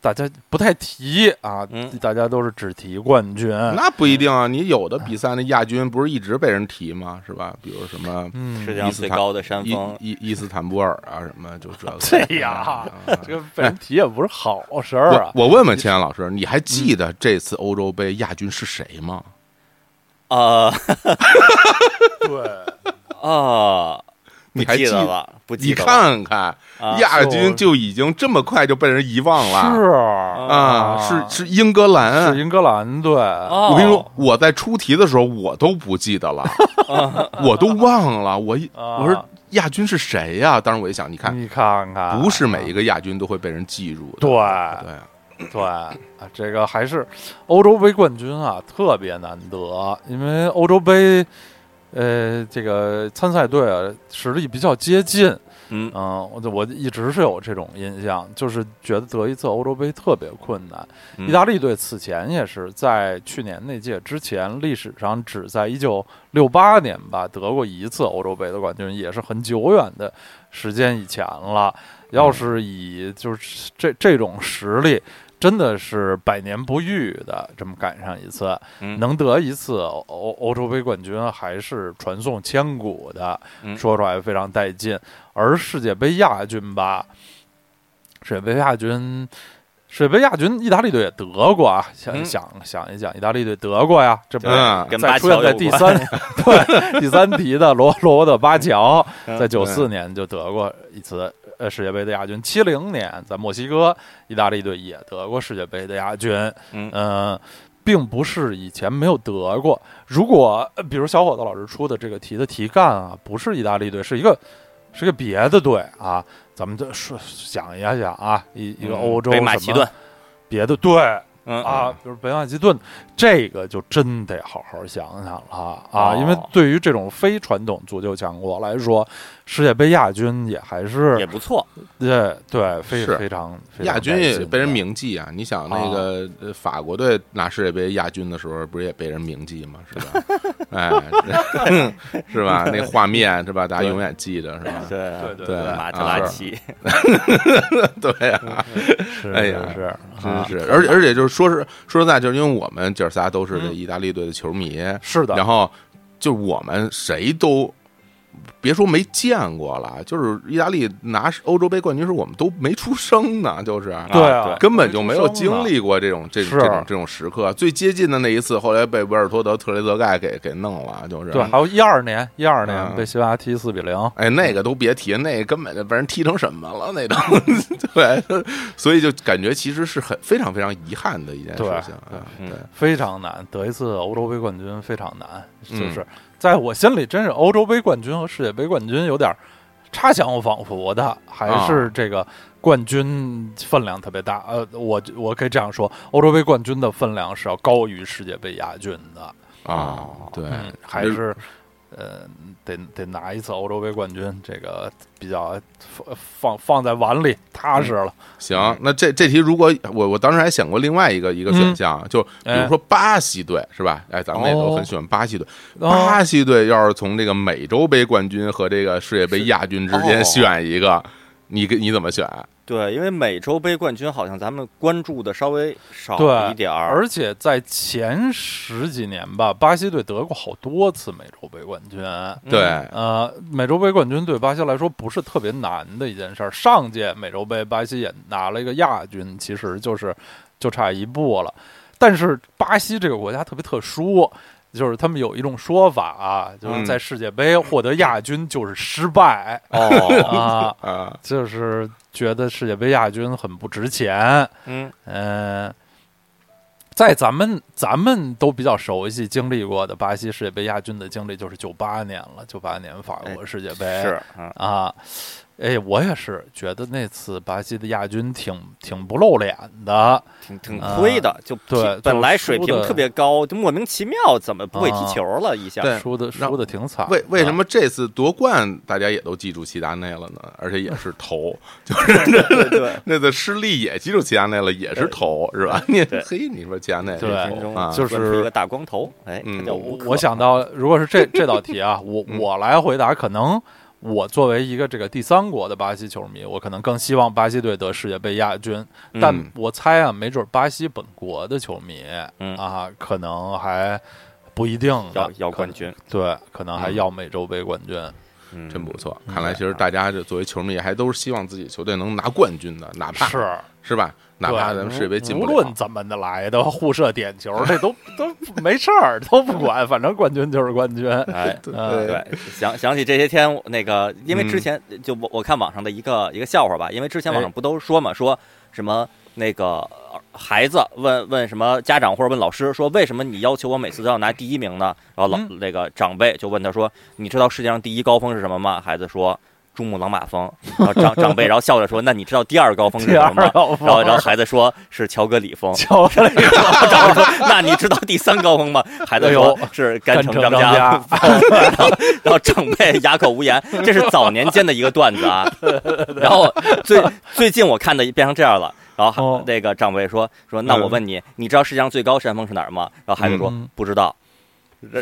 C: 大家不太提啊，
B: 嗯
C: 大家都是只提冠军。
A: 那不一定啊，你有的比赛那亚军不是一直被人提吗？是吧？比如什么
C: 嗯，
B: 世界上最高的山
A: 伊
B: 峰，
A: 伊伊斯坦布尔啊，什么就这个。
C: 对呀
A: 嗯
C: 这个被人提也不是好事儿
A: 我
C: 啊。
A: 我问问钱老师，你还记得这次欧洲杯亚军是谁吗？
B: 呃
C: 对，
B: 啊，
A: 你
B: 不
A: 还
B: 记
A: 记
B: 得？了？不记
A: 你
B: 得了？
A: 看看
B: 啊
A: 亚军就已经这么快就被人遗忘了
C: 是
A: 啊！
C: 啊
A: 是是英格
C: 是
A: 兰。
C: 英格兰队。
B: 哦
A: 我跟你说，我在出题的时候我都不记得了，我都忘了。我一
C: 啊
A: 我说亚军是谁呀？当时我一想，你看，
C: 你看看，
A: 不是每一个亚军都会被人记住的。
C: 啊对
A: 对啊，
C: 对啊，这个还是欧洲杯冠军啊，特别难得，因为欧洲杯，呃，这个参赛队啊实力比较接近，
B: 嗯
C: 嗯，我就我一直是有这种印象，就是觉得得一次欧洲杯特别困难。
B: 嗯
C: 意大利队此前也是在去年那届之前，历史上只在一九六八年吧得过一次欧洲杯的冠军，也是很久远的时间以前了。要
B: 嗯
C: 是以就是这这种实力，真的是百年不遇的，这么赶上一次，
B: 嗯
C: 能得一次欧欧欧洲杯冠军，还是传颂千古的。
B: 嗯
C: 说出来非常带劲。而世界杯亚军吧，世界杯亚军，世界杯亚军，意大利队也得过啊。想、
B: 嗯
C: 想想一想，意大利队得过呀，这不是
A: 嗯
B: 跟
C: 再
B: 巴
C: 出
B: 乔
C: 现在
B: 有
C: 第
B: 关，
C: 三 对第三题的罗罗伯特巴乔，
B: 嗯
C: 在九四年就得过一次呃世界杯的亚军，七零年在墨西哥，意大利队也得过世界杯的亚军，
B: 嗯
C: 呃并不是以前没有得过。如果呃比如小伙子老师出的这个题的题干啊，不是意大利队，是一个是一个别的队啊，咱们就说想一下想啊，一一个欧洲
B: 北
C: 什
B: 嗯马
C: 么
B: 其顿，
C: 别的队。
B: 嗯
C: 啊，就是北马其顿，这个就真得好好想想了啊，
B: 哦
C: 因为对于这种非传统足球强国来说，世界杯亚军也还
B: 也
C: 是
B: 不错，
C: 对对非
A: 是
C: 非常非常
A: 亚军
C: 带
A: 也
C: 劲
A: 被人
C: 的
A: 铭记啊！你想那
C: 哦
A: 个呃法国队拿世界杯亚军的时候，不是也被人铭记吗？是吧？哎， 是吧？那画面是吧？大家永远记着是吧？
B: 对
C: 对
A: 对
B: 马特
A: 啊
B: 拉
A: 是
B: 齐，
A: 对啊，
C: 是
A: 哎
C: 是
A: 呀
C: 是啊
A: 真是。而且而且就是说是说实在，就是因为我们姐儿仨都是
C: 嗯
A: 这意大利队的球迷，
C: 是的，
A: 然后就我们谁都。别说没见过了，就是意大利拿欧洲杯冠军时，我们都没出生呢，就是
C: 对
B: 啊
C: 啊，
B: 对
A: 根本就没有经历过这种这
C: 是
A: 种这种这种时刻。啊最接近的那一次，后来被维尔托德特雷泽盖给给弄了，就是
C: 啊对，还有一二年一二年
A: 嗯
C: 被西班牙踢四比零，
A: 哎，那个都别提，那个根本就被人踢成什么了那种， 对，所以就感觉其实是很非常非常遗憾的一件事情啊，
B: 对
C: 嗯
A: 对，
C: 非常难，得一次欧洲杯冠军非常难，
A: 嗯
C: 就是在我心里，真是欧洲杯冠军和世界杯冠军有点差强仿佛的，还是这个冠军分量特别大。呃，我我可以这样说，欧洲杯冠军的分量是要高于世界杯亚军的，
A: 啊，对
C: 嗯，，还是。呃，得得拿一次欧洲杯冠军，这个比较放放放在碗里踏实了。
A: 行，那这这题如果我我当时还想过另外一个一个
C: 嗯
A: 选项，就比
C: 哎
A: 如说巴西队是吧？哎，咱们也
C: 哦
A: 都很喜欢巴西队。
C: 啊
A: 巴西队要是从这个美洲杯冠军和这个世界杯亚军之
B: 哦
A: 间选一个，你给你怎么选？
B: 对，因为美洲杯冠军好像咱们关注的稍微少
C: 对
B: 一点儿，
C: 而且在前十几年吧，巴西队得过好多次美洲杯冠军。
B: 嗯
A: 对，
C: 呃，美洲杯冠军对巴西来说不是特别难的一件事儿。上届美洲杯巴西也拿了一个亚军，其实就是就差一步了。但是巴西这个国家特别特殊，就是他们有一种说法啊，就是在世界杯获得亚军就是失败、
B: 哦，
C: 啊，
A: 啊，
C: 就是觉得世界杯亚军很不值钱。
B: 嗯
C: 嗯，在咱们咱们都比较熟悉、经历过的巴西世界杯亚军的经历，就是九八年了，九八年法
A: 哎
C: 国世界杯、
B: 是，嗯
C: 啊，哎，我也是觉得那次巴西的亚军挺挺不露脸的，
B: 挺挺亏的，就
C: 啊对
B: 本来
C: 就输
B: 水平
C: 得
B: 特别高，就莫名其妙怎么不会踢
C: 啊
B: 球了，一下
A: 对
C: 输的
A: 让
C: 输的挺惨的。
A: 哎
C: 啊
A: 为为什么这次夺冠大家也都记住齐达内了呢？而且也是 头，就是
B: 对对，
A: 那个失利也记住齐达内了，也是头，是吧？你
B: 对
A: 嘿，你说齐达内
C: 对
A: 是
B: 分
A: 头
B: 钟
A: 啊，
C: 就
B: 算
C: 是
B: 一个大光头，哎，
A: 嗯
B: 他叫吴
C: 我
B: 克
C: 我想到，如果是这这道题啊，我我来回答，可能我作为一个这个第三国的巴西球迷，我可能更希望巴西队得世界杯亚军，但
A: 嗯
C: 我猜啊，没准巴西本国的球迷、
B: 嗯
C: 啊，可能还不一定
B: 要
C: 呢
B: 要
C: 可
B: 冠军，
C: 对，可能还
A: 嗯
C: 要美洲杯冠军。
B: 嗯
A: 真不错。看来其实大家这作为球迷，还都是希望自己球队能拿冠军的，哪怕
C: 是，
A: 是吧？哪
C: 对
A: 怕咱们世界杯进
C: 无
A: 不
C: 论
A: 了，
C: 怎么的来的 互射点球，这都都没事儿，都不管，反正冠军就是冠 军。
B: 哎。
C: 嗯
B: 对，想想起这些天，那个因为之
A: 嗯
B: 前就我我看网上的一个一个笑话吧，因为之前网上
C: 哎
B: 不都说嘛，说什么那个呃孩子问问什么家长或者问老师说为什么你要求我每次都要拿第一名呢？然后老
C: 嗯
B: 那个长辈就问他说，你知道世界上第一高峰是什么吗？孩子说珠穆朗玛峰。然后长长辈然后笑着说，那你知道第二高峰是
C: 第
B: 什么
C: 二
B: 吗？然
C: 道
B: 后然后
C: 后
B: 孩子说是乔戈里峰。
C: 乔治里
B: 长辈说：“那你知道第三高峰吗？”孩子说：“是哎甘城张
C: 甘
B: 家。
C: 城张
B: 然后”然后长辈哑口无言，这是早年间的一个段子 啊。然后最最近我看的变成这样了。然后
C: 哦
B: 那个长辈说：“说那我问你，你知道世界上最高山峰是哪儿吗？”然后孩子说
C: 嗯：“
B: 不知道。”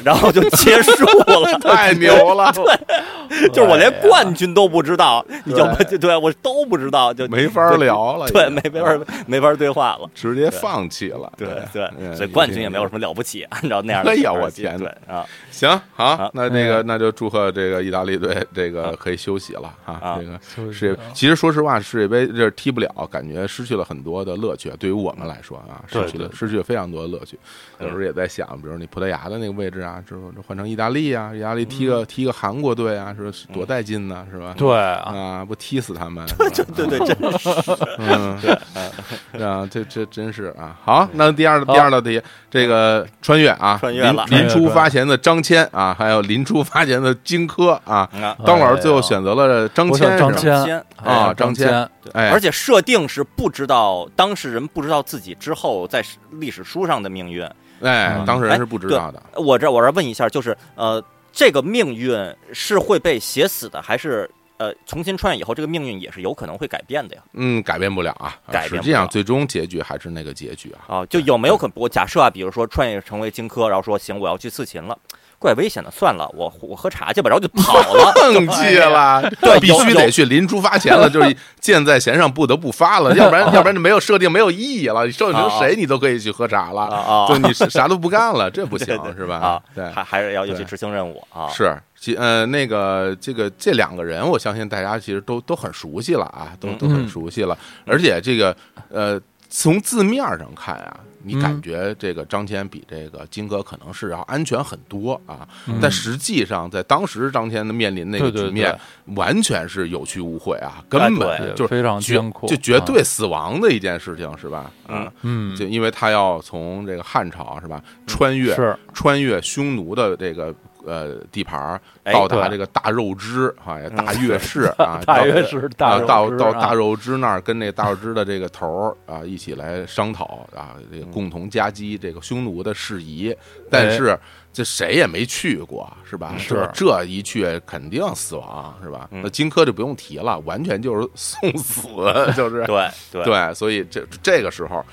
B: 然后就结束了，
A: 太牛 了，
B: 就是我连冠军都不知道，你就不 对我都不知道，就
A: 没法，聊了，
B: 对，
A: 已经
B: 没没法没法对话了。
A: 直接放弃了。
B: 对对，
A: 嗯
B: 所以冠军也没有什么了不起，按照那样的
A: 哎呀
B: 表现
A: 我天
B: 对啊，
A: 行，
B: 好哎
A: 好，那那个那就祝贺这个意大利队这个可以休息了
B: 啊
A: 哈。这个
C: 休息
A: 世界
C: 啊，
A: 其实说实话，世界杯这踢不了，感觉失去了很多的乐趣。对于我们来说啊，
C: 对
A: 失去了失去了非常多的乐趣。有时候也在想，比如你葡萄牙的那个位置啊，之后换成意大利啊，意大利踢
B: 嗯
A: 个踢个韩国队啊，是多带劲呢，是吧？
C: 对啊，
A: 啊，不踢死他们？
B: 对对对， 真是
A: 嗯，啊，这这真是啊。好，那第二第二道题，这个穿越啊，
B: 穿越
A: 临
B: 了
A: 临出发前的张骞啊，还有临出发前的荆轲啊。
B: 啊，
A: 当老师最后选择了张
C: 我
A: 骞，
C: 想张
A: 是吧
C: 骞
B: 先
A: 啊，张
C: 哎张
A: 骞，
B: 对
A: 哎
B: 而且设定是不知道当事人不知道自己之后在史历史书上的命运。
A: 哎
C: 嗯，
A: 当事人是不知
B: 哎对
A: 道的。
B: 我这我这问一下，就是呃，这个命运是会被写死的，还是呃重新穿越以后这个命运也是有可能会改变的呀？
A: 嗯，改变不了啊，
B: 改变不
A: 实
B: 了
A: 际上最终结局还是那个结局啊。。
B: 啊，就有没有可我假设啊，比如说穿越成为荆轲，然后说行，我要去刺秦了。怪危险的，算了，我我喝茶去吧，然后就跑 了
A: 更气了，
B: 对
A: 哎必
B: 有
A: 须
B: 有
A: 得去临出发前了，就是箭在弦上不得不发 了，要不然要不然就没有设定没有意义了。你设定成谁你都可以去喝茶了
B: 啊啊
A: 就你啥都不干了，这不行
B: 对对
A: 是吧？
B: 啊，
A: 对，
B: 还还是要要去
A: 对
B: 执行任务啊。
A: 是，其呃，那个这个这两个人，我相信大家其实都都很熟悉了啊，都都很
C: 嗯
A: 熟悉了，而且这个呃，从字面上看啊。你感
C: 嗯
A: 觉这个张骞比这个荆轲可能是要安全很多啊，
C: 嗯
A: 但实际上在当时张骞的面临那个
C: 对对
A: 局
C: 对
A: 面，完全是有去无回啊，
B: 哎
A: 根
B: 对
A: 本
C: 也
A: 就是
C: 非常
A: 绝
C: 艰苦
A: 就绝
C: 啊
A: 对死亡的一件事情是吧？
B: 嗯
A: 啊，
C: 嗯，
A: 就因为他要从这个汉朝是吧，穿越
C: 是
A: 穿越匈奴的这个呃地盘儿，
B: 哎
A: 到达
C: 对嗯
A: 这个大肉支，好像 大月氏啊，
C: 大
A: 到
C: 约是大
A: 啊
C: 肉
A: 到
C: 汁
A: 到
C: 啊
A: 大肉支那儿，跟那大肉支的这个头儿啊一起来商讨啊，这
C: 嗯
A: 个共同夹击这个匈奴的事
C: 哎
A: 宜。但是这谁也没去过，是吧？
C: 嗯是
A: 这这一去肯定死亡，是吧？
B: 嗯
A: 那荆轲就不用提了，完全就是送死， 就是
B: 对对
A: 对，所以这这个时候，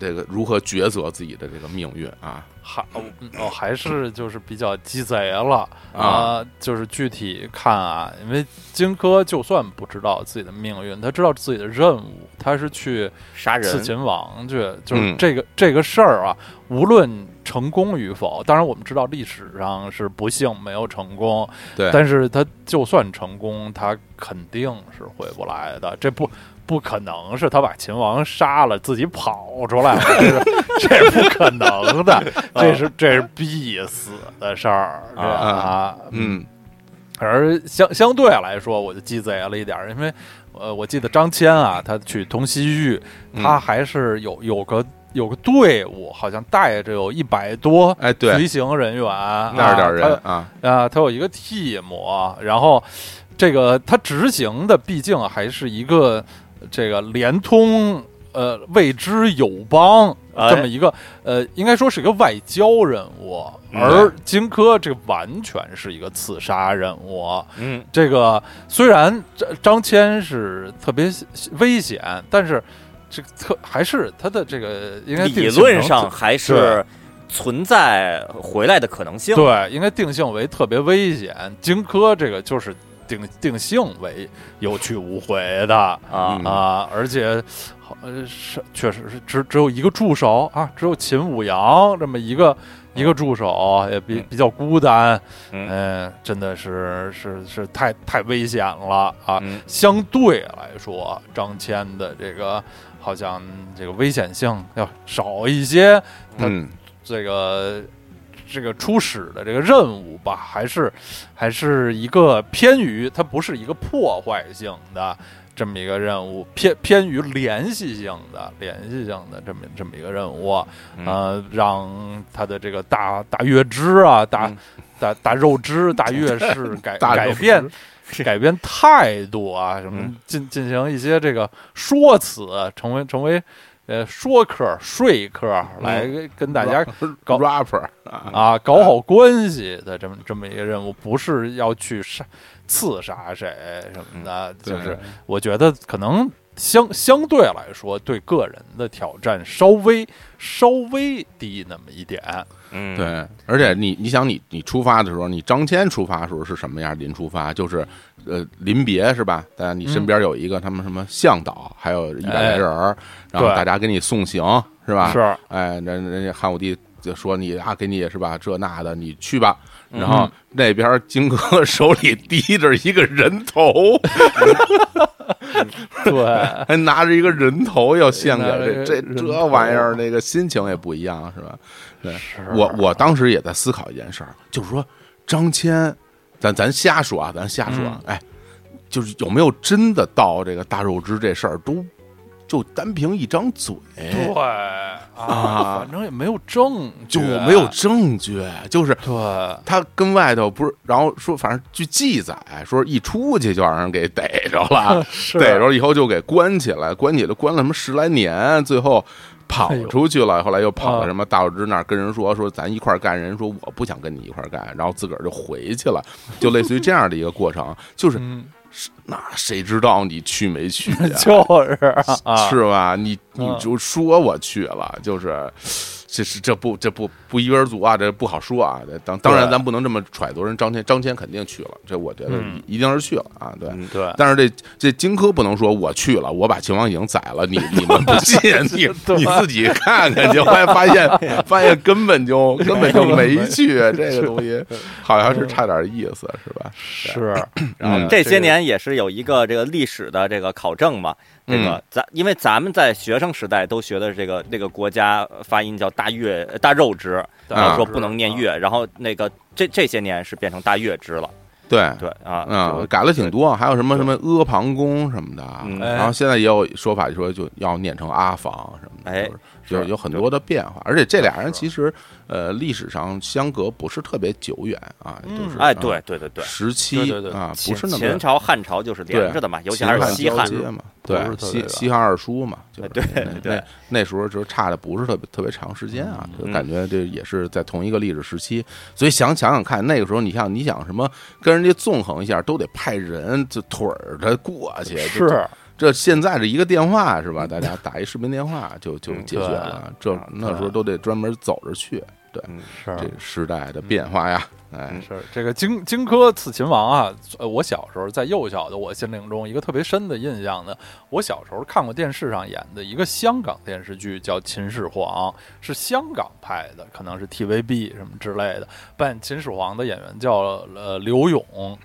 A: 这个如何抉择自己的这个命运啊？
C: 还嗯哦，还是就是比较鸡贼了
A: 啊
C: 啊！就是具体看啊，因为荆轲就算不知道自己的命运，他知道自己的任务，他是去
B: 杀
C: 刺
B: 人
C: 秦王去，就是
A: 嗯
C: 这个、这个事儿啊，无论成功与否，当然我们知道历史上是不幸没有成功，
A: 对，
C: 但是他就算成功，他肯定是回不来的，这不。不可能是他把秦王杀了，自己跑出 来了，这是这是不可能的，
A: 哦
C: 这是这是必死的事儿，这
B: 啊
C: 啊，
A: 嗯。
C: 而相相对来说，我就鸡贼了一点儿，因为呃，我记得张骞啊，他去通西域，
A: 嗯
C: 他还是有有个有个队伍，好像带着有一百多
A: 哎，对
C: 随，行人员，
A: 那是点儿人
C: 啊
A: 啊，
C: 他啊，他有一个 team，然后这个他执行的毕竟还是一个这个联通。呃，未知友邦
B: 哎
C: 这么一个、呃，应该说是一个外交任务，
A: 嗯
C: 而荆轲这个完全是一个刺杀任务。
B: 嗯
C: 这个虽然张张骞是特别危险，但是这个特还是他的这个应该
B: 理
C: 定性
B: 论
C: 成
B: 上还是存在回来的可能性。
C: 对应该定性为特别危险。荆轲这个就是定定性为有去无回的
B: 啊
A: 嗯
C: 啊，而且好呃是确实是只只有一个助手啊，只有秦舞阳这么一个一个助手，也比
B: 嗯
C: 比较孤单，
B: 嗯
C: 嗯，真的是是是太太危险了啊。
B: 嗯
C: 相对来说，张骞的这个好像这个危险性要少一些，他
A: 嗯
C: 这个这个出使的这个任务吧，还是还是一个偏于它不是一个破坏性的这么一个任务，偏偏于联系性的联系性的这么这么一个任务，
B: 嗯
C: 呃，让他的这个大大月支啊，大、
B: 嗯
C: 大大肉支、大 月氏改
A: 大肉
C: 改变
B: 是
C: 改变态度啊，什么
B: 嗯
C: 进进行一些这个说辞，啊成为成为呃说客、说客来跟大家搞
A: rapper 啊，
C: 啊搞好关系的这么这么一个任务，不是要去杀刺杀谁什么的，
A: 嗯对
C: 就是我觉得可能相相对来说对个人的挑战稍微稍微低那么一点，
B: 嗯，
A: 对，而且你你想你你出发的时候，你张骞出发的时候是什么样？临出发就是呃临别是吧？大家你身
C: 嗯
A: 边有一个他们什么向导，还有一百来人儿，然后
C: 哎对
A: 大家给你送行是吧？
C: 是
A: 哎，人人家汉武帝就说你啊，给你是吧，这那的，你去吧。
B: 嗯
A: 然后那边荆轲手里提着一个人头，
C: 对。
A: 还拿着一个人头要献给
C: 拿着一个
A: 这这
C: 人
A: 这
C: 头
A: 玩意儿，那个心情也不一样，是吧？对，我我当时也在思考一件事儿，就是说张骞，咱咱瞎说啊，咱瞎说啊，
C: 嗯
A: 哎，就是有没有真的到这个大肉汁这事儿，都就单凭一张嘴，
C: 对啊，反正也没有证据，啊
A: 就没有证据，就是
C: 对。
A: 他跟外头不是，然后说，反正据记载说，一出去就让人给逮着了，
C: 是
A: 逮着了以后就给关起来，关起来关了什么十来年，最后跑
C: 哎呦
A: 出去了，后来又跑到
C: 啊
A: 什么大树枝那儿跟人说说咱一块儿干，人说我不想跟你一块儿干，然后自个儿就回去了，就类似于这样的一个过程，就是
C: 嗯，
A: 那谁知道你去没去呀？
C: 就是啊，
A: 是吧？你你
C: 嗯
A: 就说我去了，就是，这是这不这不不一而足啊，这不好说啊。这当当然，
C: 对
A: 咱不能这么揣度人。张骞张骞肯定去了，这我觉得
C: 嗯
A: 一定是去了啊。对，
B: 嗯
C: 对，
A: 但是这这荆轲不能说我去了，我把秦王营宰了，你你们不信，你
C: 对
A: 你自己看看去。后来发现发现根本就根本就没去，这个东西好像是差点意思，是吧？
C: 是
A: 然后
B: 嗯这些年也是有一个这个历史的这个考证嘛，这个咱因为咱们在学生时代都学的这个那个国家发音叫大月呃大肉支，然后
A: 啊
B: 说不能念，月，然后那个这这些年是变成大月支了，
A: 对
B: 对啊，
A: 嗯，
B: 就
A: 改了挺多，还有什么什么阿房宫什么的啊，
B: 嗯
A: 然后现在也有说法说就要念成阿房什么的，
B: 哎
A: 就是有
B: 是
A: 有很多的变化，而且这俩人其实呃历史上相隔不是特别久远啊，
C: 嗯
A: 就是
B: 哎，对对对对，
A: 时
C: 对
A: 期
C: 对对
A: 啊不
B: 秦
A: 是那
B: 秦
A: 么
B: 朝汉朝就是连着的嘛，尤其还是西
A: 汉
B: 汉
A: 交，接嘛，
C: 不
A: 对
C: 是特别
A: 西
C: 远
A: 西汉二叔嘛，就是
B: 对
A: 那那
B: 对
A: 那时候就是差的不是特别特别长时间啊，就
B: 嗯
A: 感觉这也是在同一个历史时期，所以想想想看，那个时候你像你想什么跟人家纵横一下，都得派人就腿儿的过去，就是这现在这一个电话是吧？大家打一视频电话就就
B: 嗯
A: 解决了，这那时候都得专门走着去，
C: 是啊
A: 这时代的变化呀，哎，
C: 是这个荆荆轲刺秦王啊，呃，我小时候在幼小的我心灵中一个特别深的印象呢，我小时候看过电视上演的一个香港电视剧叫《秦始皇》，是香港拍的，可能是 TVB 什么之类的。扮秦始皇的演员叫呃柳永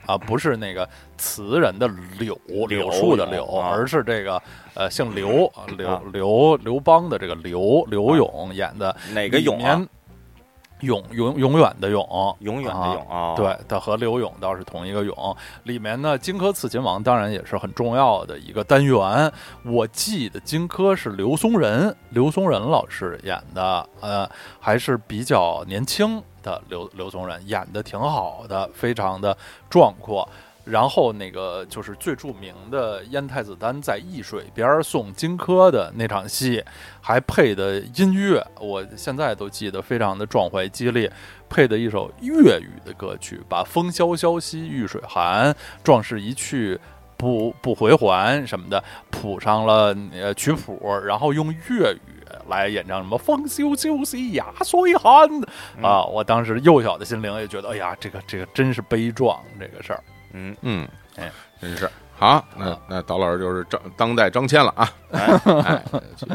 C: 啊，不是那个词人的柳，柳树的柳，
B: 啊
C: 而是这个呃姓刘啊
B: 啊
C: 刘刘刘邦的这个刘刘永演的
B: 哪个永
C: 里
B: 啊
C: 面？永永永远的永，
B: 永远的
C: 啊
B: 永啊，
C: 对，它和刘永倒是同一个永。里面呢，荆轲刺秦王当然也是很重要的一个单元。我记得荆轲是刘松仁，刘松仁老师演的，呃，还是比较年轻的刘刘松仁演的挺好的，非常的壮阔。然后那个就是最著名的燕太子丹在易水边儿送荆轲的那场戏，还配的音乐，我现在都记得非常的壮怀激烈，配的一首粤语的歌曲，把“风萧萧兮易水寒，壮士一去不不回还”什么的谱上了呃曲谱，然后用粤语。来演唱什么“风萧萧兮雅虽寒”啊！我当时幼小的心灵也觉得，哎呀，这个这个真是悲壮，这个事儿。
B: 嗯，
A: 嗯，
C: 哎，
A: 真是好。那那导老师就是张当代张骞了啊， 哎，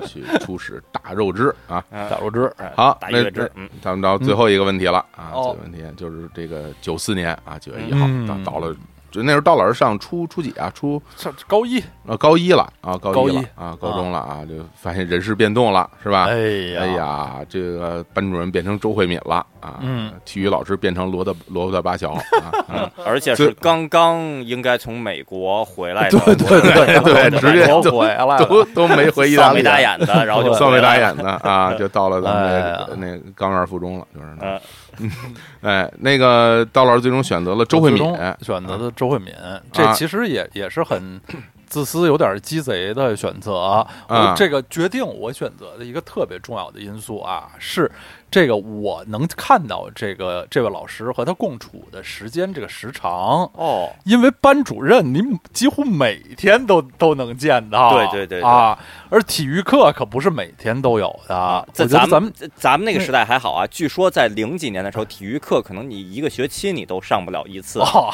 A: 去去出使大肉汁啊。
C: 大肉汁，哎，
A: 好，
B: 打
A: 那
B: 月制，嗯，
A: 那咱们到最后一个问题了啊，最后一
B: 哦
A: 个问题就是这个九四年啊九月一号
C: 嗯
A: 到到了，就那时候到老师上初初几啊初
C: 这高一，
A: 呃高一了啊高
C: 高
A: 一
C: 一
A: 了啊高中了啊就发现人事变动了是吧？
C: 哎
A: 哎
C: 呀，
A: 呀，这个班主任变成周慧敏了啊，
C: 嗯，
A: 体育老师变成罗德罗德巴乔啊，啊
B: 嗯而且
A: 最
B: 是刚刚应该从美国回来的，
C: 对对 对
A: 对直接
C: 都
A: 就
C: 回来了，
A: 都都没回意大
B: 扫
A: 利
B: 眉
A: 啊，
B: 打眼 的，然后就
A: 扫眉打
B: 回来了，
A: 眼的啊， 就到了咱们这个
C: 哎
A: 那个钢院附中了，就是那
B: 嗯，
A: 哎，那个道老师最终选择了周慧
C: 哦
A: 敏，啊嗯
C: 选择的周慧敏，这其实也也是很自私、有点鸡贼的选择。
A: 啊
C: 我这个决定我选择的一个特别重要的因素啊，是这个我能看到这个这位老师和他共处的时间这个时长。
B: 哦，
C: 因为班主任你几乎每天都都能见到，
B: 对对对对
C: 啊，而体育课可不是每天都有的。
B: 在
C: 啊我觉得
B: 咱
C: 咱们
B: 啊
C: 嗯
B: 这咱们那个时代还好啊，据说在零几年的时候，体育课可能你一个学期你都上不了一次。
C: 哦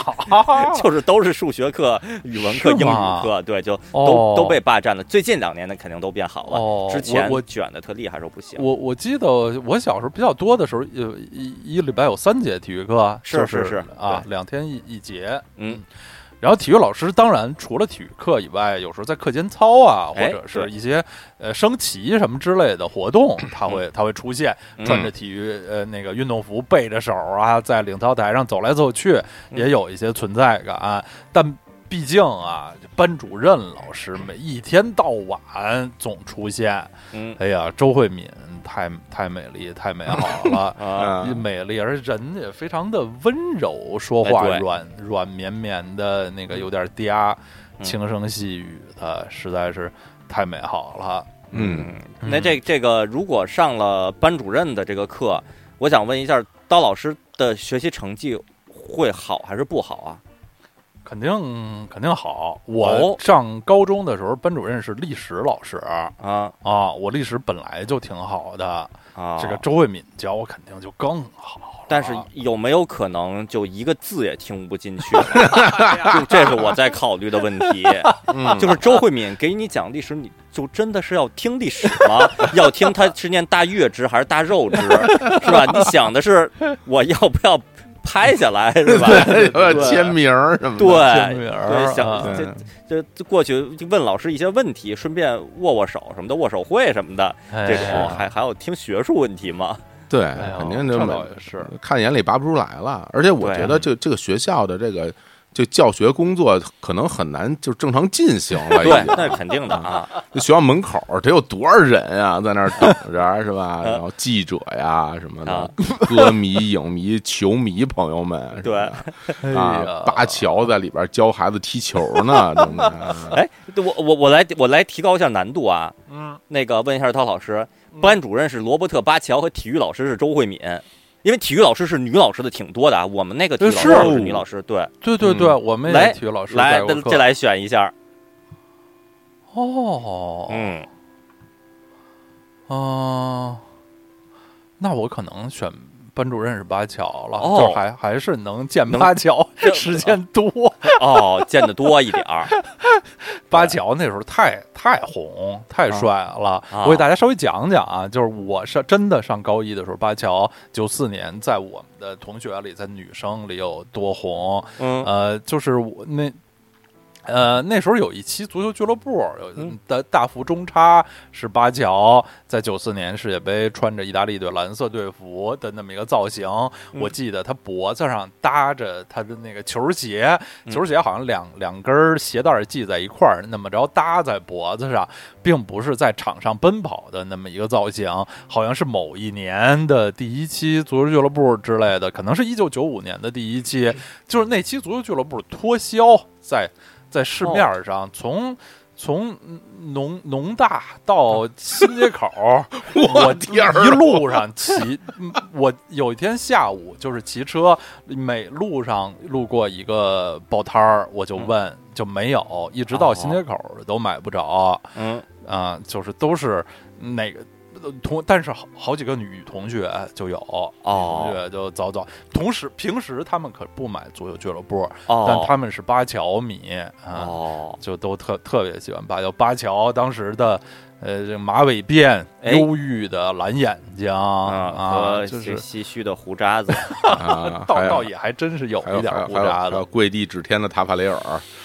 B: 就是都是数学课、语文课、
C: 是
B: 英
C: 吗
B: 语课，对，就都、
C: 哦
B: 都被霸占了。最近两年呢，肯定都变好了。
C: 哦
B: 之前
C: 我我
B: 卷的特厉害时候不行。
C: 我我记得我小时候比较多的时候，有一一礼拜有三节体育课，
B: 是
C: 就是
B: 是
C: 啊，两天一一节。
B: 嗯，
C: 然后体育老师当然除了体育课以外，有时候在课间操啊，或
B: 哎
C: 者
B: 对
C: 是一些呃升旗什么之类的活 动，他会他会出现，
B: 嗯
C: 穿着体育呃那个运动服，背着手啊，在领操台上走来走去，
B: 嗯
C: 也有一些存在感。啊但毕竟啊，班主任老师每一天到晚总出现，
B: 嗯
C: 哎呀，周慧敏太太美丽，太美好 了。
B: 啊，
A: 啊
C: 美丽，而人也非常的温柔，说
B: 哎
C: 话
B: 对嗯
C: 软软绵绵的，那个有点嗲，轻声细语的，实在是太美好了。
A: 嗯，
B: 那这这个如果上了班主任的这个课，我想问一下，刀老师的学习成绩会好还是不好啊？
C: 肯定肯定好。
B: 哦
C: 我上高中的时候，班主任是历史老师
B: 啊
C: 啊，我历史本来就挺好的，
B: 啊，
C: 这个周慧敏教我肯定就更好了。
B: 但是有没有可能就一个字也听不进 去？就这是我在考虑的问题。
A: 嗯
B: 就是周慧敏给你讲历史，你就真的是要听历史吗？ 要听他是念大月支还是大肉支，是 吧？你想的是我要不要拍下来，是吧？
A: 要签名儿什么的，
B: 对，
C: 听女儿
B: 哎对，想
C: 啊
B: 这这这过去问老师一些问题，顺便握握手什么的，握手会什么的，这种
C: 哎
B: 还还有听学术问题吗？
A: 对
C: 哎呦，
A: 肯定就
C: 这
A: 没
C: 倒也是。
B: 啊
A: 看眼里拔不出来了。而且我
B: 对啊
A: 觉得这这个学校的这个就教学工作可能很难就正常进行
C: 哎
A: 了，已
B: 对
A: 经，
B: 那肯定的啊，
A: 那学校门口儿得有多少人啊，在那儿等着是吧？然后记者呀什么
B: 嗯啊
A: 的，歌迷、影迷、球迷朋友们，是
B: 对
A: 吧。
C: 哎
A: 啊
C: 呀，，
A: 巴乔在里边教孩子踢球 呢，真的。
B: 哎，对我我我来我来提高一下难度啊，
C: 嗯，
B: 那个问一下涛老师，班主任是罗伯特·巴乔和体育老师是周慧敏，因为体育老师是女老师的挺多的啊，我们那个体育
C: 是
B: 老师是女老师，对，
C: 对对对，我
B: 嗯
C: 们
B: 来
C: 也体育老师
B: 来
C: 带，过
B: 这
C: 课
B: 这来选一下，
C: 哦，
B: 嗯，
C: 哦，那我可能选班主任是巴乔了，
B: 哦
C: 就是还还是能见
B: 能
C: 巴 乔
B: 这
C: 时间多。
B: 哦，见得多一点儿，
C: 巴乔那时候太太红太帅了，
B: 啊
C: 我给大家稍微讲讲啊，就是我上真的上高一的时候，巴乔九四年在我们的同学里，在女生里有多红，
B: 嗯
C: 呃，就是我那。呃，那时候有一期足球俱乐部，有
B: 嗯
C: 大大幅中差是巴乔在九四年世界杯穿着意大利队蓝色队服的那么一个造型，我记得他脖子上搭着他的那个球鞋，球鞋好像两两根儿鞋带儿系在一块儿，那么着搭在脖子上，并不是在场上奔跑的那么一个造型，好像是某一年的第一期足球俱乐部之类的，可能是一九九五年的第一期，就是那期足球俱乐部脱销在在市面儿上，从从农农大到新街口儿，我
A: 天儿
C: 一路上骑，嗯我有一天下午就是骑车，每路上路过一个报摊儿，我就问，就没有，一直到新街口儿都买不着。
B: 嗯
C: 啊、就是都是那个呃同，但是好好几个女同学就有，
B: 哦
C: 女同学就早早。同时，平时他们可不买足球俱乐部，
B: 哦，
C: 但他们是巴乔迷啊，
B: 哦，
C: 就都特特别喜欢巴乔。巴乔当时的呃这马尾辫、
B: 哎
C: 忧郁的蓝眼睛啊，
B: 和
C: 就
B: 这
C: 是
B: 唏嘘的胡渣 子，
A: 啊，
C: 倒
A: 还有
C: 倒也还真是有
A: 还有
C: 一点
A: 还有
C: 胡
A: 还有
C: 渣
A: 还有
C: 的，
A: 跪地指天的塔法雷尔，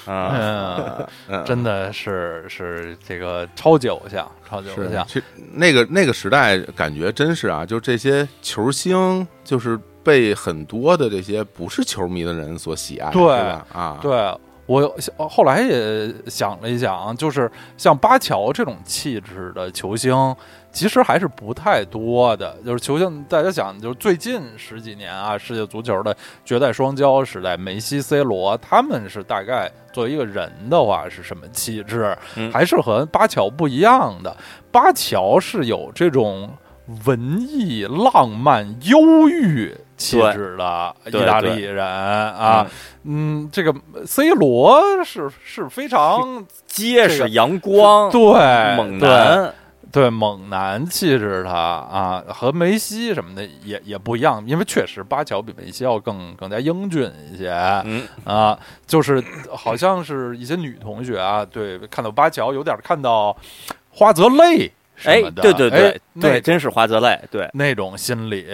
B: 嗯，
C: 嗯，
A: 嗯，
C: 真的是是这个超级偶像，超级偶
A: 是
C: 像，
A: 其实那个那个时代，感觉真是啊，就这些球星，就是被很多的这些不是球迷的人所喜爱，
C: 对
A: 是吧？啊，
C: 对我有后来也想了一想，就是像巴乔这种气质的球星，其实还是不太多的。就是球星，大家想，就是最近十几年啊，世界足球的绝代双骄时代，梅西、C 罗，他们是大概作为一个人的话是什么气质，
B: 嗯
C: 还是和巴乔不一样的。巴乔是有这种文艺、浪漫、忧郁气
B: 对
C: 质的意
B: 对
C: 大
B: 对
C: 利人啊。嗯，这个 C 罗是是非常
B: 结
C: 这
B: 实
C: 个
B: 阳光，
C: 对哎
B: 猛男，
C: 对对猛男气质他啊，和梅西什么的也也不一样，因为确实巴乔比梅西要更更加英俊一些
B: 嗯，
C: 啊，就是好像是一些女同学啊，对，看到巴乔有点看到花泽类什
B: 哎
C: 么，的，
B: 对对对
C: 哎
B: 对，
C: 那
B: 真是花泽类，对，
C: 那种心理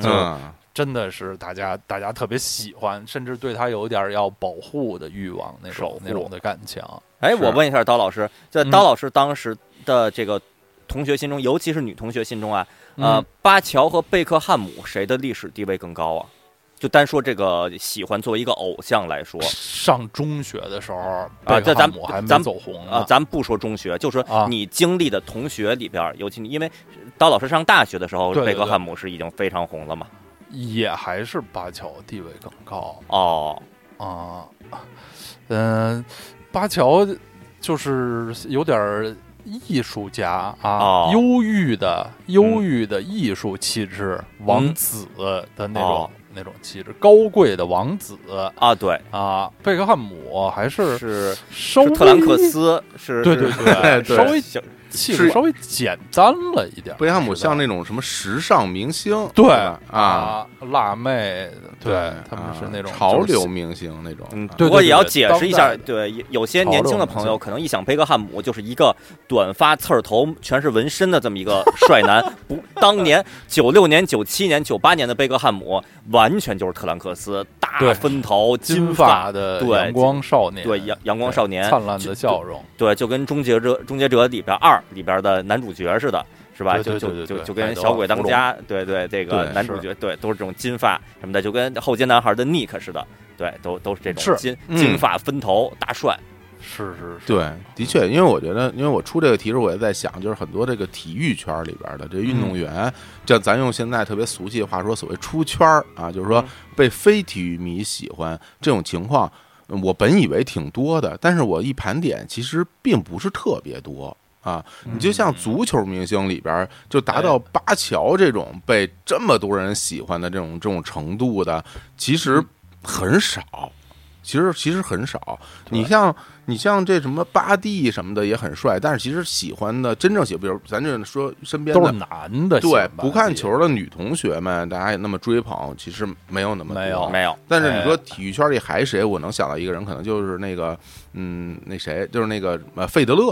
C: 就
A: 嗯，
C: 真的是大家大家特别喜欢，甚至对他有点儿要保护的欲望那
B: 守
C: 种
B: 护
C: 那种的感情。
B: 哎，
A: 是
B: 我问一下刀老师，在
C: 嗯
B: 刀老师当时的这个同学心中，尤其是女同学心中啊，
C: 嗯
B: 呃，巴乔和贝克汉姆谁的历史地位更高啊？就单说这个喜欢作为一个偶像来说
C: 上中学的时候
B: 啊这咱
C: 贝克汉姆还没
B: 咱
C: 走红呢
B: 啊，咱不说中学，就说
C: 啊
B: 你经历的同学里边，尤其你因为刀老师上大学的时候，
C: 对对
B: 贝
C: 对
B: 克汉姆是已经非常红了嘛？
C: 也还是巴乔地位更高
B: 哦，
C: 啊。嗯、巴乔就是有点儿艺术家啊，
B: 哦嗯
C: 忧郁的忧郁的艺术气质，王子的那种、
B: 哦
C: 那种气质，高贵的王子
B: 啊，对，
C: 啊。贝克汉姆还是
B: 是
C: 稍微
B: 特兰克斯，是
C: 对
B: 是
C: 对对
A: 对
C: 稍微
B: 小
C: 气质
A: 是
C: 稍微简单了一点儿。
A: 贝克汉姆
C: 是吧
A: 像那种什么时尚明星，
C: 对
A: 吧啊，，
C: 辣妹，对他们是
A: 啊
C: 那种
A: 潮
C: 就是
A: 流明星那种，
B: 嗯，
A: 啊
C: 对
B: 不过也要
C: 对
B: 解
C: 当
B: 释一下，
C: 代
B: 对有有些年轻的朋友可能一想贝克汉姆就是一个短发刺儿头、全是纹身的这么一个帅男，不，当年九六年、九七年、九八年的贝克汉姆完全就是特兰克斯，大
C: 对
B: 分头、
C: 金
B: 发
C: 发，的
B: 对
C: 阳光少年，
B: 对阳阳光少年，
C: 灿烂
B: 就
C: 的笑容，
B: 对，就跟《终结者》《终结者》里边二里边的男主角似的，是吧？
C: 对对
B: 就就
C: 对对
B: 就就
C: 对海
B: 跟
C: 德
B: 小鬼当
C: 芙蓉
B: 家，对对，这个
A: 对
B: 男主
C: 是
B: 角对都是这种金发什么的，就跟后街男孩的 Nick 似的，对，都都是这种
C: 是
B: 金
A: 嗯
B: 金发分头大帅，
C: 是是是，
A: 对，的确，因为我觉得，因为我出这个题时，我也在想，就是很多这个体育圈里边的这运动员，这、咱用现在特别俗气的话说，所谓出圈儿啊，就是说
B: 嗯
A: 被非体育迷喜欢这种情况，嗯我本以为挺多的，但是我一盘点，其实并不是特别多。啊，你就像足球明星里边，就达
C: 哎
A: 到巴乔这种被这么多人喜欢的这种这种程度的，其
C: 嗯
A: 实很少。其实其实很少，你像你像这什么巴蒂什么的也很帅，但是其实喜欢的真正喜欢，比如咱就说身边
C: 都是
A: 的
C: 男的，
A: 对不看，球的女同学们，大家也那么追捧，其实没有那么多
C: 没有
B: 没有，
A: 但是你
C: 哎
A: 说体育圈里还谁，我能想到一个人，可能就是那个嗯那谁，就是那个呃费德勒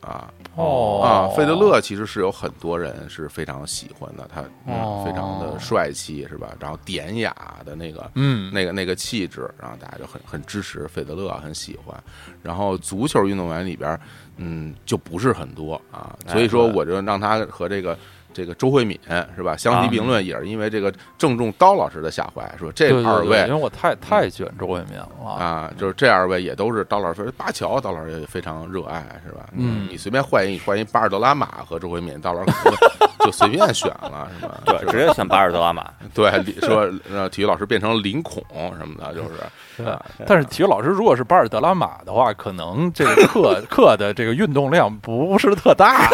A: 啊
C: 哦
A: 啊，费德勒其实是有很多人是非常喜欢的，他嗯
C: 哦
A: 非常的帅气是吧？然后典雅的那个
C: 嗯，
A: 那个那个气质，然后大家就很很支持费德勒，很喜欢。然后足球运动员里边儿，嗯，就不是很多啊，
B: 哎
A: 所以说
B: 对
A: 我就让他和这个。这个周慧敏是吧？相
B: 啊
A: 提并论也是因为这个正中刀老师的下怀，说这
C: 对对
A: 二
C: 对
A: 位嗯
C: 因为我太太喜欢周慧敏了，
A: 啊，就是这二位也都是刀老师，巴乔刀老师也非常热爱，是吧？
C: 嗯
A: 你随便换一换一巴尔德拉马和周慧敏，刀老师可能就随便选了，是吧？
B: 对，直接选巴尔德拉马，
A: 对李说让体育老师变成林孔什么的，就是
C: 对，但是体育老师如果是巴尔德拉马的话，可能这个课课的这个运动量不是特 大，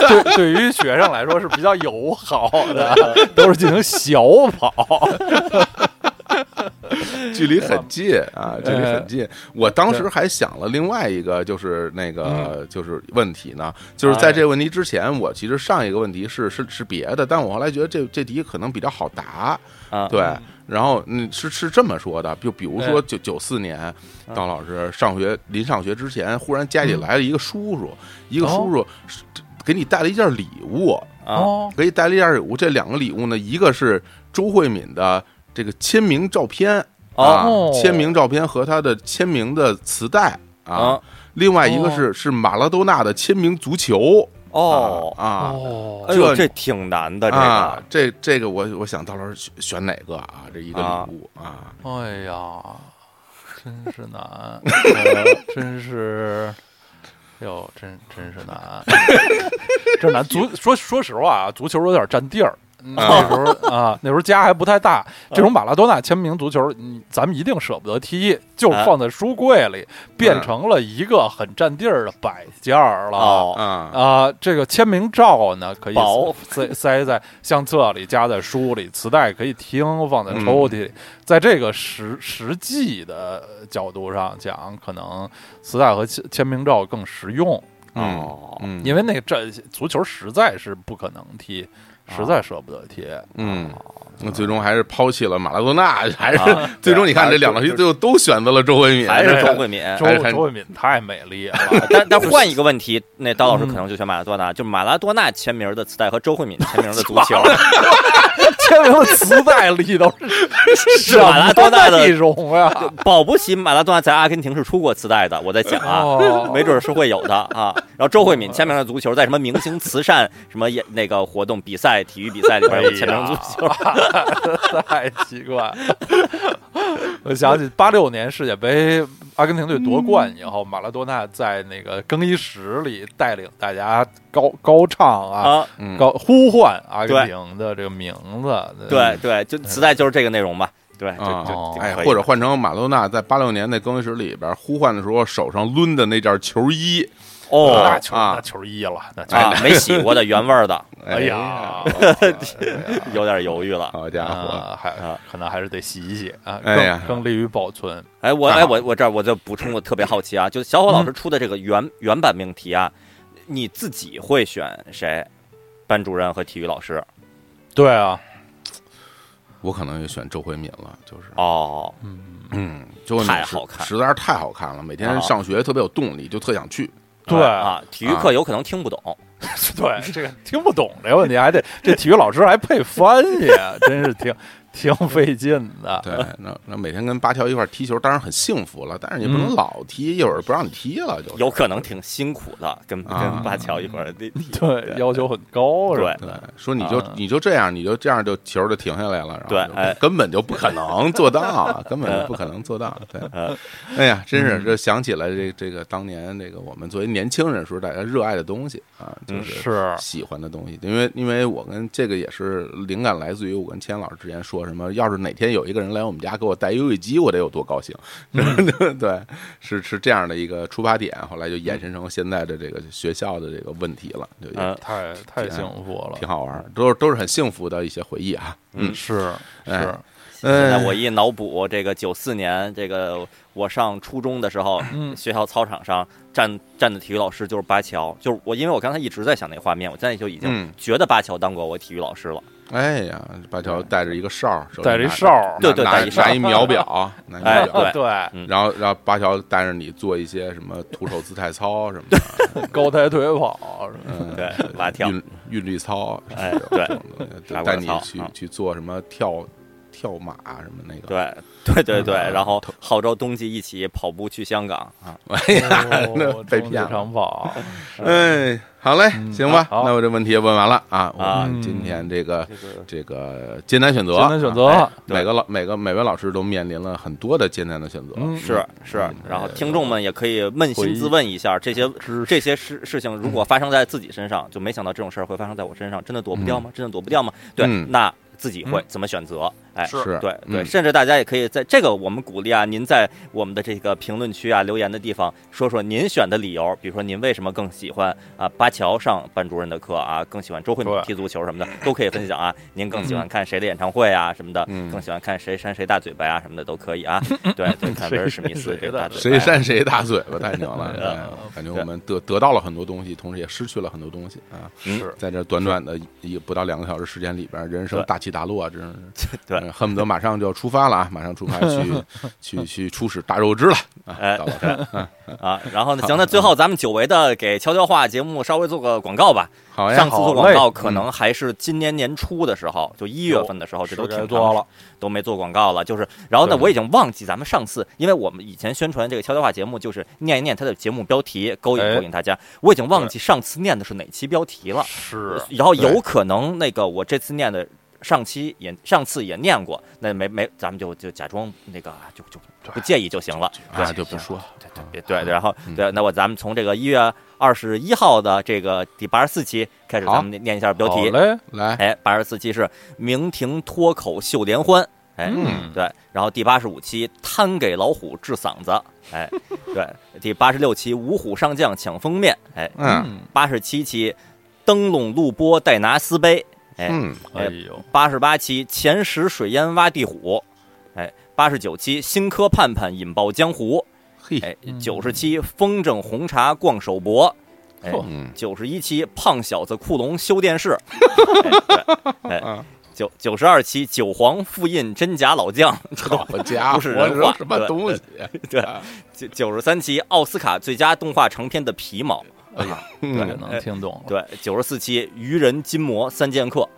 C: 对，对于学生来说是比较友好的，都是进行小跑。
A: 距离很近啊，距离很近。我当时还想了另外一个，就是那个就是问题呢，就是在这个问题之前，我其实上一个问题是是是别的，但我后来觉得这这题可能比较好答，
B: 啊，哎
A: 对。然后嗯是是这么说的，就比如说九九四
B: 啊
A: 年，当老师上学临上学之前，忽然
B: 嗯
A: 家里来了一个叔叔，一个叔
B: 哦
A: 叔是给你带了一件礼物，
B: 啊，
C: 哦，
A: 给你带了一件礼物。这两个礼物呢，一个是周慧敏的这个签名照片啊
C: 哦，
A: 签名照片和她的签名的磁带啊
B: 啊，
A: 另外一个
C: 哦
A: 是是马拉多纳的签名足球
B: 哦，
A: 啊啊。
C: 哦，
B: 哎呦，
A: 这
B: 这挺难的这
A: 啊
B: 个，
A: 这这个我我想到时候选选哪个啊？这一个
B: 啊
A: 礼物啊，
C: 哎呀，真是难， 呃真是，哟，真真是难， 这难。足说说实话啊，足球有点占地儿。那时候啊，那时候家还不太大，这种马拉多纳签名足球，你咱们一定舍不得踢，就
B: 啊
C: 放在书柜里，变成了一个很占地儿的摆件儿了。
B: 哦，
A: 啊
C: 啊、这个签名照呢，可以
B: 薄
C: 塞塞在相册里，夹在书里，磁带可以听，放在抽屉里。
B: 嗯
C: 在这个实实际的角度上讲，可能磁带和签签名照更实用，
B: 哦
A: 嗯
C: 因为那个这足球实在是不可能踢，
B: 啊
C: 实在舍不得踢。
B: 哎
A: 嗯，那最终还是抛弃了马拉多 纳，还是、
B: 哦啊
A: 最终你看这两道题
B: 就
A: 最后都选择了周慧敏，
B: 哎还是
A: 这
B: 周慧敏。
C: 周
A: 还是很
C: 周慧敏太美丽 了，
B: 但但换一个问题，那刀老师
C: 嗯
B: 可能就选马拉多纳，就马拉多纳签名的磁带和周慧敏签名的足球，
C: 签名的磁带里头 是
B: 是马拉多纳的
C: 什么内容啊！
B: 保不齐马拉多纳在阿根廷是出过磁带的，我在想 啊，
C: 哦
B: 没准是会有的啊。然后周慧敏签名的足球，在什么明星慈善什么也那个活动比赛、体育比赛里边有签名足球，
C: 球， 太奇怪了。我想起八六年世界杯，阿根廷队夺冠以后，马拉多纳在那个更衣室里带领大家高高唱啊，
B: 啊，
A: 嗯
C: 高呼唤阿根廷的这个名字。
B: 对对，就磁带就是这个内容吧，对，就
A: 啊
B: 就就
A: 哎，
B: 可以
A: 或者换成马拉多纳在八六年那更衣室里边呼唤的时候手上抡的那件球衣，
C: 那
B: 哦
C: 球
A: 啊
C: 那球衣了，那球衣
B: 啊，没洗过的原味儿的，
C: 哎呀，
B: 有点犹豫了。
A: 好家伙，
C: 啊，还
B: 啊
C: 可能还是得洗一洗啊，
A: 哎呀
C: 更更利于保存。
B: 哎，我
A: 啊
B: 哎我我这儿我就补充，我特别好奇啊，就小伙老师出的这个原原版命题啊，你自己会选谁？班主任和体育老师
C: 对啊，
A: 我可能也选周慧敏了，就是
B: 哦，
A: 嗯，周慧敏
B: 太
A: 实
B: 好看
A: 实在是太好看了，每
B: 啊
A: 天上学特别有动力，就特想 去。
C: 对
B: 啊，体育课有可能听不懂，
C: 对，这个听不懂这个问题，还得这体育老师还配翻译，啊真是挺挺费劲的。
A: 对，那那每天跟八条一块儿踢球，当然很幸福了，但是也不能
C: 嗯
A: 老踢，一会儿不让你踢了，就
B: 有可能挺辛苦的，跟
A: 啊
B: 跟巴乔一块儿地踢。
C: 对，要求很高，是吧？
A: 对，说你就、
C: 啊
A: 你就这样，你就这样就球就停下来了，然后
B: 对
A: 就
B: 哎
A: 根本就不可能做到 啊，根本就不可能做到。对，
B: 嗯
A: 哎呀，真是这想起来这这个当年这个我们作为年轻人时候大家热爱的东西啊，就
B: 嗯
A: 是
C: 是
A: 喜欢的东西，因为因为我跟这个也是灵感来自于我跟千老师之前说什么，要是哪天有一个人来我们家给我带游戏机，我得有多高兴。
B: 嗯
A: 对，是是这样的一个出发点，后来就衍生成现在的这个学校的这个问题了，就也
B: 嗯，
C: 太太幸福了
A: 挺，好玩儿，都是都是很幸福的一些回忆啊。嗯，
C: 是是
A: 哎，
B: 现在
A: 哎
B: 我一脑补，这个九四年，这个我上初中的时候，
C: 嗯
B: 学校操场上站站的体育老师就是巴乔，就是我，因为我刚才一直在想那画面，我现在就已经
A: 嗯
B: 觉得巴乔当过我体育老师了。
A: 哎呀，八条带着一个哨儿，手里
C: 带着一
A: 拿
C: 哨儿
A: 拿
B: 对对
A: 拿
B: 带一哨儿
A: 拿一秒表，拿一
B: 哎
A: 秒表。
B: 对
C: 对，
B: 嗯
A: 然后，然后八条带着你做一些什么徒手姿态操什么的，
C: 高抬腿跑 是吧？
A: 嗯，
B: 对，蛙跳，
A: 韵韵律操，
C: 嗯
B: 哎
A: 是有
B: 对
A: 这种东西
B: 打
A: 带
B: 过
A: 你
B: 操
A: 去
B: 嗯
A: 去做什么跳跳马什么那个，
B: 对对对对，
A: 嗯
B: 然后号召冬季一起跑步去香港
C: 嗯
B: 啊，
A: 哎呀，那
C: 哦
A: 被骗
C: 中
A: 了。
C: 长跑，
A: 哎，好嘞，行吧，
C: 好好
A: 那我这问题也问完了啊，我
B: 啊
A: 们今天这个
B: 这个
A: 这个艰难选择，
C: 简单选
A: 啊
C: 择，
B: 对
A: 每个老每个每位老师都面临了很多的艰难的选择，
C: 嗯
B: 是是，然后听众们也可以扪心自问一下，这些
C: 知识
B: 这些事事情如
A: 嗯
B: 果发生在自己身上，就没想到这种事儿会发生在我身上，真的躲不掉吗？真的躲不掉吗？对
A: 嗯，
B: 那自己会怎么选择？哎，
C: 是
A: 是，
B: 对对，
A: 嗯
B: 甚至大家也可以在这个我们鼓励啊，您在我们的这个评论区啊留言的地方说说您选的理由，比如说您为什么更喜欢啊巴乔上班主任的课啊，更喜欢周慧敏
C: 对
B: 踢足球什么的，都可以分享啊。您更喜欢看谁的演唱会啊什么的，
A: 嗯
B: 更喜欢看谁扇谁大嘴巴呀、什么的都可以啊。 对对，看威尔史密斯这个大嘴巴
A: 谁
B: 呀，
A: 扇谁大嘴巴，太牛 了！
B: 哎对
A: 哎感觉我们得得到了很多东西，同时也失去了很多东西啊。
B: 嗯
C: 是
A: 在这短短的一一不到两个小时时间里边，人生
B: 对
A: 大起大落，真是
B: 对
A: 嗯恨不得马上就要出发了啊！马上出发 去去去出使大肉汁了啊！
B: 哎
A: 到了这儿
B: 啊，然后呢，行，那最后咱们久违的给悄悄话节目稍微做个广告吧。
A: 好呀，
B: 上次做广告
C: 好嘞
B: 可能还是今年年初的时候，就一月份的时候，这都
C: 是该
B: 挺
C: 做
B: 长
C: 了，
B: 都没做广告了。就是，然后呢，
A: 对
B: 我已经忘记咱们上次，因为我们以前宣传这个悄悄话节目，就是念一念它的节目标题，勾引
C: 哎
B: 勾引大家。我已经忘记上次念的是哪期标题了，
C: 是啊
B: 然后
A: 对
B: 有可能那个我这次念的。上期也上次也念过，那没没，咱们就就假装那个就就不介意就行了。对
A: 啊，就不说了
B: 对对别对，然后
C: 嗯
B: 对，那我咱们从这个一月二十一号的这个第八十四期开始，
A: 好
B: 咱们念一下标题
C: 好。嘞，
A: 来，
B: 哎，八十四期是明廷脱口秀联欢。哎，
C: 嗯
B: 对，然后第八十五期摊给老虎治嗓子。哎，对，第八十六期五虎上将抢封面。哎，
A: 嗯
B: 八十七期灯笼录播带拿丝杯。哎，
A: 嗯，
C: 哎呦，
B: 八十八期前十水淹挖地虎。哎，八十九期新科盼盼引爆江湖。
A: 嘿，
B: 哎，
C: 嗯
B: 九十期风筝红茶逛首博，哎，
C: 嚯
A: 嗯，
B: 九十一期胖小子库龙修电视， 哎，对
A: 啊
B: 九九十二期九皇复印真假老将，
A: 好家伙，
B: 不是人话
A: 这什么东西？啊
B: 对，九九十三期奥斯卡最佳动画长片的皮毛，
C: 哎呀，这
A: 嗯，
C: 能听懂了，
B: 对，九十四期鱼人筋膜三剑客，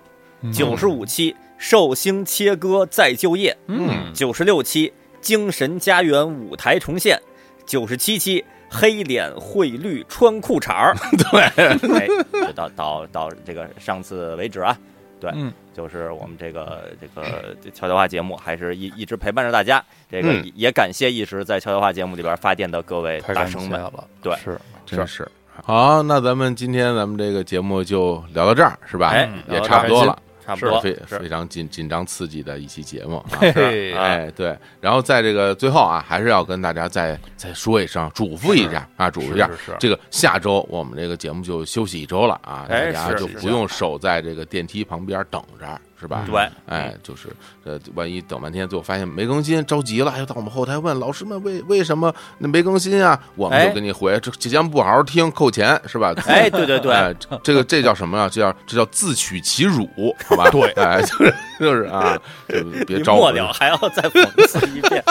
C: 嗯
B: 九十五期寿星切割再就业，
C: 嗯，
B: 九十六期精神家园舞台重现，九十七期黑脸绘绿穿裤衩儿，对，哎，就到到到这个上次为止啊，对，
C: 嗯
B: 就是我们这个这个悄悄话节目还是一一直陪伴着大家，这个
A: 嗯
B: 也感谢一直在悄悄话节目里边发电的各位
C: 太
B: 大
C: 感谢
B: 生们，
C: 了，
B: 对
C: 是
A: 真是。好，那咱们今天咱们这个节目就聊到这儿，是吧？
B: 哎
A: 也差不多了，
B: 差不多
A: 非
B: 是
A: 非常紧紧张刺激的一期节目啊。
C: 嘿嘿，
B: 啊
A: 哎，对，然后在这个最后啊，还是要跟大家再再说一声，嘱咐一下啊，嘱咐一下
C: 是是是，
A: 这个下周我们这个节目就休息一周了啊，大
B: 哎
A: 家
B: 是
A: 就不用守在这个电梯旁边等着，是吧？
B: 嗯对，
A: 哎，就是呃，万一等半天，最后发现没更新，着急了，还要到我们后台问老师们为为什么那没更新啊？我们
B: 哎
A: 就给你回，这这节目不好好听，扣钱是吧？
B: 哎，对对 对，
A: 哎，这这个这叫什么呀？这叫这叫自取其辱，好 吧？对，哎，就是就是啊，就别
B: 你
A: 招
B: 末
A: 我，
B: 了还要再讽刺一遍，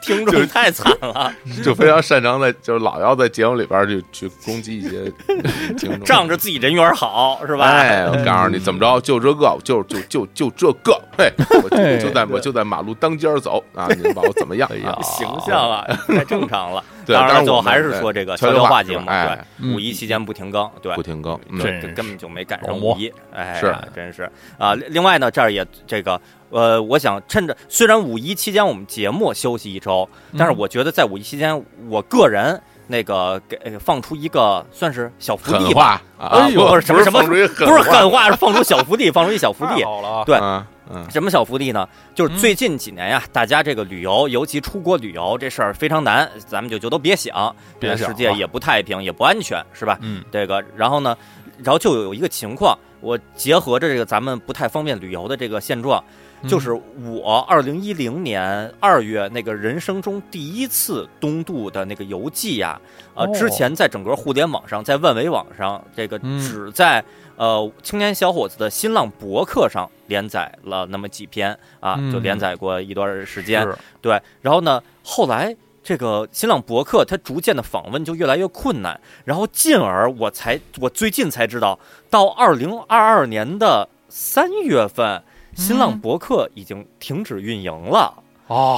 B: 听众太惨了，
A: 就非常擅长在就是老要在节目里边儿去去攻击一 些听众，
B: 仗着自己人缘好是吧？
A: 嗯哎， 我告诉你怎么着，就这个，就就就就这个，嘿，我
C: 哎
A: 就就在我就在马路当间儿走啊，你们把我怎么样？啊
B: 哎形象啊， 太正常了。
A: 对
B: 当
A: 当然
B: 然了，最后
A: 我们
B: 还是说这个
A: 哎
B: 悄
A: 悄
B: 悄
A: 悄
B: 话
A: 话
B: 节目，
A: 是吧哎
C: 嗯
B: 对，五一期间不停更，对
A: 不。停更，嗯
C: 真
B: 这
C: 是
B: 根本就没赶上
C: 广
B: 五
C: 播
B: 一，哎
A: 是
B: 呀，真是啊！另另外呢，这儿也这个，呃，我想趁着虽然五一期间我们节目休息一周，
A: 嗯
B: 但
C: 嗯
B: 是我觉得在五一期间，我个人那个给呃放出一个算是小福
A: 狠
B: 利吧，
A: 话啊，
B: 哎呦
A: 不
B: 不是什么什么
A: 放出一
B: 不
A: 狠
B: 是狠话，是放出小福利，放出一小福利
C: 太，好了啊，
B: 对
A: 啊，嗯，
B: 什么小福利呢？就是
C: 嗯
B: 最近几年呀、大家这个旅游，尤其出国旅游这事儿非常难，咱们就就都别想，
C: 别
B: 这个
C: 想啊
B: 世界
C: 了
B: 也不太平，也不安全，是吧？
C: 嗯，
B: 这个，然后呢，然后就有一个情况，我结合着这个咱们不太方便旅游的这个现状，
C: 嗯
B: 就是我二零一零年二月那个人生中第一次东渡的那个游记呀、呃，
C: 哦
B: 之前在整个互联网上，在万维网上，这个
C: 嗯
B: 只在呃青年小伙子的新浪博客上连载了那么几篇啊，
C: 嗯
B: 就连载过一段时间。
C: 是
B: 对，然后呢，后来这个新浪博客它逐渐的访问就越来越困难，然后进而我才我最近才知道，到二零二二年的三月份，新浪
C: 嗯
B: 博客已经停止运营了。
C: 啊，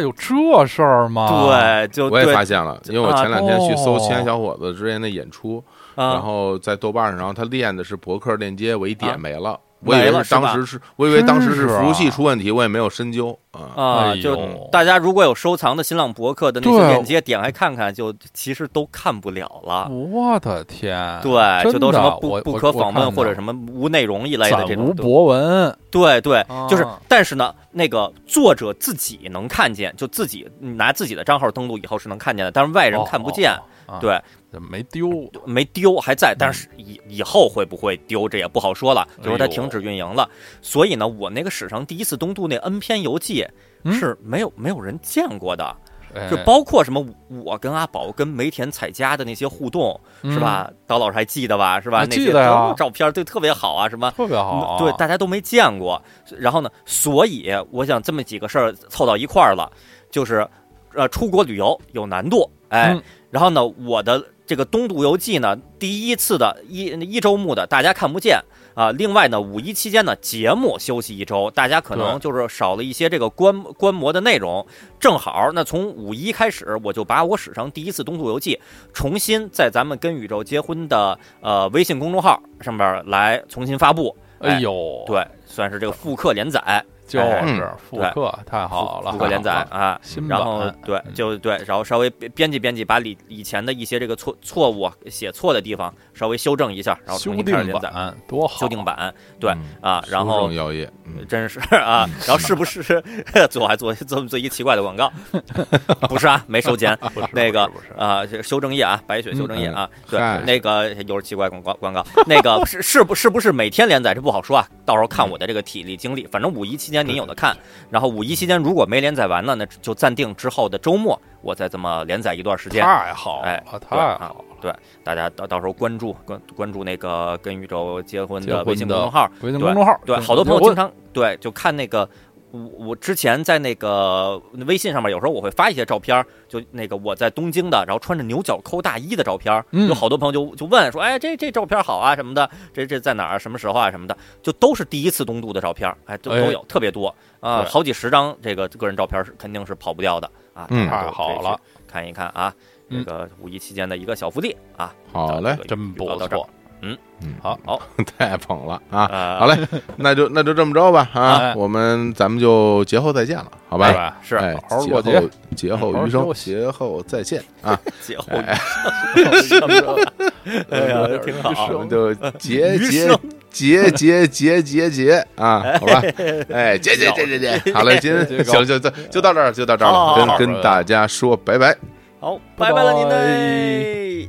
C: 有这事儿吗？，
B: 对，就
A: 我也
B: 对
A: 发现了，因为我
B: 啊
A: 前两天去搜
C: 哦
A: 《青年小伙子》之前的演出，
B: 啊
A: 然后在豆瓣上，然后他练的是博客链接，我一
B: 啊
A: 点没了，我以
B: 没
A: 为
B: 了
A: 是
B: 是吧
A: 当时是，我以为当时是
C: 真是啊
A: 服务器出问题，我也没有深究啊。
B: 啊、
C: 哎
B: 就
C: 呦
B: 大家如果有收藏的新浪博客的那
C: 对
B: 些链接，点开看看，就其实都看不了了。
C: 我的天，
B: 对，就
C: 嗯真
B: 都什
C: 的
B: 么
C: 我
B: 不不
C: 我
B: 可
C: 我
B: 访
C: 看
B: 问或
C: 到
B: 者什么无内容一类的
C: 暂
B: 这
C: 无
B: 种东西。
C: 博闻，
B: 对对，就是
C: 啊，
B: 但是呢，那个作者自己能看见，就自己拿自己的账号登录以后是能看见的，但是外人看不见，
C: 哦，嗯哦哦
B: 对，
C: 这没丢，
B: 没丢还在，但是以以后会不会丢，这也不好说了。就说它
C: 哎呦
B: 停止运营了，所以呢，我那个史上第一次东渡那 N 篇游记
C: 嗯
B: 是没有没有人见过的，
C: 哎
B: 就包括什么我跟阿宝跟梅田彩佳的那些互动，是？吧？刀老师还记得吧？是吧？
C: 嗯还
B: 那
C: 记
B: 些
C: 得呀
B: 照照片对特别好啊，什么
C: 嗯特别好，
B: 对，大家都没见过。然后呢，所以我想这么几个事儿凑到一块儿了，就是呃，出国旅游有难度，哎，
C: 嗯
B: 然后呢，我的这个东渡游记呢，第一次的一一周目的大家看不见。啊，另外呢，五一期间呢，节目休息一周，大家可能就是少了一些这个观观摩的内容。正好，那从五一开始，我就把我史上第一次东渡游记重新在咱们跟宇宙结婚的呃微信公众号上面来重新发布。
C: 哎呦，，
B: 对，算是这个复刻连载，
C: 就是
A: 嗯
C: 复刻，太好了，
B: 呃复刻连载嗯
C: 太好了
B: 啊。
C: 新版
B: 然后对，就对，然后稍微编编辑编辑，把以以前的一些这个错错误啊写错的地方稍微修正一下，然后
C: 修
B: 重新开始
C: 订
B: 连载，
C: 版多好，
B: 修订版，对
A: 嗯
B: 啊，然
A: 书
B: 后
A: 中药业，嗯
B: 真是啊，然后是不是 最后还做做做一奇怪的广告？不是啊，没收钱，
C: 不是
B: 那个
C: 不是不是
B: 啊，这修正液啊，白雪修正
C: 嗯
B: 液啊，对
A: 嗨，
B: 那个又是奇怪广告广告，那个是是不是不是每天连载，这不好说啊，到时候
C: 嗯
B: 看我的这个体力精力，反正五一期间您有的看，然后五一期间如果没连载完呢，那就暂定之后的周末我再这么连载一段时间，
C: 太好
B: 哎
C: 了，
B: 对
C: 太
B: 啊
C: 好了，，
B: 对，大家到到时候关注关关注那个跟宇宙结婚
C: 结
B: 的
C: 婚
B: 微信公
C: 的
B: 众号，
C: 微信
B: 对
C: 公众号
B: 对，
C: 跟
B: 好多朋友
C: 结婚
B: 经常对就看那个。我我之前在那个微信上面，有时候我会发一些照片儿，就那个我在东京的，然后穿着牛角扣大衣的照片儿，
C: 嗯
B: 有好多朋友就就问说，哎，这这照片好啊什么的，这这在哪儿啊，什么时候啊什么的，就都是第一次东渡的照片儿，哎，都
C: 哎
B: 都有特别多啊，
C: 对
B: 好几十张这个个人照片是肯定是跑不掉的啊，
A: 嗯
B: 大家
C: 太
B: 都
C: 好
B: 可以
C: 了，
B: 去看一看啊，这
C: 嗯
B: 个五一期间的一个小福利啊，
A: 好嘞，
C: 真不
B: 到这儿
C: 错，
A: 嗯
C: 好，
B: 好，
A: 太捧了啊！
B: 呃，
A: 好嘞，那就那就这么着吧啊
C: 哎！
A: 我们咱们就节后再见了，好
C: 拜
A: 吧？
C: 拜。
B: 是
A: 哎
C: 好好，
A: 节
C: 过
A: 后
C: 节
A: 节后
C: 好好
A: 余生
C: 休，息
A: 节后再见啊！
B: 节后
A: 哎，
B: 哎呀，挺好
A: 我，们就节
B: 余
A: 节
B: 生
A: 节节节节节啊，好吧？哎，节节节节节，好嘞，今
C: 节
A: 天
C: 高
A: 行就就就到这儿，就到这儿
B: 哎好好
A: 了，
B: 好
A: 跟跟大家说拜拜。
B: 好，拜拜了您
C: 拜
B: 嘞。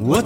D: 我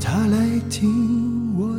D: 他来听我